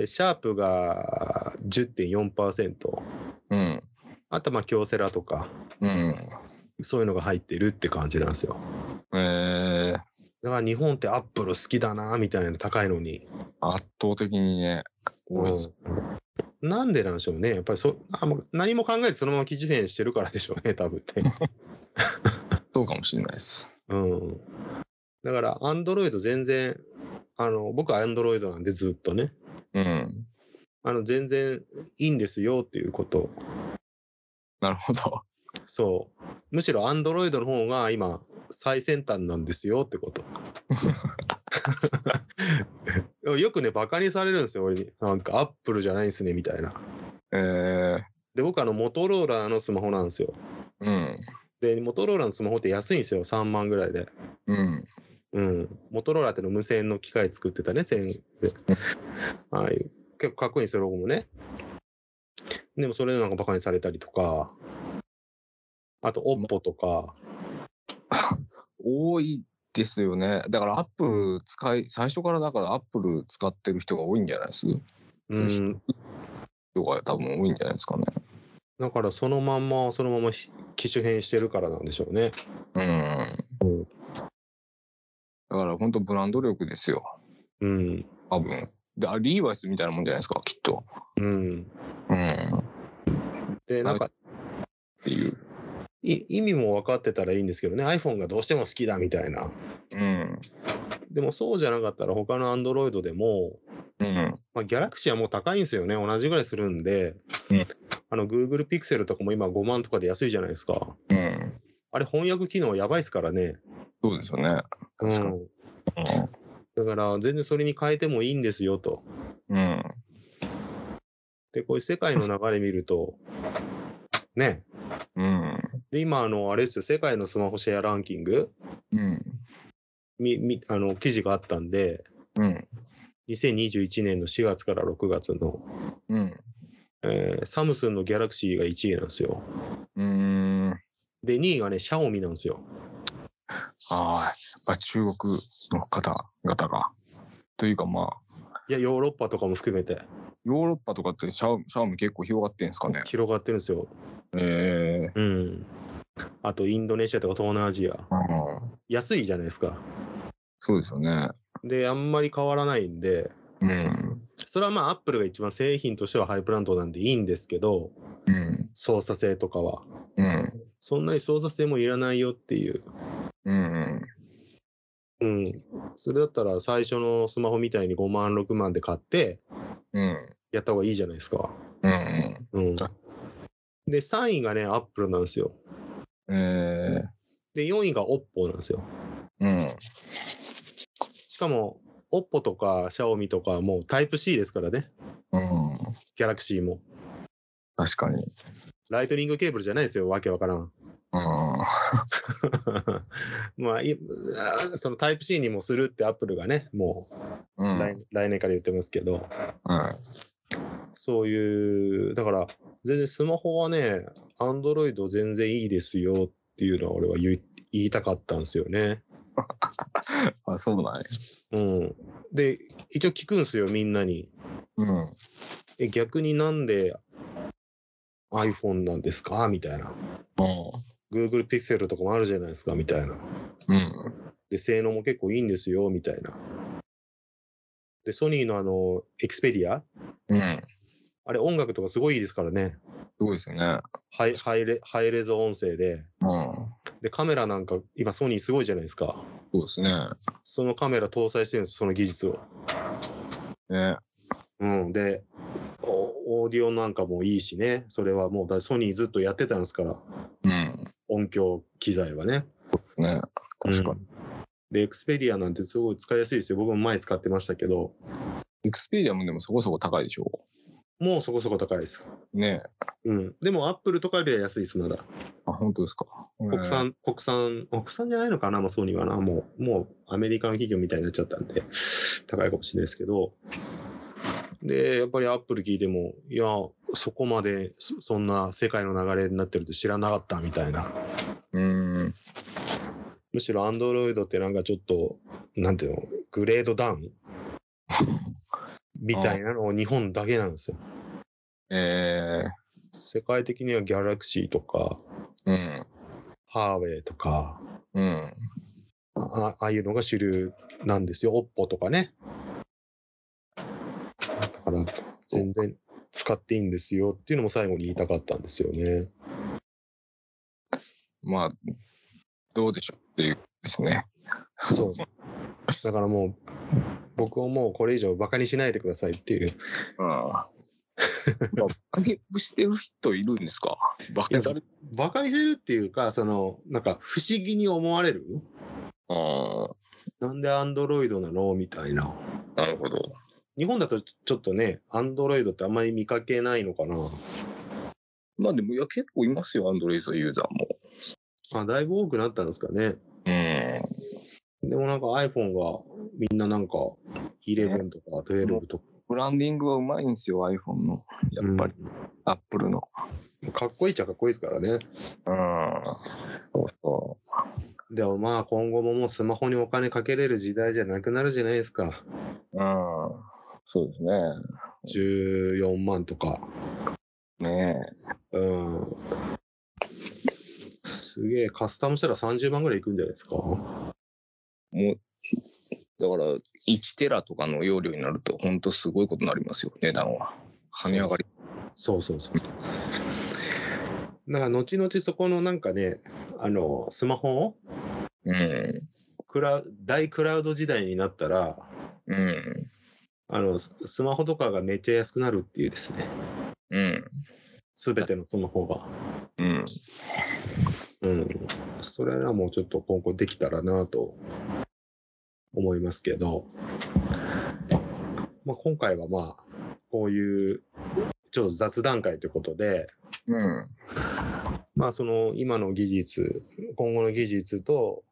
[SPEAKER 2] で、シャープが10.4%。
[SPEAKER 3] うん。
[SPEAKER 2] あと、まあ、京セラとか、
[SPEAKER 3] うん。
[SPEAKER 2] そういうのが入ってるって感じなんですよ。
[SPEAKER 3] ええ
[SPEAKER 2] だから日本ってアップル好きだな、みたいな高いのに。
[SPEAKER 3] 圧倒的にね、多いです。
[SPEAKER 2] うんなんでなんでしょうね。やっぱりそあもう何も考えずそのまま基準変してるからでしょうね、 *laughs* 多分ね。
[SPEAKER 3] そうかもしれないです。
[SPEAKER 2] うん。だから、アンドロイド全然、あの、僕はアンドロイドなんでずっとね、
[SPEAKER 3] うん。
[SPEAKER 2] あの、全然いいんですよっていうこと。
[SPEAKER 3] なるほど。
[SPEAKER 2] そう。むしろアンドロイドの方が今、最先端なんですよって
[SPEAKER 3] *laughs*
[SPEAKER 2] こと。よくね、バカにされるんですよ、俺に。なんか、アップルじゃないんすね、みたいな。
[SPEAKER 3] ええ
[SPEAKER 2] で、僕、あの、モトローラのスマホなんですよ。
[SPEAKER 3] うん。
[SPEAKER 2] で、モトローラのスマホって安いんですよ、3万ぐらいで。
[SPEAKER 3] うん。
[SPEAKER 2] うん。モトローラっての無線の機械作ってたね、線で。はい。結構かっこいいんですよ、ロゴもね。でもそれでなんかバカにされたりとか、あと、オッポとか、
[SPEAKER 3] 多いですよね。だからアップル使い、最初からだからアップル使ってる人が多いんじゃないです
[SPEAKER 2] う
[SPEAKER 3] そ
[SPEAKER 2] ん。
[SPEAKER 3] 人が多分多いんじゃないですかね。
[SPEAKER 2] だからそのまんま、そのままひ機種変してるからなんでしょうね。
[SPEAKER 3] うん。だから本当ブランド力ですよ。
[SPEAKER 2] うん。
[SPEAKER 3] 多分。で、あリーバイスみたいなもんじゃないですか、きっと。
[SPEAKER 2] うん。
[SPEAKER 3] うん。っ
[SPEAKER 2] で、なんか、
[SPEAKER 3] ていう。
[SPEAKER 2] い意味も分かってたらいいんですけどね、iPhone がどうしても好きだみたいな。
[SPEAKER 3] うん。
[SPEAKER 2] でもそうじゃなかったら他の Android でも、
[SPEAKER 3] うん。
[SPEAKER 2] まあ、ギャラクシーはもう高いんですよね。同じぐらいするんで、
[SPEAKER 3] うん
[SPEAKER 2] あの、Google Pixel とかも今5万とかで安いじゃないですか。
[SPEAKER 3] うん。
[SPEAKER 2] あれ翻訳機能やばいですからね。
[SPEAKER 3] そうですよね。
[SPEAKER 2] う
[SPEAKER 3] 確かに。
[SPEAKER 2] ん。だから、全然それに変えてもいいんですよと。
[SPEAKER 3] うん。
[SPEAKER 2] で、こういう世界の流れ見ると、ね。
[SPEAKER 3] うん。
[SPEAKER 2] で、今、あの、あれですよ、世界のスマホシェアランキング、
[SPEAKER 3] うん。
[SPEAKER 2] み、み、あの、記事があったんで、
[SPEAKER 3] うん。
[SPEAKER 2] 2021年の4月から6月の、
[SPEAKER 3] うん。
[SPEAKER 2] えーサムスンのギャラクシーが1位なんですよ。
[SPEAKER 3] うん。
[SPEAKER 2] で、2位がね、シャオミなんですよ。
[SPEAKER 3] はい。まあ、中国の方々が。というかまあ、
[SPEAKER 2] いや、ヨーロッパとかも含めて
[SPEAKER 3] ヨーロッパとかってシャオシャオミ結構広がってんすかね。
[SPEAKER 2] 広がってるんですよ。
[SPEAKER 3] ええ
[SPEAKER 2] うん。あと、インドネシアとか東南アジア。
[SPEAKER 3] うん。
[SPEAKER 2] 安いじゃないですか。
[SPEAKER 3] そうですよね。
[SPEAKER 2] で、あんまり変わらないんで、
[SPEAKER 3] うん。
[SPEAKER 2] それはまあ、アップルが一番製品としてはハイブランドなんでいいんですけど、
[SPEAKER 3] うん。
[SPEAKER 2] 操作性とかは。
[SPEAKER 3] うん。
[SPEAKER 2] そんなに操作性もいらないよっていう。
[SPEAKER 3] うん。
[SPEAKER 2] うん。それだったら最初のスマホみたいに5万、6万で買って、
[SPEAKER 3] うん。
[SPEAKER 2] やった方がいいじゃないですか。
[SPEAKER 3] うん。
[SPEAKER 2] うん。で、3位がね、アップルなんですよ。
[SPEAKER 3] ええ
[SPEAKER 2] で、4位が OPPO なんですよ。
[SPEAKER 3] うん。
[SPEAKER 2] しかも、OPPO とか Xiaomi とかはもうタイプ C ですからね。
[SPEAKER 3] うん。
[SPEAKER 2] ギャラクシーも。
[SPEAKER 3] 確かに。
[SPEAKER 2] ライトニングケーブルじゃないですよ。わけわからん。 *laughs*
[SPEAKER 3] うん。
[SPEAKER 2] まあ、いあそのタイプ C にもするってアップルがね、も
[SPEAKER 3] う
[SPEAKER 2] う来,、
[SPEAKER 3] ん。
[SPEAKER 2] 来年から言ってますけど、
[SPEAKER 3] うん。
[SPEAKER 2] そういう、だから、全然スマホはね、アンドロイド全然いいですよっていうのは俺は言い言いたかったんですよね。
[SPEAKER 3] あ、そうなんや。
[SPEAKER 2] うん。で、一応聞くんですよ、みんなに。
[SPEAKER 3] うん。
[SPEAKER 2] え逆になんで iPhone なんですかみたいな。
[SPEAKER 3] う
[SPEAKER 2] Google Pixel とかもあるじゃないですかみたいな。
[SPEAKER 3] ん。うん。
[SPEAKER 2] で、性能も結構いいんですよみたいな。で、ソニーのあの、Xperia?
[SPEAKER 3] うん。
[SPEAKER 2] あれ音楽とかすごいいいですからね。
[SPEAKER 3] すごいですよね。
[SPEAKER 2] ハイハイレハイレゾ音声で。
[SPEAKER 3] うん。
[SPEAKER 2] で、カメラなんか今ソニーすごいじゃないですか。
[SPEAKER 3] そうですね。
[SPEAKER 2] そのカメラ搭載してるんです、その技術を。
[SPEAKER 3] ね。
[SPEAKER 2] うん、で、おオーディオなんかもいいしね、それはもうだ、ソニーずっとやってたんですから、
[SPEAKER 3] うん。
[SPEAKER 2] 音響機材はね。
[SPEAKER 3] ね。確か
[SPEAKER 2] う
[SPEAKER 3] に。
[SPEAKER 2] んで、エクスペリアなんてすごい使いやすいですよ。僕も前使ってましたけど、
[SPEAKER 3] エクスペリアもでもそこそこ高いでしょ。
[SPEAKER 2] もうそこそこ高いです。
[SPEAKER 3] ね
[SPEAKER 2] うん。でも、アップルとかよりは安いです、まだ。
[SPEAKER 3] あ、本当ですか。
[SPEAKER 2] 国産、国産、国産じゃないのかな、まあ、ソニーはな。もう、もうアメリカン企業みたいになっちゃったんで、 *laughs* 高いかもしれないですけど。で、やっぱりアップル聞いても、いや、そこまでそそんな世界の流れになってると知らなかったみたいな。
[SPEAKER 3] えー。うん。
[SPEAKER 2] むしろアンドロイドってなんかちょっと、なんていうの、グレードダウンみたいなのを日本だけなんですよ。
[SPEAKER 3] え
[SPEAKER 2] 世界的にはギャラクシーとか、
[SPEAKER 3] ー。うん。
[SPEAKER 2] ハーウェイとか、
[SPEAKER 3] うん。
[SPEAKER 2] あああいうのが主流なんですよ。OPPO とかね。だから、全然使っていいんですよっていうのも最後に言いたかったんですよね。
[SPEAKER 3] まあ、どうでしょうっていうですね。
[SPEAKER 2] そう。だからもう、僕をもうこれ以上バカにしないでくださいっていう。
[SPEAKER 3] うん。 *laughs* まあ、バケブしてる人いるんですかバケされ
[SPEAKER 2] バカにしてるっていうか、その、なんか不思議に思われる
[SPEAKER 3] うん。
[SPEAKER 2] なんでアンドロイドなのみたいな。
[SPEAKER 3] なるほど。
[SPEAKER 2] 日本だとちょっとね、アンドロイドってあんまり見かけないのかな。
[SPEAKER 3] まあでも、いや、結構いますよ、アンドレイドユーザーも。
[SPEAKER 2] あ、だいぶ多くなったんですかね。
[SPEAKER 3] うん。
[SPEAKER 2] でもなんか iPhone がみんななんか11とか12とか、
[SPEAKER 3] ブランディングはうまいんですよ、iPhone の。やっぱり、アップルの。
[SPEAKER 2] うんかっこいいっちゃかっこいいですからね。
[SPEAKER 3] うん。そうそ
[SPEAKER 2] でもまあ今後ももうスマホにお金かけれる時代じゃなくなるじゃないですか。
[SPEAKER 3] う。うん。そうですね。
[SPEAKER 2] 14万とか。
[SPEAKER 3] ね
[SPEAKER 2] うん。すげえ、カスタムしたら30万ぐらいいくんじゃないですか。
[SPEAKER 3] え。だから、1テラとかの容量になると、ほんとすごいことになりますよ、値段は。跳ね上がり。
[SPEAKER 2] そうそうそう。だから後々そこのなんかね、あの、スマホを
[SPEAKER 3] うん。
[SPEAKER 2] クラ大クラウド時代になったら、
[SPEAKER 3] うん。
[SPEAKER 2] あの、ススマホとかがめっちゃ安くなるっていうですね。
[SPEAKER 3] うん。
[SPEAKER 2] すべてのその方が。
[SPEAKER 3] うん。
[SPEAKER 2] うん。それはもうちょっと今後できたらなと思いますけど、まあ、今回はまあ、こういう、ちょっと雑談会ということで、
[SPEAKER 3] うん。
[SPEAKER 2] まあその今の技術、今後の技術と、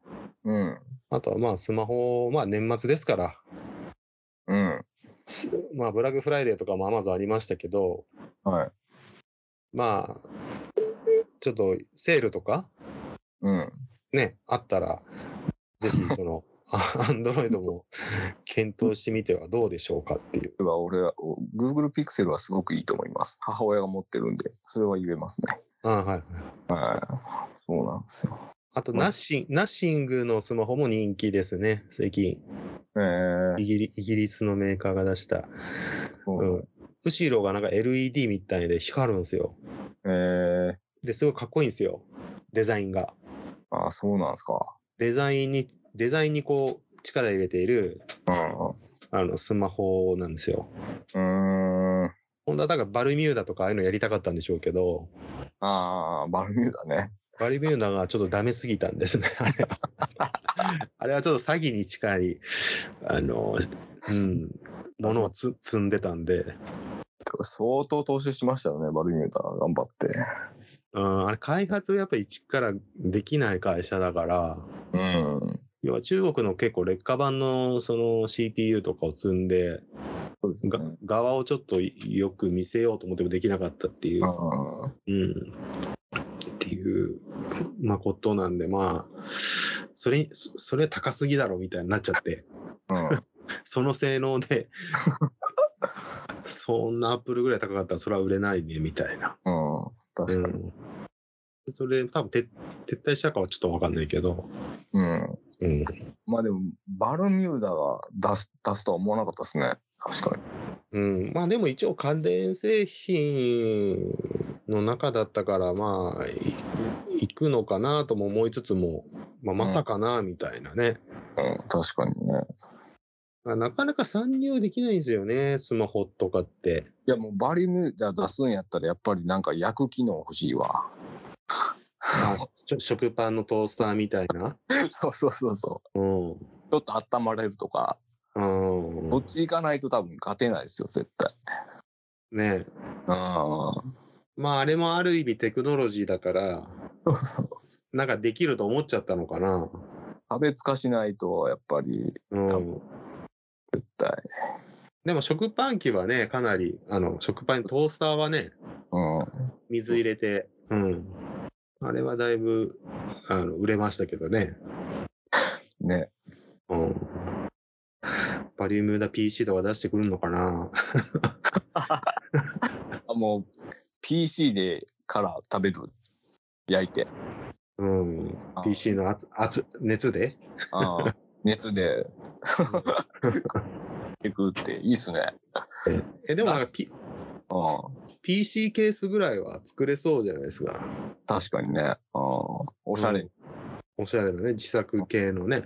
[SPEAKER 3] うん。
[SPEAKER 2] あとはまあスマホ、まあ年末ですから、
[SPEAKER 3] うん。
[SPEAKER 2] すまあブラックフライデーとかもアマゾンありましたけど、
[SPEAKER 3] はい。
[SPEAKER 2] まあ、ちょっとセールとか
[SPEAKER 3] うん。
[SPEAKER 2] ね、あったら、ぜひその、アンドロイドも検討してみてはどうでしょうかっていう。
[SPEAKER 3] では俺は、お Google Pixel はすごくいいと思います。母親が持ってるんで、それは言えますね。
[SPEAKER 2] あはいはい。
[SPEAKER 3] そうなんですよ。
[SPEAKER 2] あと、ナッシン、ナッシングのスマホも人気ですね、最近。
[SPEAKER 3] ええ
[SPEAKER 2] イギリイギリスのメーカーが出した。
[SPEAKER 3] そう
[SPEAKER 2] う
[SPEAKER 3] なん
[SPEAKER 2] ん。後ろがなんか LED みたいで光るんですよ。
[SPEAKER 3] ええ
[SPEAKER 2] で、すごいかっこいいんですよ。デザインが。
[SPEAKER 3] あ、そうなんですか。
[SPEAKER 2] デザインに、デザインにこう、力入れている、
[SPEAKER 3] う
[SPEAKER 2] あの、スマホなんですよ。
[SPEAKER 3] ん。うーん。
[SPEAKER 2] 本当はだからバルミューダとかああいうのやりたかったんでしょうけど、
[SPEAKER 3] ああ、バルミューダね。
[SPEAKER 2] バルミューダがちょっとダメすぎたんですね、あれは。あれはちょっと詐欺に近い、あの、うん、ものをつ積んでたんで、
[SPEAKER 3] 相当投資しましたよね、バルミューダ。頑張って。
[SPEAKER 2] うん、あれ開発やっぱり一からできない会社だから、
[SPEAKER 3] うん。
[SPEAKER 2] 要は中国の結構劣化版のその CPU とかを積んで、
[SPEAKER 3] そうですね
[SPEAKER 2] が。側をちょっとよく見せようと思ってもできなかったっていうう。
[SPEAKER 3] ん。
[SPEAKER 2] うんっていう、まあ、ことなんで、まあ、それに、そそれ高すぎだろみたいになっちゃって、 *laughs*
[SPEAKER 3] うん。
[SPEAKER 2] その性能で、 *laughs* そんなアップルぐらい高かったらそれは売れないねみたいな。
[SPEAKER 3] うん。確かに。
[SPEAKER 2] うん、それ、多分撤撤退したかはちょっとわかんないけど、
[SPEAKER 3] うん。
[SPEAKER 2] うん、
[SPEAKER 3] まあでも、バルミューダが出す出すとは思わなかったですね。確か
[SPEAKER 2] う
[SPEAKER 3] に。
[SPEAKER 2] ん、まあでも一応家電製品の中だったからまあいい行くのかなとも思いつつも、まあ、まさかなみたいなね、
[SPEAKER 3] うん、確かにね。
[SPEAKER 2] なかなか参入できないんですよねスマホとか
[SPEAKER 3] *laughs*
[SPEAKER 2] って
[SPEAKER 3] いや、もうバルミューダ出すんやったら、やっぱりなんか焼く機能欲しいわ。 *laughs*
[SPEAKER 2] あしょ食パンのトースターみたいな
[SPEAKER 3] そうそうそうそう。
[SPEAKER 2] うんう
[SPEAKER 3] ちょっと温まれるとか、
[SPEAKER 2] ん
[SPEAKER 3] こっち行かないと多分勝てないですよ、絶対。
[SPEAKER 2] ね
[SPEAKER 3] うん。
[SPEAKER 2] まああれもある意味テクノロジーだから
[SPEAKER 3] そうそう。
[SPEAKER 2] なんかできると思っちゃったのかな
[SPEAKER 3] 差別化しないと、やっぱり、
[SPEAKER 2] うん
[SPEAKER 3] 絶対。
[SPEAKER 2] でも食パン機はねかなりあの食パントースターはね
[SPEAKER 3] うん。
[SPEAKER 2] 水入れて、うん。あれはだいぶ、あの、売れましたけどね。
[SPEAKER 3] ね。
[SPEAKER 2] うん。バリウムだ PC とか出してくるのかな
[SPEAKER 3] あもう、PC でから食べる。焼いて。
[SPEAKER 2] うん
[SPEAKER 3] あ。ー
[SPEAKER 2] PC の熱、熱、熱で
[SPEAKER 3] ああ熱で *laughs* いくっていいっすね。
[SPEAKER 2] え、でもなんか、P、
[SPEAKER 3] あ
[SPEAKER 2] PC ケースぐらいは作れそうじゃないですか。
[SPEAKER 3] 確かにね。あおしゃれ、
[SPEAKER 2] うんおしゃれなね、自作系のね。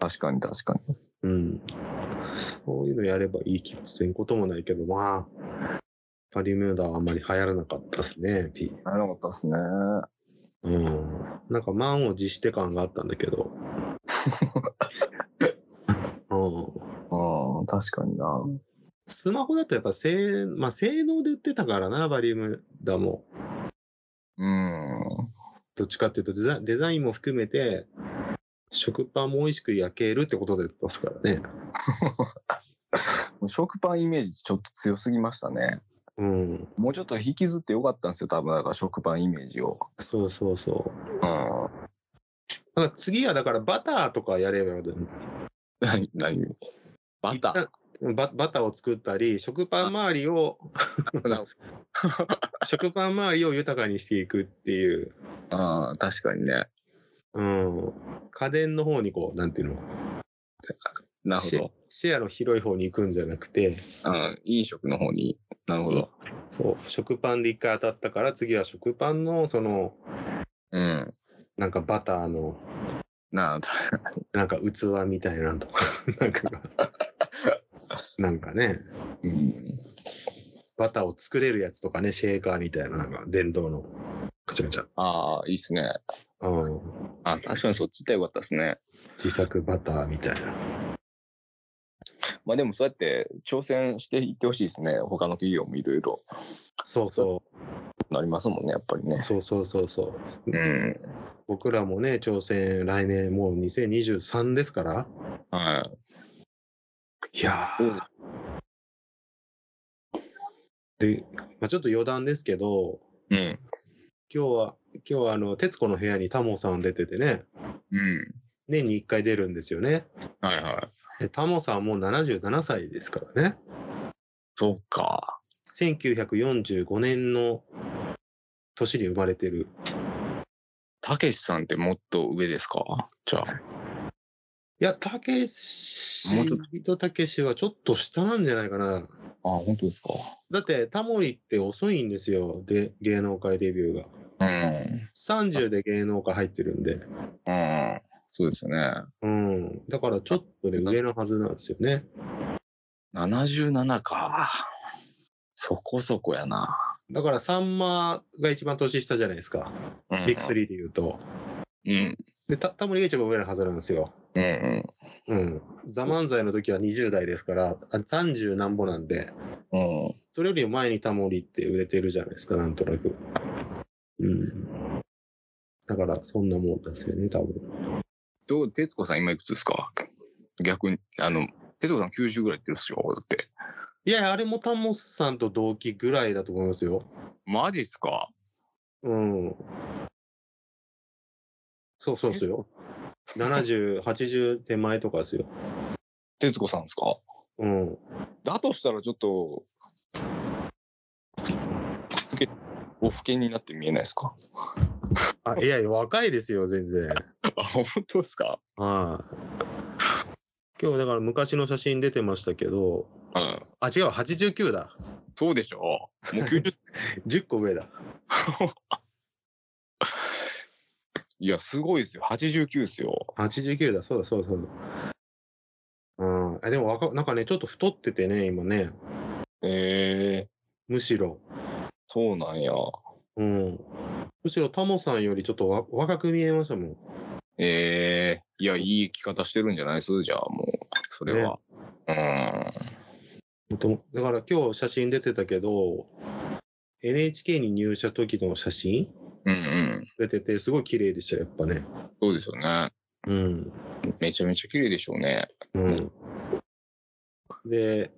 [SPEAKER 3] 確かに確かに。
[SPEAKER 2] うん。そういうのやればいい気もせんこともないけど、まあ、バリウムダはあんまり流行らなかったですね、P。
[SPEAKER 3] ならなかったっすね。
[SPEAKER 2] うん。なんか満を持して感があったんだけ
[SPEAKER 3] *laughs*
[SPEAKER 2] ど。うん。
[SPEAKER 3] うん、確かにな。
[SPEAKER 2] スマホだとやっぱ性,、まあ、性能で売ってたからな、バリウムだもん。
[SPEAKER 3] うん。
[SPEAKER 2] どっちかっていうとデザデザインも含めて、食パンも美味しく焼けるってことで売ってますからね。
[SPEAKER 3] 食パンイメージちょっと強すぎましたね。
[SPEAKER 2] うん。
[SPEAKER 3] もうちょっと引きずってよかったんですよ、多分。だから食パンイメージを。
[SPEAKER 2] そうそうそう。
[SPEAKER 3] うん。
[SPEAKER 2] だから次はだからバターとかやればよかった
[SPEAKER 3] 何何バター。
[SPEAKER 2] ババターを作ったり、食パン周り
[SPEAKER 3] *laughs*
[SPEAKER 2] を、
[SPEAKER 3] なる
[SPEAKER 2] 食パン周りを豊かにしていくっていう。
[SPEAKER 3] ああ、確かにね。
[SPEAKER 2] うん、家電の方にこう、なんていうの、
[SPEAKER 3] な
[SPEAKER 2] シェ。シェアの広い方に行くんじゃなくて、
[SPEAKER 3] うん、飲食の方に。なるほど。
[SPEAKER 2] そう、食パンで一回当たったから、次は食パンの、その、
[SPEAKER 3] うん。
[SPEAKER 2] なんかバターの、
[SPEAKER 3] なあ、確か
[SPEAKER 2] なんか器みたいなのとか、 *laughs* なんかが、なんかね、
[SPEAKER 3] に。うん。
[SPEAKER 2] バターを作れるやつとかね、シェーカーみたいな、なんか電動の、ガチャガチャ。
[SPEAKER 3] ああ、いいっすね。
[SPEAKER 2] うん、
[SPEAKER 3] あ確かにそっち行ったらよかったですね。
[SPEAKER 2] 自作バターみたいな。
[SPEAKER 3] まあでもそうやって挑戦していってほしいですね。他の企業もいろいろ
[SPEAKER 2] そうそ
[SPEAKER 3] なりますもんね、やっぱり
[SPEAKER 2] う、
[SPEAKER 3] ね。
[SPEAKER 2] そうそうそうそう。
[SPEAKER 3] うん。
[SPEAKER 2] 僕らもね、挑戦、来年もう2023ですから。
[SPEAKER 3] はい
[SPEAKER 2] やー
[SPEAKER 3] うん
[SPEAKER 2] で、まあ、ちょっと余談ですけど、
[SPEAKER 3] い。うん。
[SPEAKER 2] 今日は、今日はあの、徹子の部屋にタモさん出ててね、
[SPEAKER 3] うん。
[SPEAKER 2] 年に1回出るんですよね。
[SPEAKER 3] はいはい。
[SPEAKER 2] でタモさんもう77歳ですからね。
[SPEAKER 3] そうか。
[SPEAKER 2] 1945年の年に生まれてる。
[SPEAKER 3] たけしさんってもっと上ですかじゃあ。
[SPEAKER 2] いや、たけし、とたけしはちょっと下なんじゃないかな。
[SPEAKER 3] あ本当ですか。
[SPEAKER 2] だって、タモリって遅いんですよ。で、芸能界デビューが。
[SPEAKER 3] うん。
[SPEAKER 2] 30で芸能界入ってるんで。
[SPEAKER 3] うん。そうですよね。
[SPEAKER 2] うん。だからちょっとね、上のはずなんですよね。
[SPEAKER 3] 77か。そこそこやな。
[SPEAKER 2] だから、さんまが一番年下じゃないですか。
[SPEAKER 3] うん
[SPEAKER 2] ビッグスリーで言うと。
[SPEAKER 3] うん。
[SPEAKER 2] で、たタモリが一番上のはずなんですよ。
[SPEAKER 3] うんうん。
[SPEAKER 2] うん。ザ・漫才の時は20代ですから、あ30なんぼなんで、
[SPEAKER 3] うん。
[SPEAKER 2] それよりも前にタモリって売れてるじゃないですか、なんとなく。うん。だから、そんなもんですよね、多分。
[SPEAKER 3] どう、徹子さん今いくつですか逆に、あの、徹子さん90ぐらいいってるっすよ、だって。
[SPEAKER 2] いやいや、あれもタモさんと同期ぐらいだと思いますよ。
[SPEAKER 3] マジっすか
[SPEAKER 2] うん。そうそうですよ。70、80手前とかですよ。
[SPEAKER 3] 徹子さんですか
[SPEAKER 2] うん。
[SPEAKER 3] だとしたらちょっと、
[SPEAKER 6] お
[SPEAKER 3] 老けになって見えないですか
[SPEAKER 2] あ、いやいや、若いですよ、全然。
[SPEAKER 3] あ、本当ですか
[SPEAKER 2] はい。今日、だから昔の写真出てましたけど、
[SPEAKER 3] うん。
[SPEAKER 2] あ、違う、89だ。
[SPEAKER 3] そうでしょもう90、 *laughs*
[SPEAKER 2] 10個上だ。
[SPEAKER 3] いや、すごいですよ。89ですよ。
[SPEAKER 2] 89だ、そうだ、そうだ、そうだ。うん。えでも若、なんかね、ちょっと太っててね、今ね、
[SPEAKER 3] ええ
[SPEAKER 2] むしろ。
[SPEAKER 3] そうなんや。
[SPEAKER 2] うん。むしろ、タモさんよりちょっとわ若く見えましたもん。
[SPEAKER 3] ええいや、いい生き方してるんじゃないですじゃあ、もう、それは。
[SPEAKER 2] もともだから今日写真出てたけど、NHK に入社時の写真
[SPEAKER 3] うん。うんうん。
[SPEAKER 2] 出てて、すごい綺麗でした、やっぱね。
[SPEAKER 3] そうですよね。
[SPEAKER 2] うん。
[SPEAKER 3] めちゃめちゃ綺麗でしょうね。
[SPEAKER 2] うん。で、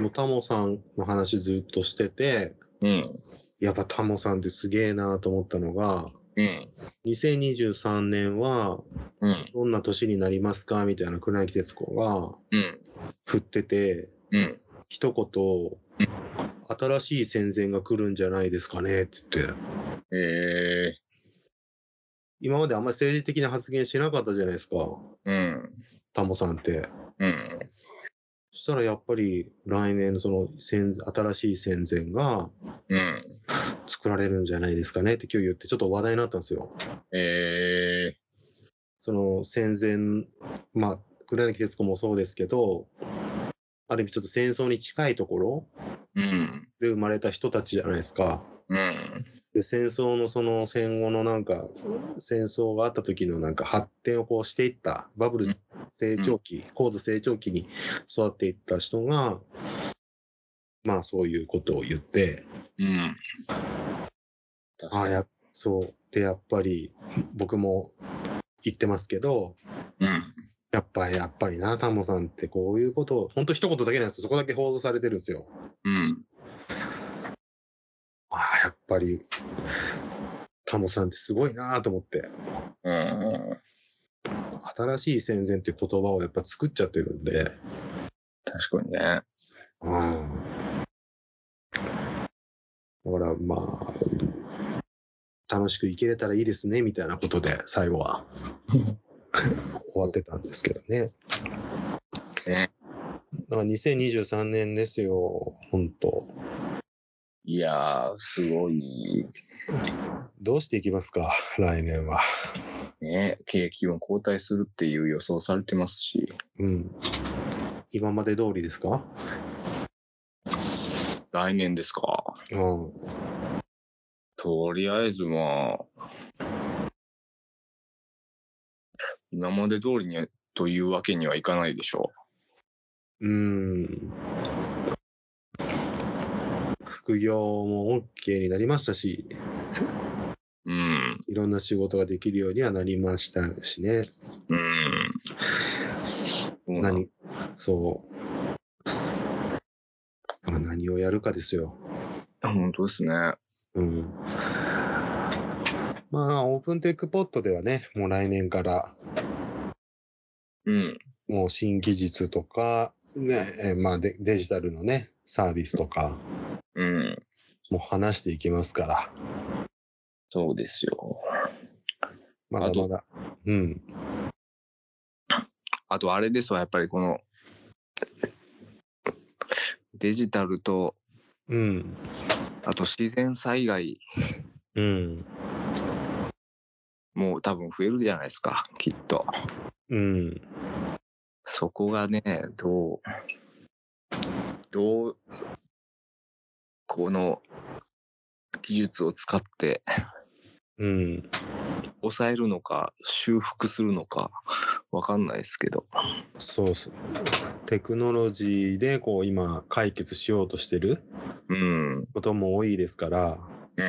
[SPEAKER 2] もうタモさんの話ずっとしてて、
[SPEAKER 3] うん。
[SPEAKER 2] やっぱタモさんってすげえなと思ったのが、
[SPEAKER 3] うん。
[SPEAKER 2] 2023年は
[SPEAKER 3] うん。
[SPEAKER 2] どんな年になりますかみたいな宮内哲子が
[SPEAKER 3] うん。
[SPEAKER 2] 振ってて、
[SPEAKER 3] うん。
[SPEAKER 2] 一言、新しい戦前が来るんじゃないですかねって言って、
[SPEAKER 3] ええ
[SPEAKER 2] 今まであんまり政治的な発言しなかったじゃないですか、
[SPEAKER 3] うん。
[SPEAKER 2] タモさんって。
[SPEAKER 3] うん。
[SPEAKER 2] そしたらやっぱり来年のその戦新しい戦前が
[SPEAKER 3] うん。
[SPEAKER 2] 作られるんじゃないですかねって今日言ってちょっと話題になったんですよ。
[SPEAKER 3] ええ
[SPEAKER 2] その戦前、まあ、黒柳徹子もそうですけど、ある意味ちょっと戦争に近いところ
[SPEAKER 3] うん。
[SPEAKER 2] で生まれた人たちじゃないですか。
[SPEAKER 3] うん。
[SPEAKER 2] で戦争のその戦後のなんか戦争があった時のなんか発展をこうしていったバブル成長期、高度成長期に育っていった人がまあそういうことを言って
[SPEAKER 3] うん。
[SPEAKER 2] ああやそうでやっぱり僕も言ってますけど
[SPEAKER 3] うん。
[SPEAKER 2] やっぱやっぱりなタモさんってこういうことを本当一言だけなんですよそこだけ報道されてるんですよ。
[SPEAKER 3] うん。
[SPEAKER 2] ああやっぱりタモさんってすごいなと思って。
[SPEAKER 3] うん。
[SPEAKER 2] 新しい戦前っていう言葉をやっぱ作っちゃってるんで、
[SPEAKER 3] 確かにね。
[SPEAKER 2] うん、だからまあ楽しく生きれたらいいですねみたいなことで最後は終わってたんですけどね。
[SPEAKER 3] ね
[SPEAKER 2] だから2023年ですよ、本当。
[SPEAKER 3] いやー、すごい。
[SPEAKER 2] どうしていきますか、来年は。
[SPEAKER 3] ね、景気も後退するっていう予想されてますし、
[SPEAKER 2] うん。今まで通りですか
[SPEAKER 3] 来年ですか。
[SPEAKER 2] うん。
[SPEAKER 3] とりあえずまあ、今まで通りにというわけにはいかないでしょ
[SPEAKER 2] うーん。副業も OK になりましたし、
[SPEAKER 3] う。うん。
[SPEAKER 2] いろんな仕事ができるようにはなりましたしね。
[SPEAKER 3] うん。そうなん
[SPEAKER 2] 何そう。まあ何をやるかですよ。
[SPEAKER 3] 本当ですね。
[SPEAKER 2] うん。まあ、オープンテックポットではね、もう来年から、
[SPEAKER 3] うん。
[SPEAKER 2] もう新技術とか、ね、えまあデデジタルのね、サービスとか、
[SPEAKER 3] うん。
[SPEAKER 2] もう話していきますから、
[SPEAKER 3] そうですよ。
[SPEAKER 2] まだまだ。うん。
[SPEAKER 3] あとあれですわ、やっぱりこの、デジタルと、
[SPEAKER 2] うん。
[SPEAKER 3] あと自然災害
[SPEAKER 2] うん。
[SPEAKER 3] も多分増えるじゃないですか、きっと。
[SPEAKER 2] うん。
[SPEAKER 3] そこがね、どう、どう、この技術を使って
[SPEAKER 2] うん。
[SPEAKER 3] 抑えるのか、修復するのか、わかんないですけど。
[SPEAKER 2] そうっす。テクノロジーで、こう、今、解決しようとしてる
[SPEAKER 3] うん、
[SPEAKER 2] ことも多いですから、
[SPEAKER 3] う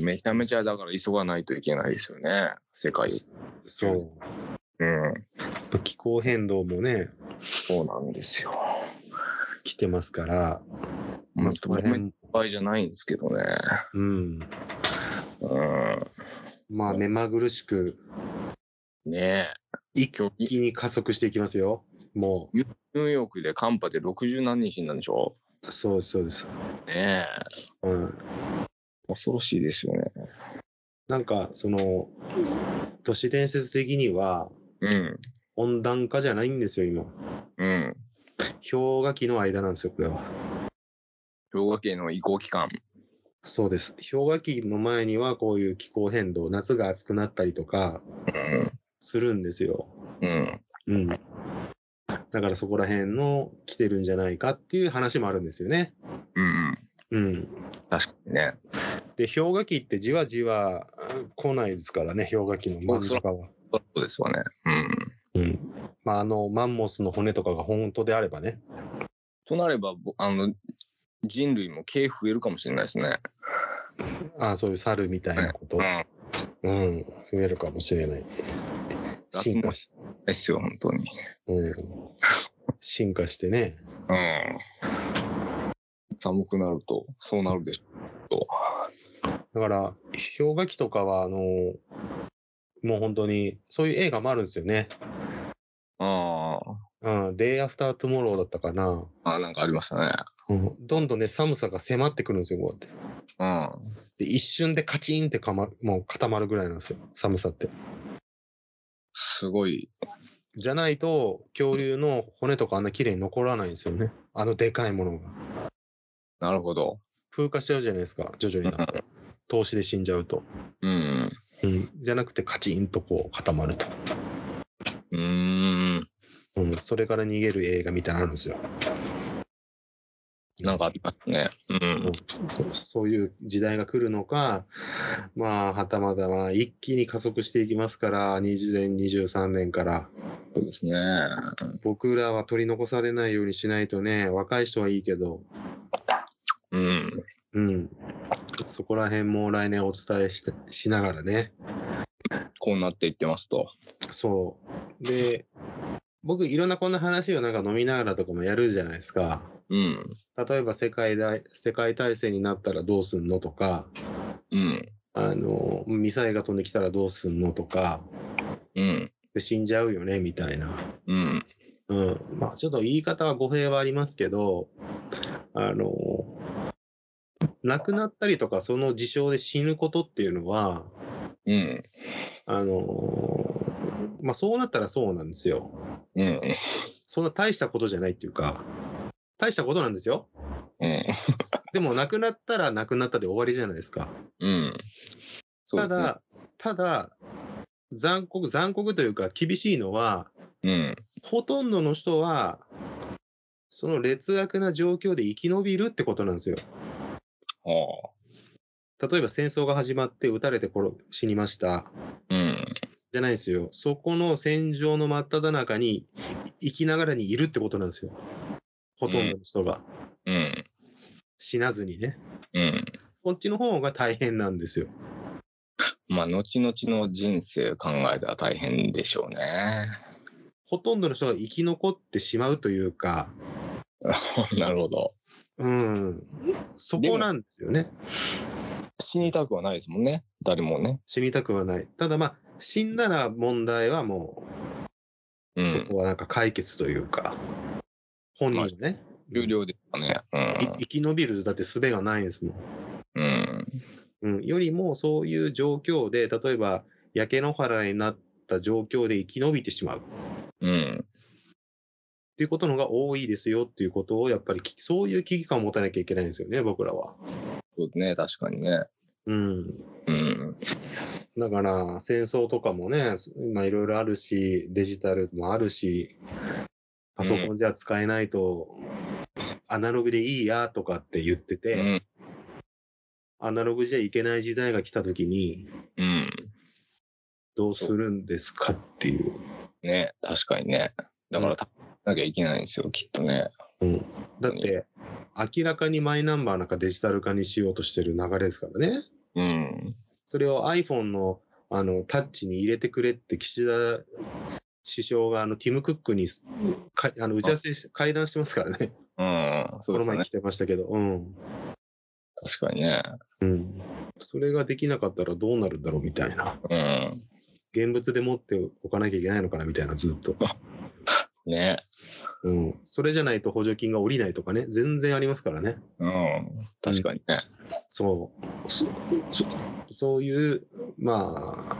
[SPEAKER 3] ん。めちゃめちゃだから急がないといけないですよね、世界。
[SPEAKER 2] そう。
[SPEAKER 3] うん、
[SPEAKER 2] 気候変動もね、
[SPEAKER 3] そうなんですよ。
[SPEAKER 2] 来てますから、
[SPEAKER 3] ま
[SPEAKER 2] ま
[SPEAKER 3] あ
[SPEAKER 2] あ、、
[SPEAKER 3] そ
[SPEAKER 2] そ
[SPEAKER 3] こ
[SPEAKER 2] の
[SPEAKER 3] ら辺いっ
[SPEAKER 2] 辺、
[SPEAKER 3] ぱいじゃないんですけどね。
[SPEAKER 2] うん。
[SPEAKER 3] うん。
[SPEAKER 2] まあ、目まぐるしく、
[SPEAKER 3] ねえ。
[SPEAKER 2] 一
[SPEAKER 3] 挙
[SPEAKER 2] 一気に加速していきますよ。も
[SPEAKER 3] ニューヨークで寒波で60何日になるんでしょ
[SPEAKER 2] う、そうです、そうです。
[SPEAKER 3] ねえ。
[SPEAKER 2] うん。
[SPEAKER 3] 恐ろしいですよね。
[SPEAKER 2] なんか、その、都市伝説的には、
[SPEAKER 3] うん。
[SPEAKER 2] 温暖化じゃないんですよ、今。
[SPEAKER 3] うん。
[SPEAKER 2] 氷河期の間なんですよ、これは。
[SPEAKER 3] 氷河期の移行期間。
[SPEAKER 2] そうです。氷河期の前には、こういう気候変動、夏が暑くなったりとか、
[SPEAKER 3] うん。
[SPEAKER 2] するんですよ。
[SPEAKER 3] うん。
[SPEAKER 2] うん。だからそこら辺の来てるんじゃないかっていう話もあるんですよね。
[SPEAKER 3] うん。
[SPEAKER 2] うん。
[SPEAKER 3] 確かにね。
[SPEAKER 2] で、氷河期ってじわじわうん来ないですからね、氷河期の真ん中は。
[SPEAKER 3] そうですわね。うん。
[SPEAKER 2] うん。まあ、あの、マンモスの骨とかが本当であればね。
[SPEAKER 3] となれば、ぼあの、人類も毛増えるかもしれないですね。
[SPEAKER 2] ああそういう猿みたいなこと
[SPEAKER 3] う。ん。
[SPEAKER 2] うん。増えるかもしれない。進化し、
[SPEAKER 3] ですよ、本当に。
[SPEAKER 2] うん。進化してね。
[SPEAKER 3] うん。寒くなると、そうなるでしょ
[SPEAKER 2] だから、氷河期とかは、あの、もう本当に、そういう映画もあるんですよね。
[SPEAKER 3] う。あ
[SPEAKER 2] うん。Day After Tomorrow だったかな。
[SPEAKER 3] あ。あなんかありましたね。
[SPEAKER 2] うん、どんどんね、寒さが迫ってくるんですよ、こうやって。
[SPEAKER 3] うん。
[SPEAKER 2] で、一瞬でカチンってかま、もう固まるぐらいなんですよ、寒さって。
[SPEAKER 3] すごい。
[SPEAKER 2] じゃないと、恐竜の骨とかあんな綺麗に残らないんですよね。あのでかいものが。
[SPEAKER 3] なるほど。
[SPEAKER 2] 風化しちゃうじゃないですか、徐々にな
[SPEAKER 3] *laughs*
[SPEAKER 2] って。投資で死んじゃうと。
[SPEAKER 3] うん。
[SPEAKER 2] うん。じゃなくて、カチンとこう固まると。
[SPEAKER 3] うーん。
[SPEAKER 2] うん。それから逃げる映画みたいなのあるんですよ。
[SPEAKER 3] なんかありますね。うん。
[SPEAKER 2] そそういう時代が来るのか、まあ、はたまたま一気に加速していきますから、20年、23年から。
[SPEAKER 3] そうですね。
[SPEAKER 2] 僕らは取り残されないようにしないとね、若い人はいいけど、
[SPEAKER 3] うん。
[SPEAKER 2] うん。そこら辺も来年お伝えしてしながらね。
[SPEAKER 3] こうなっていってますと。
[SPEAKER 2] そう。で、僕いろんなこんな話をなんか飲みながらとかもやるじゃないですか。
[SPEAKER 3] うん。
[SPEAKER 2] 例えば世界大、世界大戦になったらどうすんのとか、
[SPEAKER 3] うん。
[SPEAKER 2] あの、ミサイルが飛んできたらどうすんのとか、
[SPEAKER 3] うん。
[SPEAKER 2] で死んじゃうよね、みたいな。
[SPEAKER 3] うん。
[SPEAKER 2] うん。まあ、ちょっと言い方は語弊はありますけど、あの、亡くなったりとか、その事象で死ぬことっていうのは、
[SPEAKER 3] うん。
[SPEAKER 2] あの、まあ、そうなったらそうなんですよ。
[SPEAKER 3] うん。
[SPEAKER 2] そんな大したことじゃないっていうか、大したことなんですよ。
[SPEAKER 3] うん。
[SPEAKER 2] でも、亡くなったら亡くなったで終わりじゃないですか。
[SPEAKER 3] うん。そうで
[SPEAKER 2] た
[SPEAKER 3] すね
[SPEAKER 2] だ、ただ、残酷、残酷というか、厳しいのは、
[SPEAKER 3] うん。
[SPEAKER 2] ほとんどの人は、その劣悪な状況で生き延びるってことなんですよ。
[SPEAKER 3] は
[SPEAKER 2] 例えば戦争が始まって撃たれて殺死にました。
[SPEAKER 3] あ。うん。
[SPEAKER 2] じゃないですよ。そこの戦場の真っ只中にい生きながらにいるってことなんですよ。ほとんどの人が。
[SPEAKER 3] うん。
[SPEAKER 2] 死なずにね。
[SPEAKER 3] うん。
[SPEAKER 2] こっちの方が大変なんですよ。
[SPEAKER 3] まあ、後々の人生考えたら大変でしょうね。
[SPEAKER 2] ほとんどの人が生き残ってしまうというか、
[SPEAKER 3] なるほど。
[SPEAKER 2] うん。そこなんですよね。
[SPEAKER 3] 死にたくはないですもんね。誰もね。
[SPEAKER 2] 死にたくはない。ただまあ、死んだら問題はも
[SPEAKER 3] う
[SPEAKER 2] う、そ
[SPEAKER 3] ん。
[SPEAKER 2] こはなんか解決というか、本人がね。
[SPEAKER 3] 有料ですかね。
[SPEAKER 2] い生き延びるだって術がないんですもん。
[SPEAKER 3] うん。うん。
[SPEAKER 2] うん、よりもそういう状況で、例えば焼け野原になった状況で生き延びてしまうっ
[SPEAKER 3] うん。
[SPEAKER 2] ていうことのが多いですよっていうことを、やっぱりきそういう危機感を持たなきゃいけないんですよね、僕らは。
[SPEAKER 3] そうですね。確かにね。
[SPEAKER 2] うん、
[SPEAKER 3] うん。
[SPEAKER 2] だから戦争とかもね、今いろいろあるし、デジタルもあるし、パソコンじゃ使えないと、アナログでいいやとかって言って
[SPEAKER 3] う
[SPEAKER 2] て、
[SPEAKER 3] ん。
[SPEAKER 2] アナログじゃいけない時代が来た時に、
[SPEAKER 3] うん。
[SPEAKER 2] どうするんですかっていう。
[SPEAKER 3] ね。確かにね。だから、食べなきゃいけないんですよ、きっとね。
[SPEAKER 2] だって、明らかにマイナンバーなんかデジタル化にしようとしてる流れですからね。
[SPEAKER 3] うん。
[SPEAKER 2] それを iPhone のあのタッチに入れてくれって岸田首相があのティム・クックにかあの打ち合わせし、会談してますからね。
[SPEAKER 3] うん。そ
[SPEAKER 2] この
[SPEAKER 3] うです
[SPEAKER 2] 前
[SPEAKER 3] ね
[SPEAKER 2] 来。てましたけど。うん。
[SPEAKER 3] 確かにね。
[SPEAKER 2] うん。それができなかったらどうなるんだろうみたいな。
[SPEAKER 3] うん。
[SPEAKER 2] 現物で持っておかなきゃいけないのかなみたいな、ずっと。
[SPEAKER 3] ね。
[SPEAKER 2] うん。それじゃないと補助金が下りないとかね、全然ありますからね。
[SPEAKER 3] うん。確かにね。
[SPEAKER 2] そう。そそそういう、まあ、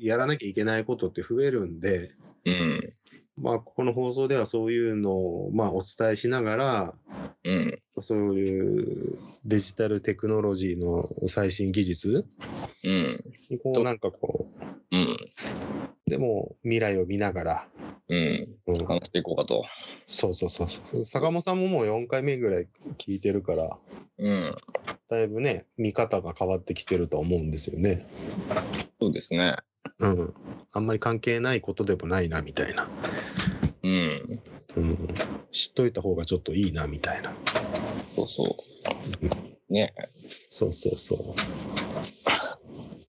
[SPEAKER 2] やらなきゃいけないことって増えるんで、
[SPEAKER 3] うん。
[SPEAKER 2] まあ、ここの放送ではそういうのを、まあ、お伝えしながら、
[SPEAKER 3] うん。
[SPEAKER 2] そういうデジタルテクノロジーの最新技術
[SPEAKER 3] うん。
[SPEAKER 2] にこう
[SPEAKER 3] と
[SPEAKER 2] なんかこ
[SPEAKER 3] うん。
[SPEAKER 2] う、でも未来を見ながら、
[SPEAKER 3] うん。
[SPEAKER 2] うん、
[SPEAKER 3] 話していこうかと。
[SPEAKER 2] そうそうそうそう。坂本さんももう4回目ぐらい聞いてるから、
[SPEAKER 3] うん。
[SPEAKER 2] だいぶね、見方が変わってきてると思うんですよね。
[SPEAKER 3] そうですね。
[SPEAKER 2] うん。あんまり関係ないことでもないな、みたいな。
[SPEAKER 3] うん。
[SPEAKER 2] うん。知っといた方がちょっといいな、みたいな。
[SPEAKER 3] そうそう。ね。
[SPEAKER 2] そうそうそう。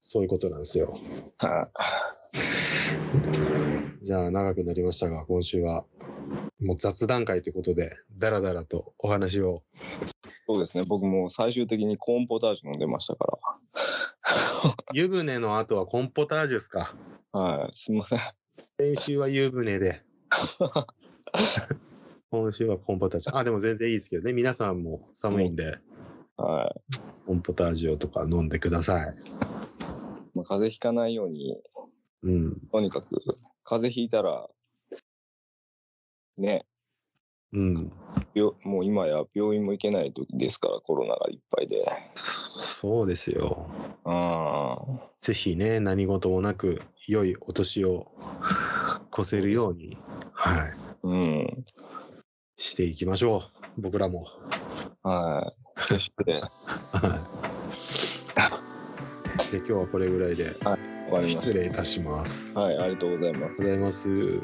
[SPEAKER 2] そういうことなんですよ。
[SPEAKER 3] は
[SPEAKER 2] じゃあ長くなりましたが、今週はもう雑談会ということで、だらだらとお話を。
[SPEAKER 3] い。そうですね。僕も最終的にコーンポタージュ飲んでましたか
[SPEAKER 2] 湯船の後はコンポタージュですか。
[SPEAKER 3] ら。はい。すみません。
[SPEAKER 2] 先週は湯船で。今週はコンポタージュ。あ、でも全然いいですけどね。皆さんも寒いんで、
[SPEAKER 3] は
[SPEAKER 2] コンポタージュをとか飲んでください。
[SPEAKER 3] い。まあ、風邪ひかないように、
[SPEAKER 2] うん。
[SPEAKER 3] とにかく、風邪ひいたら、ね、
[SPEAKER 2] うん。
[SPEAKER 3] 病もう今や病院も行けない時ですから、コロナがいっぱいで。
[SPEAKER 2] そうですよ。
[SPEAKER 3] うん。
[SPEAKER 2] ぜひね、何事もなく、良いお年を越せるように、はい、
[SPEAKER 3] うん。
[SPEAKER 2] していきましょう。僕らも。
[SPEAKER 3] はい。決して、
[SPEAKER 2] はい。で、今日はこれぐらいで、
[SPEAKER 3] 終わりま
[SPEAKER 2] 失
[SPEAKER 3] す。
[SPEAKER 2] 礼いたします。あ
[SPEAKER 3] はい、ありがとうございます。
[SPEAKER 2] りがとうございます。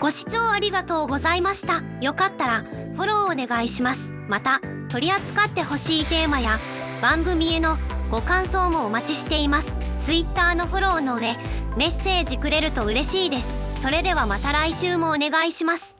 [SPEAKER 1] ご視聴ありがとうございました。よかったらフォローお願いします。また、取り扱ってほしいテーマや番組へのご感想もお待ちしています。Twitter のフォローの上、メッセージくれると嬉しいです。それではまた来週もお願いします。